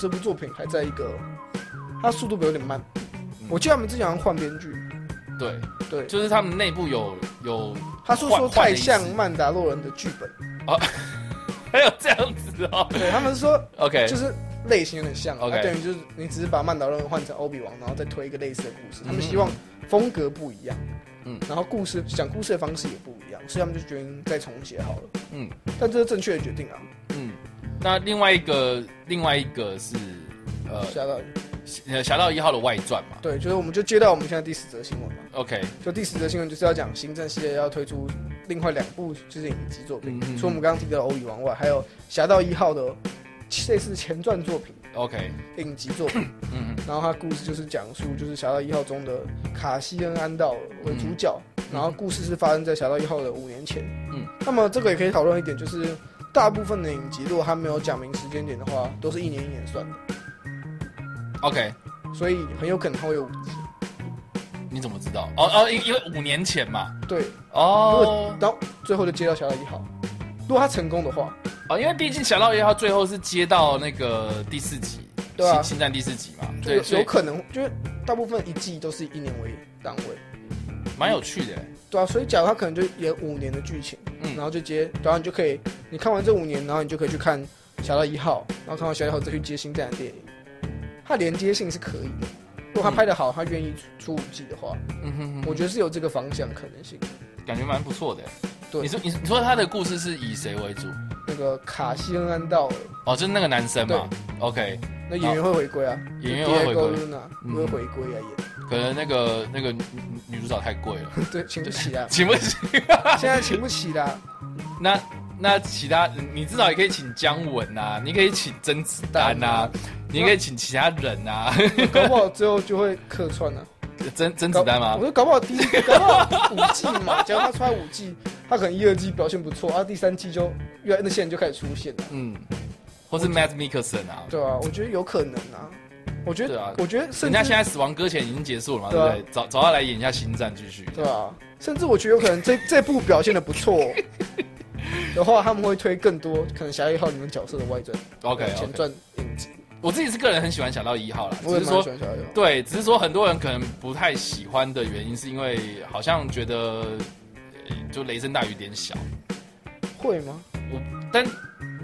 Speaker 2: 这部作品还在一个，它速度有点慢。
Speaker 1: 嗯
Speaker 2: 我记得他们之前好像换编剧，
Speaker 1: 对，
Speaker 2: 对，
Speaker 1: 就是他们内部有有，
Speaker 2: 他说
Speaker 1: 换换了
Speaker 2: 说太
Speaker 1: 一次
Speaker 2: 像曼达洛人的剧本，
Speaker 1: 还有这样子哦。
Speaker 2: 对，他们说
Speaker 1: OK，
Speaker 2: 就是类型有点像，
Speaker 1: 哎 OK
Speaker 2: 啊等于就是你只是把曼达洛人换成欧比王，然后再推一个类似的故事，他
Speaker 1: 嗯
Speaker 2: 们希望风格不一样，
Speaker 1: 嗯
Speaker 2: 嗯，然后故事讲故事的方式也不一样，所以他们就决定再重写好了，
Speaker 1: 嗯
Speaker 2: 嗯，但这是正确的决定啊，
Speaker 1: 嗯，那另外一个另外一个是呃
Speaker 2: 吓到你，
Speaker 1: 呃《侠盗一号》的外传嘛。
Speaker 2: 对，就是我们就接到我们现在第十则新闻嘛，
Speaker 1: OK，
Speaker 2: 就第十则新闻就是要讲行政系列要推出另外两部就是影集作品，
Speaker 1: 嗯嗯嗯
Speaker 2: 除了我们刚刚提到的《欧比王》外，还有《侠盗一号》的类似前传作品、
Speaker 1: OK，
Speaker 2: 影集作品。
Speaker 1: 嗯
Speaker 2: 然后它故事就是讲述就是《侠盗一号》中的卡西恩·安道尔为主角，然后故事是发生在《侠盗一号》的五年前。
Speaker 1: 嗯，
Speaker 2: 那么这个也可以讨论一点，就是大部分的影集如果它没有讲明时间点的话，都是一年一年算的，
Speaker 1: ，OK，
Speaker 2: 所以很有可能它会有五集。
Speaker 1: 你怎么知道？哦哦，因因为五年前嘛。
Speaker 2: 对，如
Speaker 1: 哦
Speaker 2: 果然后最后就接到《侠盗一号》，如果它成功的话。
Speaker 1: 哦，因为毕竟《侠盗一号》最后是接到那个第四集，
Speaker 2: 对啊
Speaker 1: 星星战第四集嘛。
Speaker 2: 就
Speaker 1: 对，所
Speaker 2: 有有
Speaker 1: 以
Speaker 2: 可能，就是大部分一季都是以一年为单位，
Speaker 1: 蛮有趣的欸。
Speaker 2: 对啊，所以假如他可能就演五年的剧情，
Speaker 1: 嗯
Speaker 2: 然后就接，然后你就可以，你看完这五年，然后你就可以去看《侠盗一号》，然后看完《侠盗一号》再去接《星战》的电影，它连接性是可以的。如果他拍得好，他愿意出出五季的话，
Speaker 1: 嗯哼哼，
Speaker 2: 我觉得是有这个方向可能性。
Speaker 1: 感觉蛮不错的耶。
Speaker 2: 对
Speaker 1: 你说你你说他的故事是以谁为主？
Speaker 2: 那个卡西恩·安道尔，
Speaker 1: 哦，就是那个男生嘛。OK，
Speaker 2: 那演员会回归啊，
Speaker 1: 演员会回归
Speaker 2: Diego Luna
Speaker 1: 嗯
Speaker 2: 会回归啊，
Speaker 1: 可能那个那个女女主角太贵了，，
Speaker 2: 演 对，请不起啊
Speaker 1: 请问是
Speaker 2: 现在请不起啦，
Speaker 1: 那那其他你至少也可以请姜文啊，你可以请甄子丹啊，你可以请其他人啊，
Speaker 2: 搞不好最后就会客串啊。
Speaker 1: 甄甄子丹吗
Speaker 2: 我？说搞不好第一，搞不好五季嘛，假如他出来五季，他可能一二季表现不错，啊，第三季就越来那些人就开始出现了，
Speaker 1: 嗯，或是 Matt Mikkelsen 啊。
Speaker 2: 对啊，我觉得有可能啊，我觉
Speaker 1: 对
Speaker 2: 得，
Speaker 1: 啊
Speaker 2: 我觉得甚
Speaker 1: 人家
Speaker 2: 至
Speaker 1: 现在死亡搁浅已经结束了嘛，对
Speaker 2: 对啊
Speaker 1: 不对？找找他来演一下《星战》，继续。
Speaker 2: 对啊，甚至我觉得有可能这这部表现的不错、的话，他们会推更多可能《侠义号》里面角色的外传、
Speaker 1: OK
Speaker 2: 前
Speaker 1: OK，
Speaker 2: 传影集，
Speaker 1: 我自己是个人很喜欢《侠盗一号》啦，
Speaker 2: 我
Speaker 1: 只
Speaker 2: 也
Speaker 1: 是
Speaker 2: 蛮
Speaker 1: 说
Speaker 2: 喜欢《侠义号
Speaker 1: 对，只是说很多人可能不太喜欢的原因，是因为好像觉得呃就雷声大雨点小，》，
Speaker 2: 会吗？
Speaker 1: 但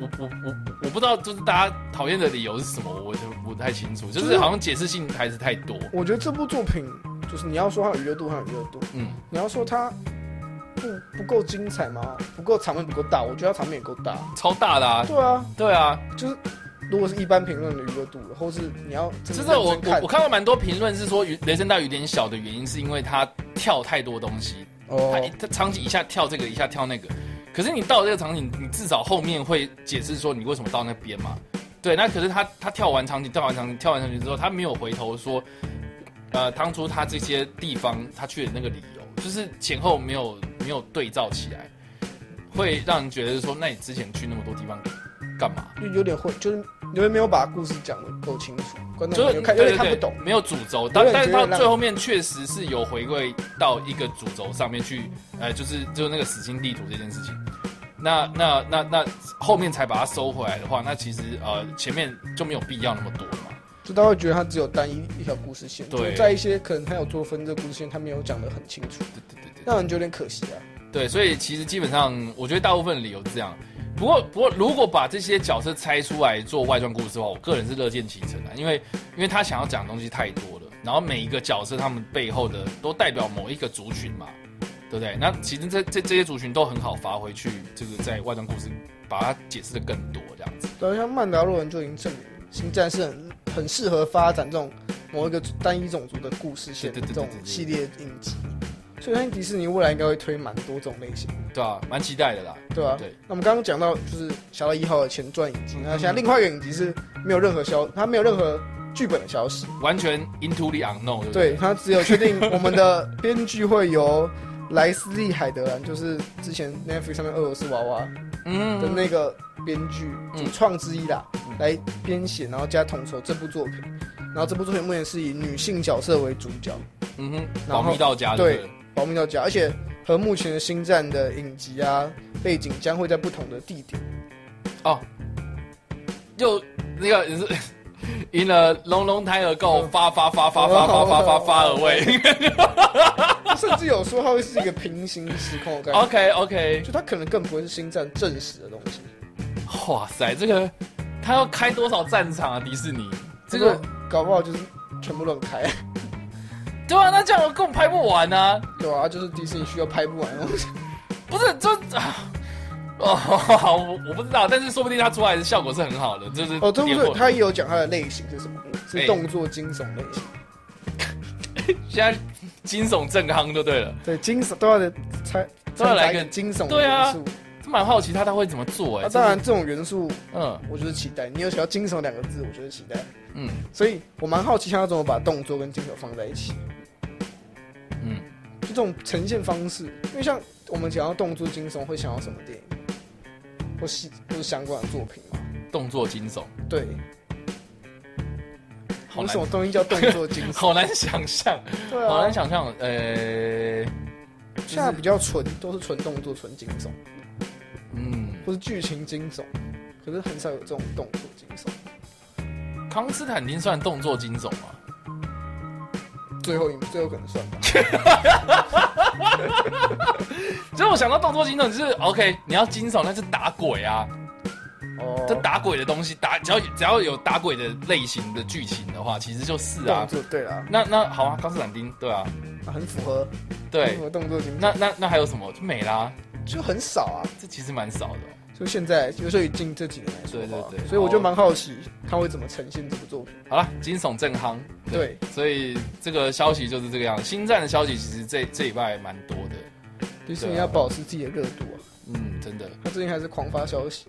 Speaker 1: 我我我我不知道，就是大家讨厌的理由是什么，我就不太清楚，就是好像解释性还是太多。
Speaker 2: 我觉得这部作品就是你要说它有娱乐度，它有娱乐度，
Speaker 1: 嗯，
Speaker 2: 你要说它不不够精彩吗？不够场面不够大，我觉得它场面也够大，
Speaker 1: 超大的啊，
Speaker 2: 对啊。
Speaker 1: 对啊，
Speaker 2: 就是如果是一般评论的娱乐度，或是你要真
Speaker 1: 就是
Speaker 2: 的
Speaker 1: 我
Speaker 2: 认真
Speaker 1: 我
Speaker 2: 看
Speaker 1: 我看到蛮多评论是说雨雷声大雨点小的原因，是因为他跳太多东西，他一
Speaker 2: 哦，
Speaker 1: 他场景一下跳这个，一下跳那个。可是你到了这个场景，你至少后面会解释说你为什么到那边嘛？对，那可是他他跳完场景，跳完场景，跳完场景之后，他没有回头说，呃，当初他这些地方他去的那个理由，就是前后没有没有对照起来，会让人觉得说，那你之前去那么多地方干嘛？
Speaker 2: 就有点混，就是你们没有把故事讲的够清楚，观众
Speaker 1: 就
Speaker 2: 有
Speaker 1: 是
Speaker 2: 点看有
Speaker 1: 对对
Speaker 2: 点看不
Speaker 1: 对，
Speaker 2: 懂。
Speaker 1: 没有主轴，
Speaker 2: 点
Speaker 1: 但但是
Speaker 2: 觉得
Speaker 1: 到
Speaker 2: 让
Speaker 1: 最后面确实是有回归到一个主轴上面去，呃，就是就是那个死心地图这件事情。那那那那后面才把它收回来的话，那其实呃前面就没有必要那么多了嘛。
Speaker 2: 就大家会觉得它只有单一一条故事线，
Speaker 1: 对
Speaker 2: 就在一些可能它有做分这个故事线，它没有讲的很清楚，
Speaker 1: 对对对对。
Speaker 2: 让人觉得有点可惜啊。
Speaker 1: 对，所以其实基本上，我觉得大部分理由是这样。不过，不过，如果把这些角色拆出来做外传故事的话，我个人是乐见其成啊的，因为因为他想要讲的东西太多了，然后每一个角色他们背后的都代表某一个族群嘛，对不对？那其实这这这些族群都很好发挥去，这个在外传故事把它解释的更多这样子。
Speaker 2: 对啊，像曼达洛人就已经证明，星战是很很适合发展这种某一个单一种族的故事线，
Speaker 1: 对对对对
Speaker 2: 这种
Speaker 1: 对对对
Speaker 2: 系列影集。所以，相信迪士尼未来应该会推蛮多这种类型，
Speaker 1: 对啊，蛮期待的啦。
Speaker 2: 对吧、
Speaker 1: 对，
Speaker 2: 那我们刚刚讲到就是《侠盗一号》的前传影集，那现在
Speaker 1: 嗯
Speaker 2: 另外一个影集是没有任何消，它没有任何剧本的消息，
Speaker 1: 完全 into the unknown，对不
Speaker 2: 对他只有确定我们的编剧会由莱斯利·海德兰，就是之前 Netflix 上面俄罗斯娃娃的
Speaker 1: 嗯，
Speaker 2: 那个编剧
Speaker 1: 嗯
Speaker 2: 主创之一啦，
Speaker 1: 嗯
Speaker 2: 来编写然后加统筹这部作品。然后这部作品目前是以女性角色为主角，
Speaker 1: 嗯哼，
Speaker 2: 然后
Speaker 1: 保密到家对不对
Speaker 2: 保密到家，而且和目前的星战的影集啊背景将会在不同的地 点。
Speaker 1: 又那个也是 in a long long time ago，发
Speaker 2: 嗯
Speaker 1: 发发发发发发发发而为。
Speaker 2: 甚至有说它会是一个平行时空 的概念，
Speaker 1: OK OK，
Speaker 2: 就它可能更不会是星战正史的东西。
Speaker 1: 哇塞，这个他要开多少战场啊？迪士尼这
Speaker 2: 不
Speaker 1: 个
Speaker 2: 过搞不好就是全部乱开。
Speaker 1: 对啊，那这样我根本拍不完啊！
Speaker 2: 对啊，就是迪士尼需要拍不完 啊的东西。
Speaker 1: 不是这啊。 哦，好，我我不知道，但是说不定他出来的效果是很好的，就是
Speaker 2: 哦，对
Speaker 1: 点
Speaker 2: 不对？
Speaker 1: 火
Speaker 2: 他也有讲他的类型是什么，
Speaker 1: 哎
Speaker 2: 是动作惊悚类型。
Speaker 1: 现在惊悚正夯就对了，
Speaker 2: 对，惊悚都要的才
Speaker 1: 都要来一个
Speaker 2: 惊悚的
Speaker 1: 对啊
Speaker 2: 元素。
Speaker 1: 这蛮好奇他他会怎么做哎、
Speaker 2: 啊，当然这种元素
Speaker 1: 这是，嗯
Speaker 2: 我就是期待。你有想要惊悚两个字，我就是期待。
Speaker 1: 嗯
Speaker 2: 所以我蛮好奇他要怎么把动作跟惊悚放在一起，
Speaker 1: 嗯，
Speaker 2: 就这种呈现方式。因为像我们讲到动作惊悚，会想到什么电影或戏或是相关的作品嘛？
Speaker 1: 动作惊悚，
Speaker 2: 对，
Speaker 1: 好
Speaker 2: 有
Speaker 1: 难
Speaker 2: 什么东西叫动作惊悚？
Speaker 1: 好难想象，
Speaker 2: 对
Speaker 1: 好
Speaker 2: 啊
Speaker 1: 难，想象，呃，就是
Speaker 2: 现在比较纯，都是纯动作、纯惊悚。
Speaker 1: 嗯，
Speaker 2: 或是剧情惊悚，可是很少有这种动作惊悚。
Speaker 1: 康斯坦丁算动作惊悚吗？
Speaker 2: 最后一最后可能算吧，
Speaker 1: 所以我想到动作惊悚，就是 OK，你要惊悚，那是打鬼啊，
Speaker 2: 哦，
Speaker 1: 这打鬼的东西，打只要只要有打鬼的类型的剧情的话，其实就是
Speaker 2: 动
Speaker 1: 啊。
Speaker 2: 作对啦，
Speaker 1: 那那好啊，康斯坦丁，对啊，
Speaker 2: 啊很符合，很
Speaker 1: 对
Speaker 2: 符，合动作惊悚，
Speaker 1: 那那那还有什么就没啦，
Speaker 2: 就很少啊。
Speaker 1: 这其实蛮少的哦。
Speaker 2: 就现在，尤其是近这几年来说的话，
Speaker 1: 对对对
Speaker 2: 所以我就蛮好奇他会怎么呈现这部作品。
Speaker 1: 好了，惊悚正夯，
Speaker 2: 对，啊
Speaker 1: 所以这个消息就是这个样子。星战的消息其实这这礼拜蛮多的，
Speaker 2: 迪士尼要保持自己的热度啊，
Speaker 1: 嗯，真的
Speaker 2: 他最近还是狂发消息，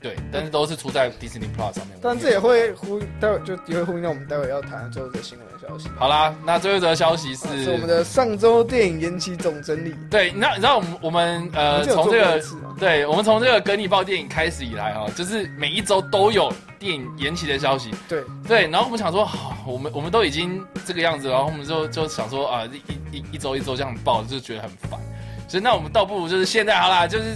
Speaker 1: 对，但是都是出在 Disney Plus 上面。
Speaker 2: 但这也会呼待会就也会呼应到我们待会要谈的最后的新闻的消息。
Speaker 1: 好啦，那最后一则消息
Speaker 2: 啊是我
Speaker 1: 是
Speaker 2: 们，的上周电影延期总整理，
Speaker 1: 对，你知道你知道我们我们呃
Speaker 2: 我们有
Speaker 1: 从
Speaker 2: 做
Speaker 1: 这
Speaker 2: 过一
Speaker 1: 个
Speaker 2: 次吗？
Speaker 1: 对，我们从这个格里报电影开始以来哦，就是每一周都有电影延期的消息。
Speaker 2: 对，
Speaker 1: 对，然后我们想说，好我们我们都已经这个样子，然后我们就就想说啊，一一一周一周这样报，就觉得很烦。所以那我们倒不如就是现在好啦，就是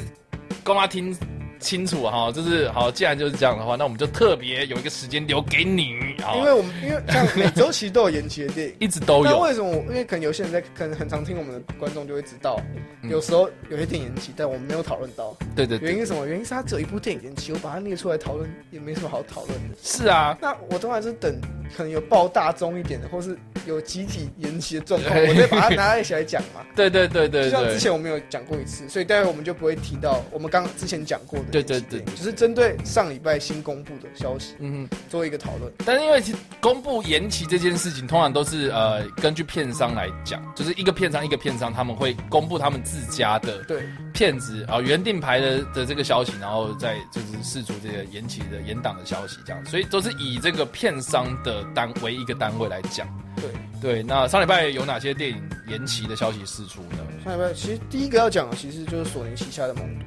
Speaker 1: 公妈听清楚哈、就是好，既然就是这样的话，那我们就特别有一个时间留给你啊，
Speaker 2: 因为我们因为像每周其实都有延期的电影。
Speaker 1: 一直 都
Speaker 2: 那
Speaker 1: 有，
Speaker 2: 为什么我？因为可能有些人在，可能很常听我们的观众就会知道，
Speaker 1: 嗯
Speaker 2: 有时候有些电影延期，但我们没有讨论到，
Speaker 1: 对对
Speaker 2: 原
Speaker 1: 对，
Speaker 2: 因是什么？原因是它只有一部电影延期，我把它列出来讨论也没什么好讨论的。
Speaker 1: 是啊，
Speaker 2: 那我通常是等可能有爆大众一点的，或是有集体延期的状况，
Speaker 1: 对
Speaker 2: 我再把它拿一起来讲嘛。
Speaker 1: 对对 对对
Speaker 2: 就像之
Speaker 1: 对，
Speaker 2: 前我们有讲过一次，所以待会我们就不会提到我们刚之前讲过的
Speaker 1: 对
Speaker 2: 延期
Speaker 1: 对
Speaker 2: 电影
Speaker 1: 对对
Speaker 2: 就是针对上礼拜新公布的消息
Speaker 1: 嗯哼。
Speaker 2: 做一个讨论。
Speaker 1: 但是因为其实公布延期这件事情，通常都是呃根据片商来讲，就是一个片商一个片商，他们会公布他们自家的
Speaker 2: 对，
Speaker 1: 片子啊、原定排的的这个消息，然后再就是释出这个延期的延档的消息，这样，所以都是以这个片商的单为一个单位来讲。
Speaker 2: 对，
Speaker 1: 对，那上礼拜有哪些电影延期的消息释出呢？
Speaker 2: 上礼拜其实第一个要讲的其实就是索尼旗下的蒙都，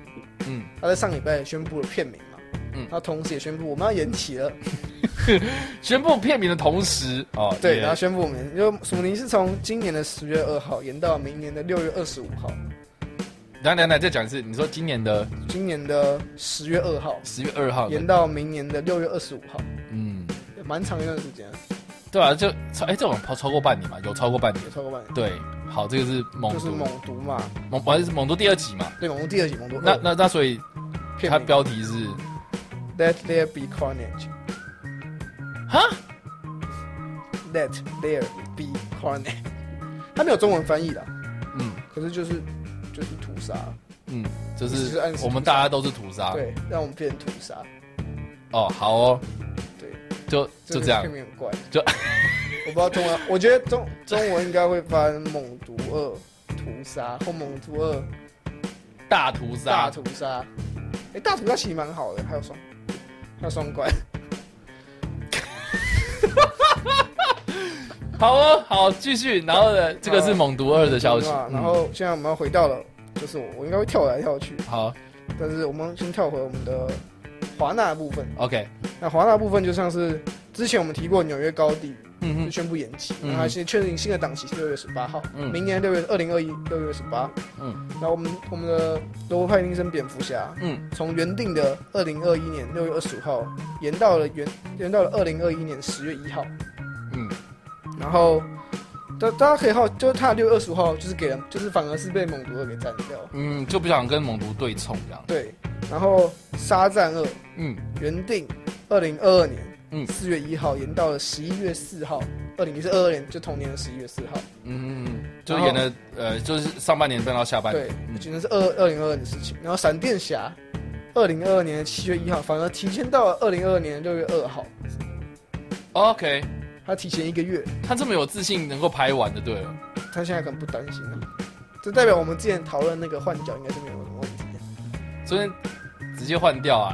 Speaker 1: 嗯，
Speaker 2: 他在上礼拜宣布了片名嘛，
Speaker 1: 嗯
Speaker 2: 那同时也宣布我们要延期 了，
Speaker 1: 宣布片名的同时，哦，
Speaker 2: 对，
Speaker 1: 也
Speaker 2: 然后宣布我们就索尼是从今年的十月二号延到明年的六月二十五号，
Speaker 1: 来来来，再讲一次，你说今年的
Speaker 2: 今年的十月二号
Speaker 1: 十月二号，
Speaker 2: 延到明年的六月二十五号，
Speaker 1: 嗯，
Speaker 2: 也蛮长一段时间，
Speaker 1: 对啊，就超哎、这种超超过半年嘛，有超过半年
Speaker 2: 也，超过半年，
Speaker 1: 对，好，这个是猛
Speaker 2: 就是
Speaker 1: 毒，
Speaker 2: 猛毒嘛，
Speaker 1: 猛还是猛毒第二集嘛？
Speaker 2: 对，猛毒第二集猛毒
Speaker 1: 那
Speaker 2: 二
Speaker 1: 那那所以
Speaker 2: 片
Speaker 1: 它
Speaker 2: 名
Speaker 1: 标题是
Speaker 2: Let There Be Carnage。
Speaker 1: 哈，
Speaker 2: Let there be carnage，它没有中文翻译的，
Speaker 1: 嗯
Speaker 2: 可是就是就是屠杀，
Speaker 1: 嗯，就
Speaker 2: 就是是暗示
Speaker 1: 我们大家都是屠杀，
Speaker 2: 对，让我们变成屠杀，
Speaker 1: 哦，好哦，
Speaker 2: 对，
Speaker 1: 就就这样
Speaker 2: 这个，片名很怪，
Speaker 1: 就
Speaker 2: 我不知道中文，我觉得中中文应该会翻“猛毒二屠杀”或“猛毒二
Speaker 1: 大屠杀
Speaker 2: 大，屠杀”诶，大屠杀其实蛮好的，还有双还有双关，
Speaker 1: 好哦，好，继续，然后呢，这个
Speaker 2: 呃
Speaker 1: 是猛毒二的消息
Speaker 2: 对吧，
Speaker 1: 嗯
Speaker 2: 然后现在我们要回到了，就是我我应该会跳来跳去，
Speaker 1: 好
Speaker 2: 但是我们先跳回我们的华纳的部分。
Speaker 1: ，OK，
Speaker 2: 那华纳部分就像是之前我们提过，纽约高地
Speaker 1: 嗯
Speaker 2: 就
Speaker 1: 哼，
Speaker 2: 宣布延期，
Speaker 1: 嗯
Speaker 2: 然后它现确定新的档期是六月十八号，
Speaker 1: 嗯
Speaker 2: 明年六月二零二一六月十八。
Speaker 1: 嗯，
Speaker 2: 然后我们我们的罗伯·派丁森蝙蝠侠
Speaker 1: 嗯
Speaker 2: 从原定的二零二一年六月二十五号延到了原延到了二零二一年十月一号，
Speaker 1: 嗯，
Speaker 2: 然后。大大家可以好，就是他六月二十五号，就是给人，就是反而是被猛毒二给占掉。
Speaker 1: 嗯，就不想跟猛毒对冲这样，
Speaker 2: 对，然后沙赞二
Speaker 1: 嗯
Speaker 2: 原定二零二二
Speaker 1: 嗯
Speaker 2: 年四月一号延到了十一月四号，二零一是二二年就同年的十一月四号，
Speaker 1: 嗯嗯，嗯就演了呃，就是上半年变到下半年
Speaker 2: 对，，今天是二二零二二的事情。然后闪电侠二零二二年的七月一号，反而提前到了二零二二年六月二号，
Speaker 1: OK，
Speaker 2: 他提前一个月，
Speaker 1: 他这么有自信能够拍完就对了。
Speaker 2: 他现在可能不担心了。这代表我们之前讨论那个换角应该是没有什么问题的，
Speaker 1: 昨天直接换掉啊！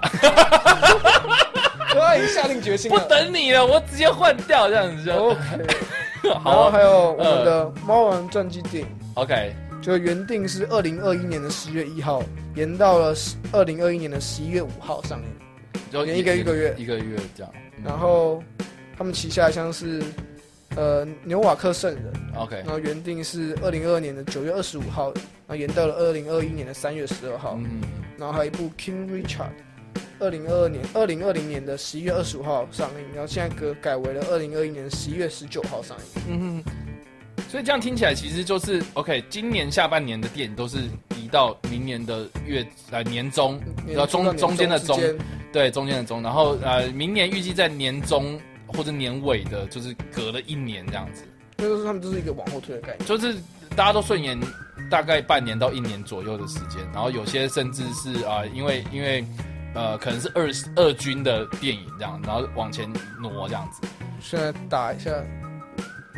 Speaker 2: 他已经哎下定决 心
Speaker 1: 不
Speaker 2: 了。
Speaker 1: 等你了，我直接换掉这样子就。
Speaker 2: OK，然
Speaker 1: 好
Speaker 2: 后
Speaker 1: 啊
Speaker 2: 还有我们的《猫王传记》电影。
Speaker 1: ，OK，
Speaker 2: 就原定是二零二一年的十月一号，延到了二零二一年的十一月五号上映。
Speaker 1: 就
Speaker 2: 一个一个月
Speaker 1: 一个月这样。嗯
Speaker 2: 然后他们旗下像是呃纽瓦克圣人，
Speaker 1: OK，
Speaker 2: 然后原定是二零二二年的九月二十五号，然后延到了二零二一年的三月十二号。
Speaker 1: 嗯，
Speaker 2: 然后还有一部《King Richard》，二零二二年二零二零年的十一月二十五号上映，然后现在改改为了二零二一年十一月十九号上映。
Speaker 1: 嗯哼，所以这样听起来其实就是 OK，今年下半年的电影都是移到明年的月呃年中，
Speaker 2: 年
Speaker 1: 然后中
Speaker 2: 到年
Speaker 1: 中间的
Speaker 2: 之
Speaker 1: 中
Speaker 2: 间
Speaker 1: 对中间的中，然后呃明年预计在年中或者年尾的，就是隔了一年这样子，
Speaker 2: 那就是他们就是一个往后推的概念。
Speaker 1: 就是大家都顺延大概半年到一年左右的时间，然后有些甚至是啊、呃因为因为呃可能是二二军的电影这样，然后往前挪这样子。
Speaker 2: 现在打一下，
Speaker 1: 啊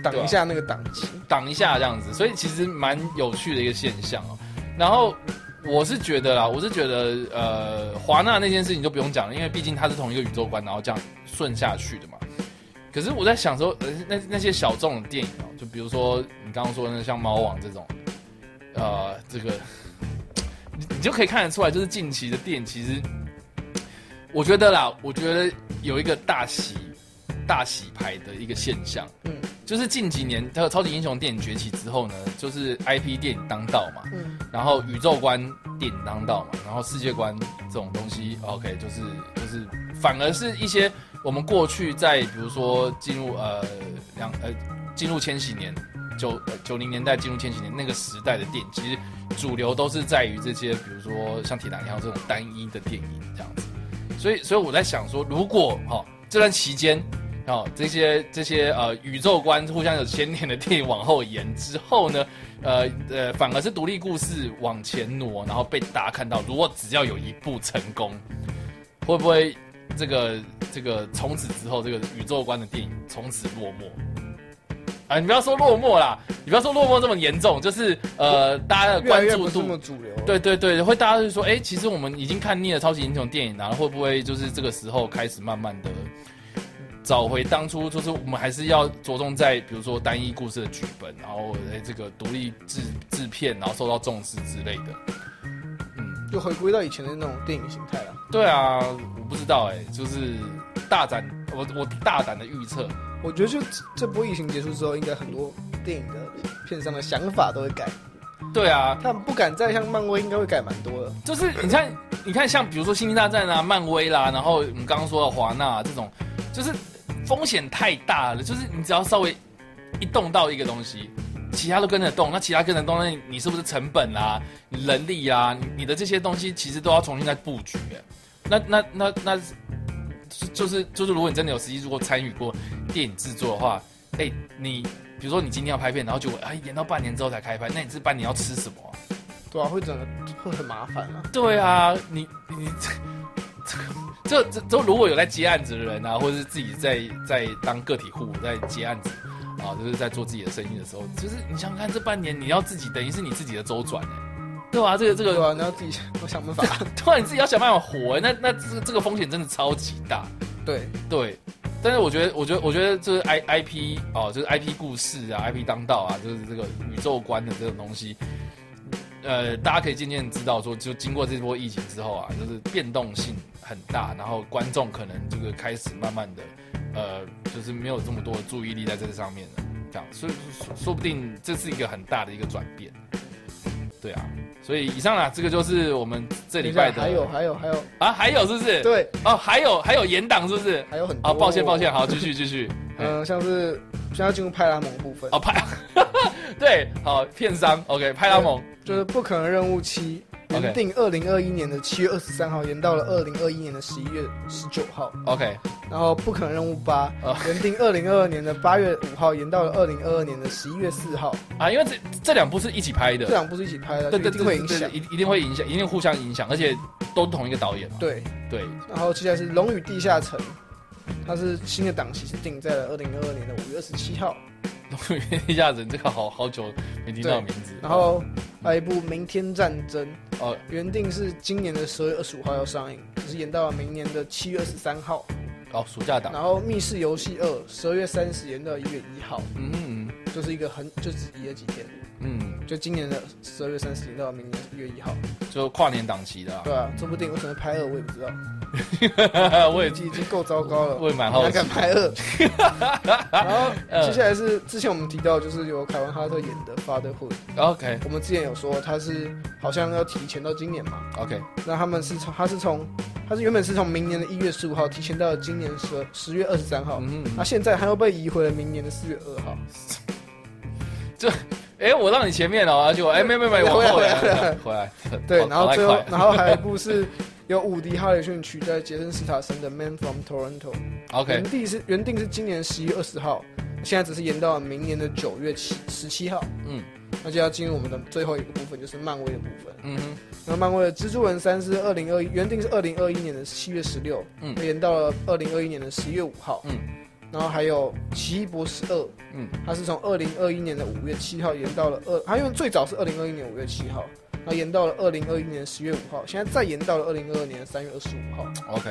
Speaker 2: 挡一下那个档期。
Speaker 1: 挡一下这样子，所以其实蛮有趣的一个现象哦。然后我是觉得啦，我是觉得呃，华纳那件事情就不用讲了，因为毕竟它是同一个宇宙观，然后这样顺下去的嘛。可是我在想说，呃、那那些小众的电影哦，就比如说你刚刚说的那像《猫王》这种，呃，这个你你就可以看得出来，就是近期的电影其实，我觉得啦，我觉得有一个大洗大洗牌的一个现象。
Speaker 2: 嗯
Speaker 1: 就是近几年它的超级英雄电影崛起之后呢，就是 IP 电影当道嘛，
Speaker 2: 嗯，
Speaker 1: 然后宇宙观电影当道嘛，然后世界观这种东西，OK，就是就是反而是一些我们过去在比如说进入呃两呃进入千禧年九呃九零年代进入千禧年那个时代的电影，其实主流都是在于这些，比如说像《铁达尼号》这种单一的电影这样子。所以所以我在想说，如果哦这段期间。哦，这些这些呃宇宙观互相有牵连的电影往后延之后呢，呃呃，反而是独立故事往前挪，然后被大家看到。如果只要有一部成功，会不会这个这个从此之后，这个宇宙观的电影从此落寞？啊，你不要说落寞啦，你不要说落寞这么严重，就是呃，大家的
Speaker 2: 越来
Speaker 1: 关
Speaker 2: 越
Speaker 1: 注
Speaker 2: 不是
Speaker 1: 度
Speaker 2: 那么主流。，
Speaker 1: 对对对，会大家就说，哎、其实我们已经看腻了超级英雄电影啊，然后会不会就是这个时候开始慢慢的找回当初，就是我们还是要着重在比如说单一故事的剧本，然后诶这个独立制制片，然后受到重视之类的。嗯，
Speaker 2: 就回归到以前的那种电影形态了。
Speaker 1: 对啊，我不知道哎、就是大胆，我我大胆的预测，
Speaker 2: 我觉得就这波疫情结束之后，应该很多电影的片商的想法都会改，
Speaker 1: 对啊，
Speaker 2: 他们不敢再像漫威，应该会改蛮多的。
Speaker 1: 就是你看，你看像比如说《星际大战》啊、漫威啦，然后我们刚刚说的华纳、这种，就是风险太大了。就是你只要稍微一动到一个东西，其他都跟着动，那其他跟着动，那你你是不是成本啊、你人力啊、你你的这些东西，其实都要重新再布局、欸。那那那那，就就是就是，如果你真的有实际如果参与过电影制作的话，哎、你比如说你今天要拍片，然后结果哎延到半年之后才开拍，那你这半年要吃什么啊、
Speaker 2: 对啊，会整个会很麻烦啊。
Speaker 1: 对啊，你你这这这这如果有在接案子的人啊，或者是自己在在当个体户在接案子啊，就是在做自己的生意的时候，就是你想想看，这半年你要自己等于是你自己的周转哎、对吧、这个这
Speaker 2: 对
Speaker 1: 个，
Speaker 2: 啊，你要自己想，我想办法。
Speaker 1: 突然你自己要想办法活、那那这个这个风险真的超级大。
Speaker 2: 对，
Speaker 1: 对，但是我觉得，我觉得，我觉得就是 I I P 哦，就是 I P 故事啊，I P 当道啊，就是这个宇宙观的这种东西，呃，大家可以渐渐知道说，就经过这波疫情之后啊，就是变动性很大，然后观众可能这个开始慢慢的，呃，就是没有这么多的注意力在这上面了，这样，所以说说不定这是一个很大的一个转变，对啊，所以以上啊，这个就是我们这礼拜的
Speaker 2: 还有还有还有，
Speaker 1: 啊，还有是不是？
Speaker 2: 对，
Speaker 1: 哦，还有还有延档是不是？
Speaker 2: 还有很多。
Speaker 1: 啊，抱歉抱歉，。好，继续继续。嗯，
Speaker 2: 嗯，像是现在进入派拉蒙部分，
Speaker 1: 哦派， 对，好片商，OK，派拉蒙，
Speaker 2: 就是《不可能任务七》
Speaker 1: OK
Speaker 2: 原定二零二一年的七月二十三号，延到了二零二一年的十一月十九号。
Speaker 1: ，OK，
Speaker 2: 然后《不可能任务八
Speaker 1: 哦》
Speaker 2: 原定二零二二年的八月五号，延到了二零二二年的十一月四号。
Speaker 1: 啊，因为这这两部是一起拍的
Speaker 2: 这，两部是一起拍的，
Speaker 1: 对对
Speaker 2: 就啊一定
Speaker 1: 对
Speaker 2: 会
Speaker 1: 对
Speaker 2: 影
Speaker 1: 对，
Speaker 2: 响
Speaker 1: 对。一一定会影响，一定互相影响，而且都是同一个导演嘛。
Speaker 2: 对，
Speaker 1: 对，
Speaker 2: 然后接下来是《龙与地下城》，它是新的档期是定在了二零二二年的五月二十七号。
Speaker 1: 龙与地下城这个好好久没听到名字。
Speaker 2: 然后还有一部《明天战争》，
Speaker 1: 哦，
Speaker 2: 原定是今年的十二月二十五号要上映，可是延到了明年的七月二十三号。
Speaker 1: 哦，暑假档，
Speaker 2: 然后《密室游戏二》十二月三十延到一月一号，
Speaker 1: 嗯
Speaker 2: 就是一个很就只移了几天，
Speaker 1: 嗯，
Speaker 2: 就今年的十二月三十延到明年一月一号。
Speaker 1: 嗯就跨年档期的啊。
Speaker 2: 对啊，这部电影为什么拍二我也不知 道，
Speaker 1: 我也
Speaker 2: 已经已经够糟糕了。
Speaker 1: 我也蛮
Speaker 2: 还
Speaker 1: 好奇
Speaker 2: 敢。 拍二？然后
Speaker 1: 嗯
Speaker 2: 接下来是之前我们提到，就是由凯文哈特演的《Fatherhood》，
Speaker 1: OK
Speaker 2: 我们之前有说他是好像要提前到今年嘛，
Speaker 1: OK，
Speaker 2: 那他们是从他是从他是原本是从明年的一月十五号提前到了今年十十月二十三号，
Speaker 1: 嗯，嗯
Speaker 2: 那现在他又被移回了明年的四月二号，
Speaker 1: 哎，我让你前面哦，就哎，没没没，我
Speaker 2: 回来
Speaker 1: 后
Speaker 2: 回来
Speaker 1: 来回来，
Speaker 2: 对，
Speaker 1: 好
Speaker 2: 然后
Speaker 1: 好
Speaker 2: 最后
Speaker 1: 快
Speaker 2: 然后还有一部是。由伍迪·哈里逊取代杰森·斯塔森的《Man from Toronto》，
Speaker 1: OK
Speaker 2: 原定是原定是今年十一月二十号，现在只是延到了明年的九月七十七号。
Speaker 1: 嗯
Speaker 2: 那就要进入我们的最后一个部分，就是漫威的部分。
Speaker 1: 嗯哼
Speaker 2: 那漫威的蜘蛛人三是二零二一，原定是二零二一年的七月十六，
Speaker 1: 嗯
Speaker 2: 延到了二零二一年的十一月五号，
Speaker 1: 嗯，
Speaker 2: 然后还有奇异博士二，
Speaker 1: 嗯，
Speaker 2: 它是从二零二一年的五月七号延到了二，它因为最早是二零二一年五月七号，然后延到了二零二一年十月五号，现在再延到了二零二二年三月二十五号，
Speaker 1: ，OK，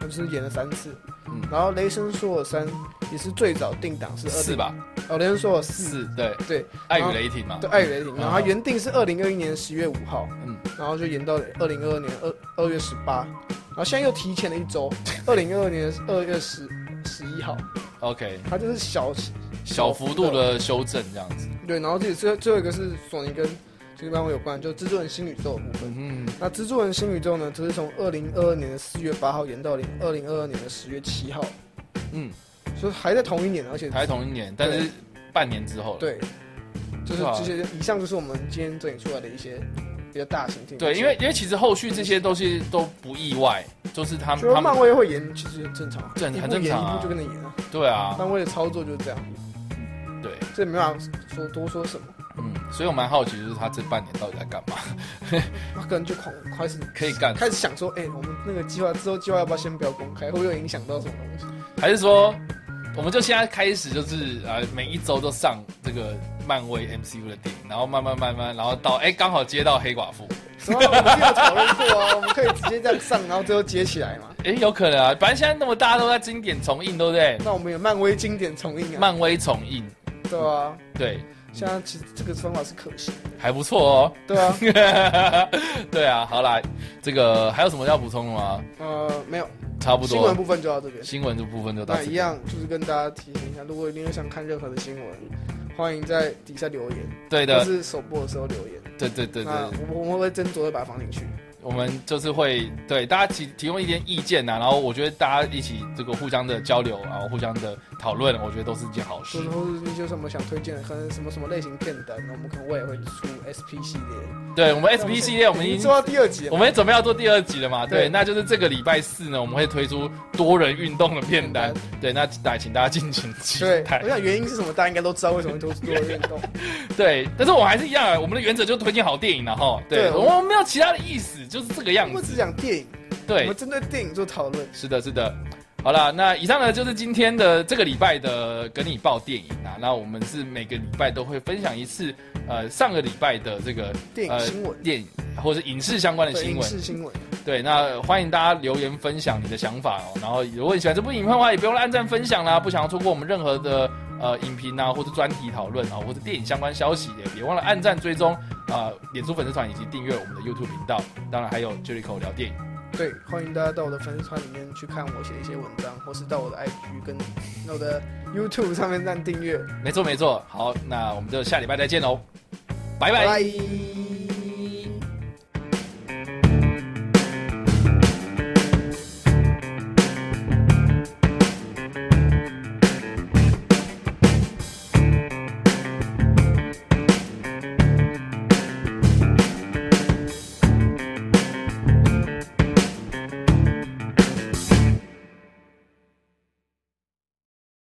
Speaker 2: 它就是延了三次。
Speaker 1: 嗯
Speaker 2: 然后雷神索尔三也是最早定档是
Speaker 1: 四
Speaker 2: 二，
Speaker 1: 吧，
Speaker 2: 哦，雷神索尔四，
Speaker 1: 四对
Speaker 2: 对，
Speaker 1: 爱与雷霆嘛，
Speaker 2: 对，爱与雷霆，
Speaker 1: 嗯
Speaker 2: 然后它原定是二零二一年十月五号，
Speaker 1: 嗯
Speaker 2: 嗯，然后就延到二零二二年二二月十八，然后现在又提前了一周， 二零二二年二月十十一号，
Speaker 1: OK，
Speaker 2: 它就是小
Speaker 1: 小幅度的修正这样子。
Speaker 2: 对，然后这里最最后一个是索尼跟这个漫威有关，就蜘蛛人新宇宙的部分。
Speaker 1: 嗯
Speaker 2: 那蜘蛛人新宇宙呢，则是从二零二二年的四月八号延到零二零二二年的十月七号，
Speaker 1: 嗯，
Speaker 2: 所以还在同一年，而且
Speaker 1: 还同一年，但是半年之后了。啊
Speaker 2: 对，就是
Speaker 1: 哇
Speaker 2: 这些，以上就是我们今天整理出来的一些比较大型电影。
Speaker 1: 对，因为因为其实后续这些东西都不意外，就是他们
Speaker 2: 觉得
Speaker 1: 他
Speaker 2: 漫
Speaker 1: 们
Speaker 2: 威会演，其实很正常，
Speaker 1: 正
Speaker 2: 一
Speaker 1: 很
Speaker 2: 步
Speaker 1: 正
Speaker 2: 演
Speaker 1: 常
Speaker 2: 一
Speaker 1: 啊
Speaker 2: 步就跟着演啊。
Speaker 1: 对啊，
Speaker 2: 漫威的操作就是这样，
Speaker 1: 对，
Speaker 2: 这没办法说多说什么，
Speaker 1: 嗯，所以我蛮好奇，就是他这半年到底在干 嘛，
Speaker 2: 他可能就狂开始
Speaker 1: 可以干，
Speaker 2: 开始想说，哎、我们那个计划之后计划要不要先不要公开，会不会影响到什么东西？
Speaker 1: 还是说我们就现在开始，就是呃每一周都上这个漫威 MCU 的电影，然后慢慢慢慢，然后到哎刚好接到黑寡妇，
Speaker 2: 怎么我们没有讨论过啊？我们可以直接这样上，然后最后接起来嘛。
Speaker 1: 诶，有可能啊，反正现在那么大家都在经典重映，对不对？
Speaker 2: 那我们有漫威经典重映啊，
Speaker 1: 漫威重映，
Speaker 2: 对啊，
Speaker 1: 对，
Speaker 2: 现在其实这个方法是可行的，
Speaker 1: 还不错哦。
Speaker 2: 对啊，
Speaker 1: 对啊，好啦，这个还有什么要补充的吗？
Speaker 2: 呃，没有
Speaker 1: 差不
Speaker 2: 新闻
Speaker 1: 多，
Speaker 2: 部分就到这边。
Speaker 1: 新闻这部分就到
Speaker 2: 那
Speaker 1: 此
Speaker 2: 一。样就是跟大家提醒一下，如果你有想看任何的新闻，欢迎在底下留言，
Speaker 1: 对
Speaker 2: 或
Speaker 1: 的，
Speaker 2: 是首播的时候留言。
Speaker 1: 对对对对，
Speaker 2: 那我们我们会斟酌的把它放进去。
Speaker 1: 我们就是会对大家提提供一点意见呐、啊然后我觉得大家一起这个互相的交流，然后互相的讨论，我觉得都是一件好事
Speaker 2: 或。者或者你有什么想推荐的，可能什么什么类型片单，我们可能未来会出 SP 系列。
Speaker 1: 对我们 SP 系列，我们
Speaker 2: 已
Speaker 1: 已
Speaker 2: 经
Speaker 1: 经
Speaker 2: 做到第二集
Speaker 1: 我
Speaker 2: 了。
Speaker 1: 们也准备要做第二集了嘛？对，
Speaker 2: 对
Speaker 1: 那就是这个礼拜四呢，我们会推出多人运动的片单。
Speaker 2: 片
Speaker 1: 对，那大请大家敬请期
Speaker 2: 对，
Speaker 1: 待
Speaker 2: 我。想原因是什么，大家应该都知道为什么都做运动。
Speaker 1: 对，但是我们还是一样啊，我们的原则就是推荐好电影了哈。对，
Speaker 2: 对
Speaker 1: 我们没有其他的意思，就是 这个样
Speaker 2: 我
Speaker 1: 子。
Speaker 2: 只讲电影，我
Speaker 1: 对
Speaker 2: 们，针对电影做讨论。
Speaker 1: 是的，是的。好啦，那以上呢就是今天的这个礼拜的跟你报电影啊。那我们是每个礼拜都会分享一次，呃，上个礼拜的这个
Speaker 2: 电影新闻
Speaker 1: 呃、电影或者影视相关的
Speaker 2: 对，
Speaker 1: 新
Speaker 2: 影
Speaker 1: 闻。
Speaker 2: 视新闻，
Speaker 1: 对，那欢迎大家留言分享你的想法哦。然后，如果你喜欢这部影片的话，也不用按赞分享啦。不想要错过我们任何的呃影评啊，或者专题讨论啊，或者电影相关消息，也别忘了按赞追踪啊、呃脸书粉丝团以及订阅我们的 YouTube 频道。当然还有 Jericho 聊电影。
Speaker 2: 对，欢迎大家到我的粉丝团里面去看我写的一些文章，或是到我的 IG 跟我的 YouTube 上面按订阅。
Speaker 1: 没错没错，好，那我们就下礼拜再见喽，拜拜。
Speaker 2: 拜拜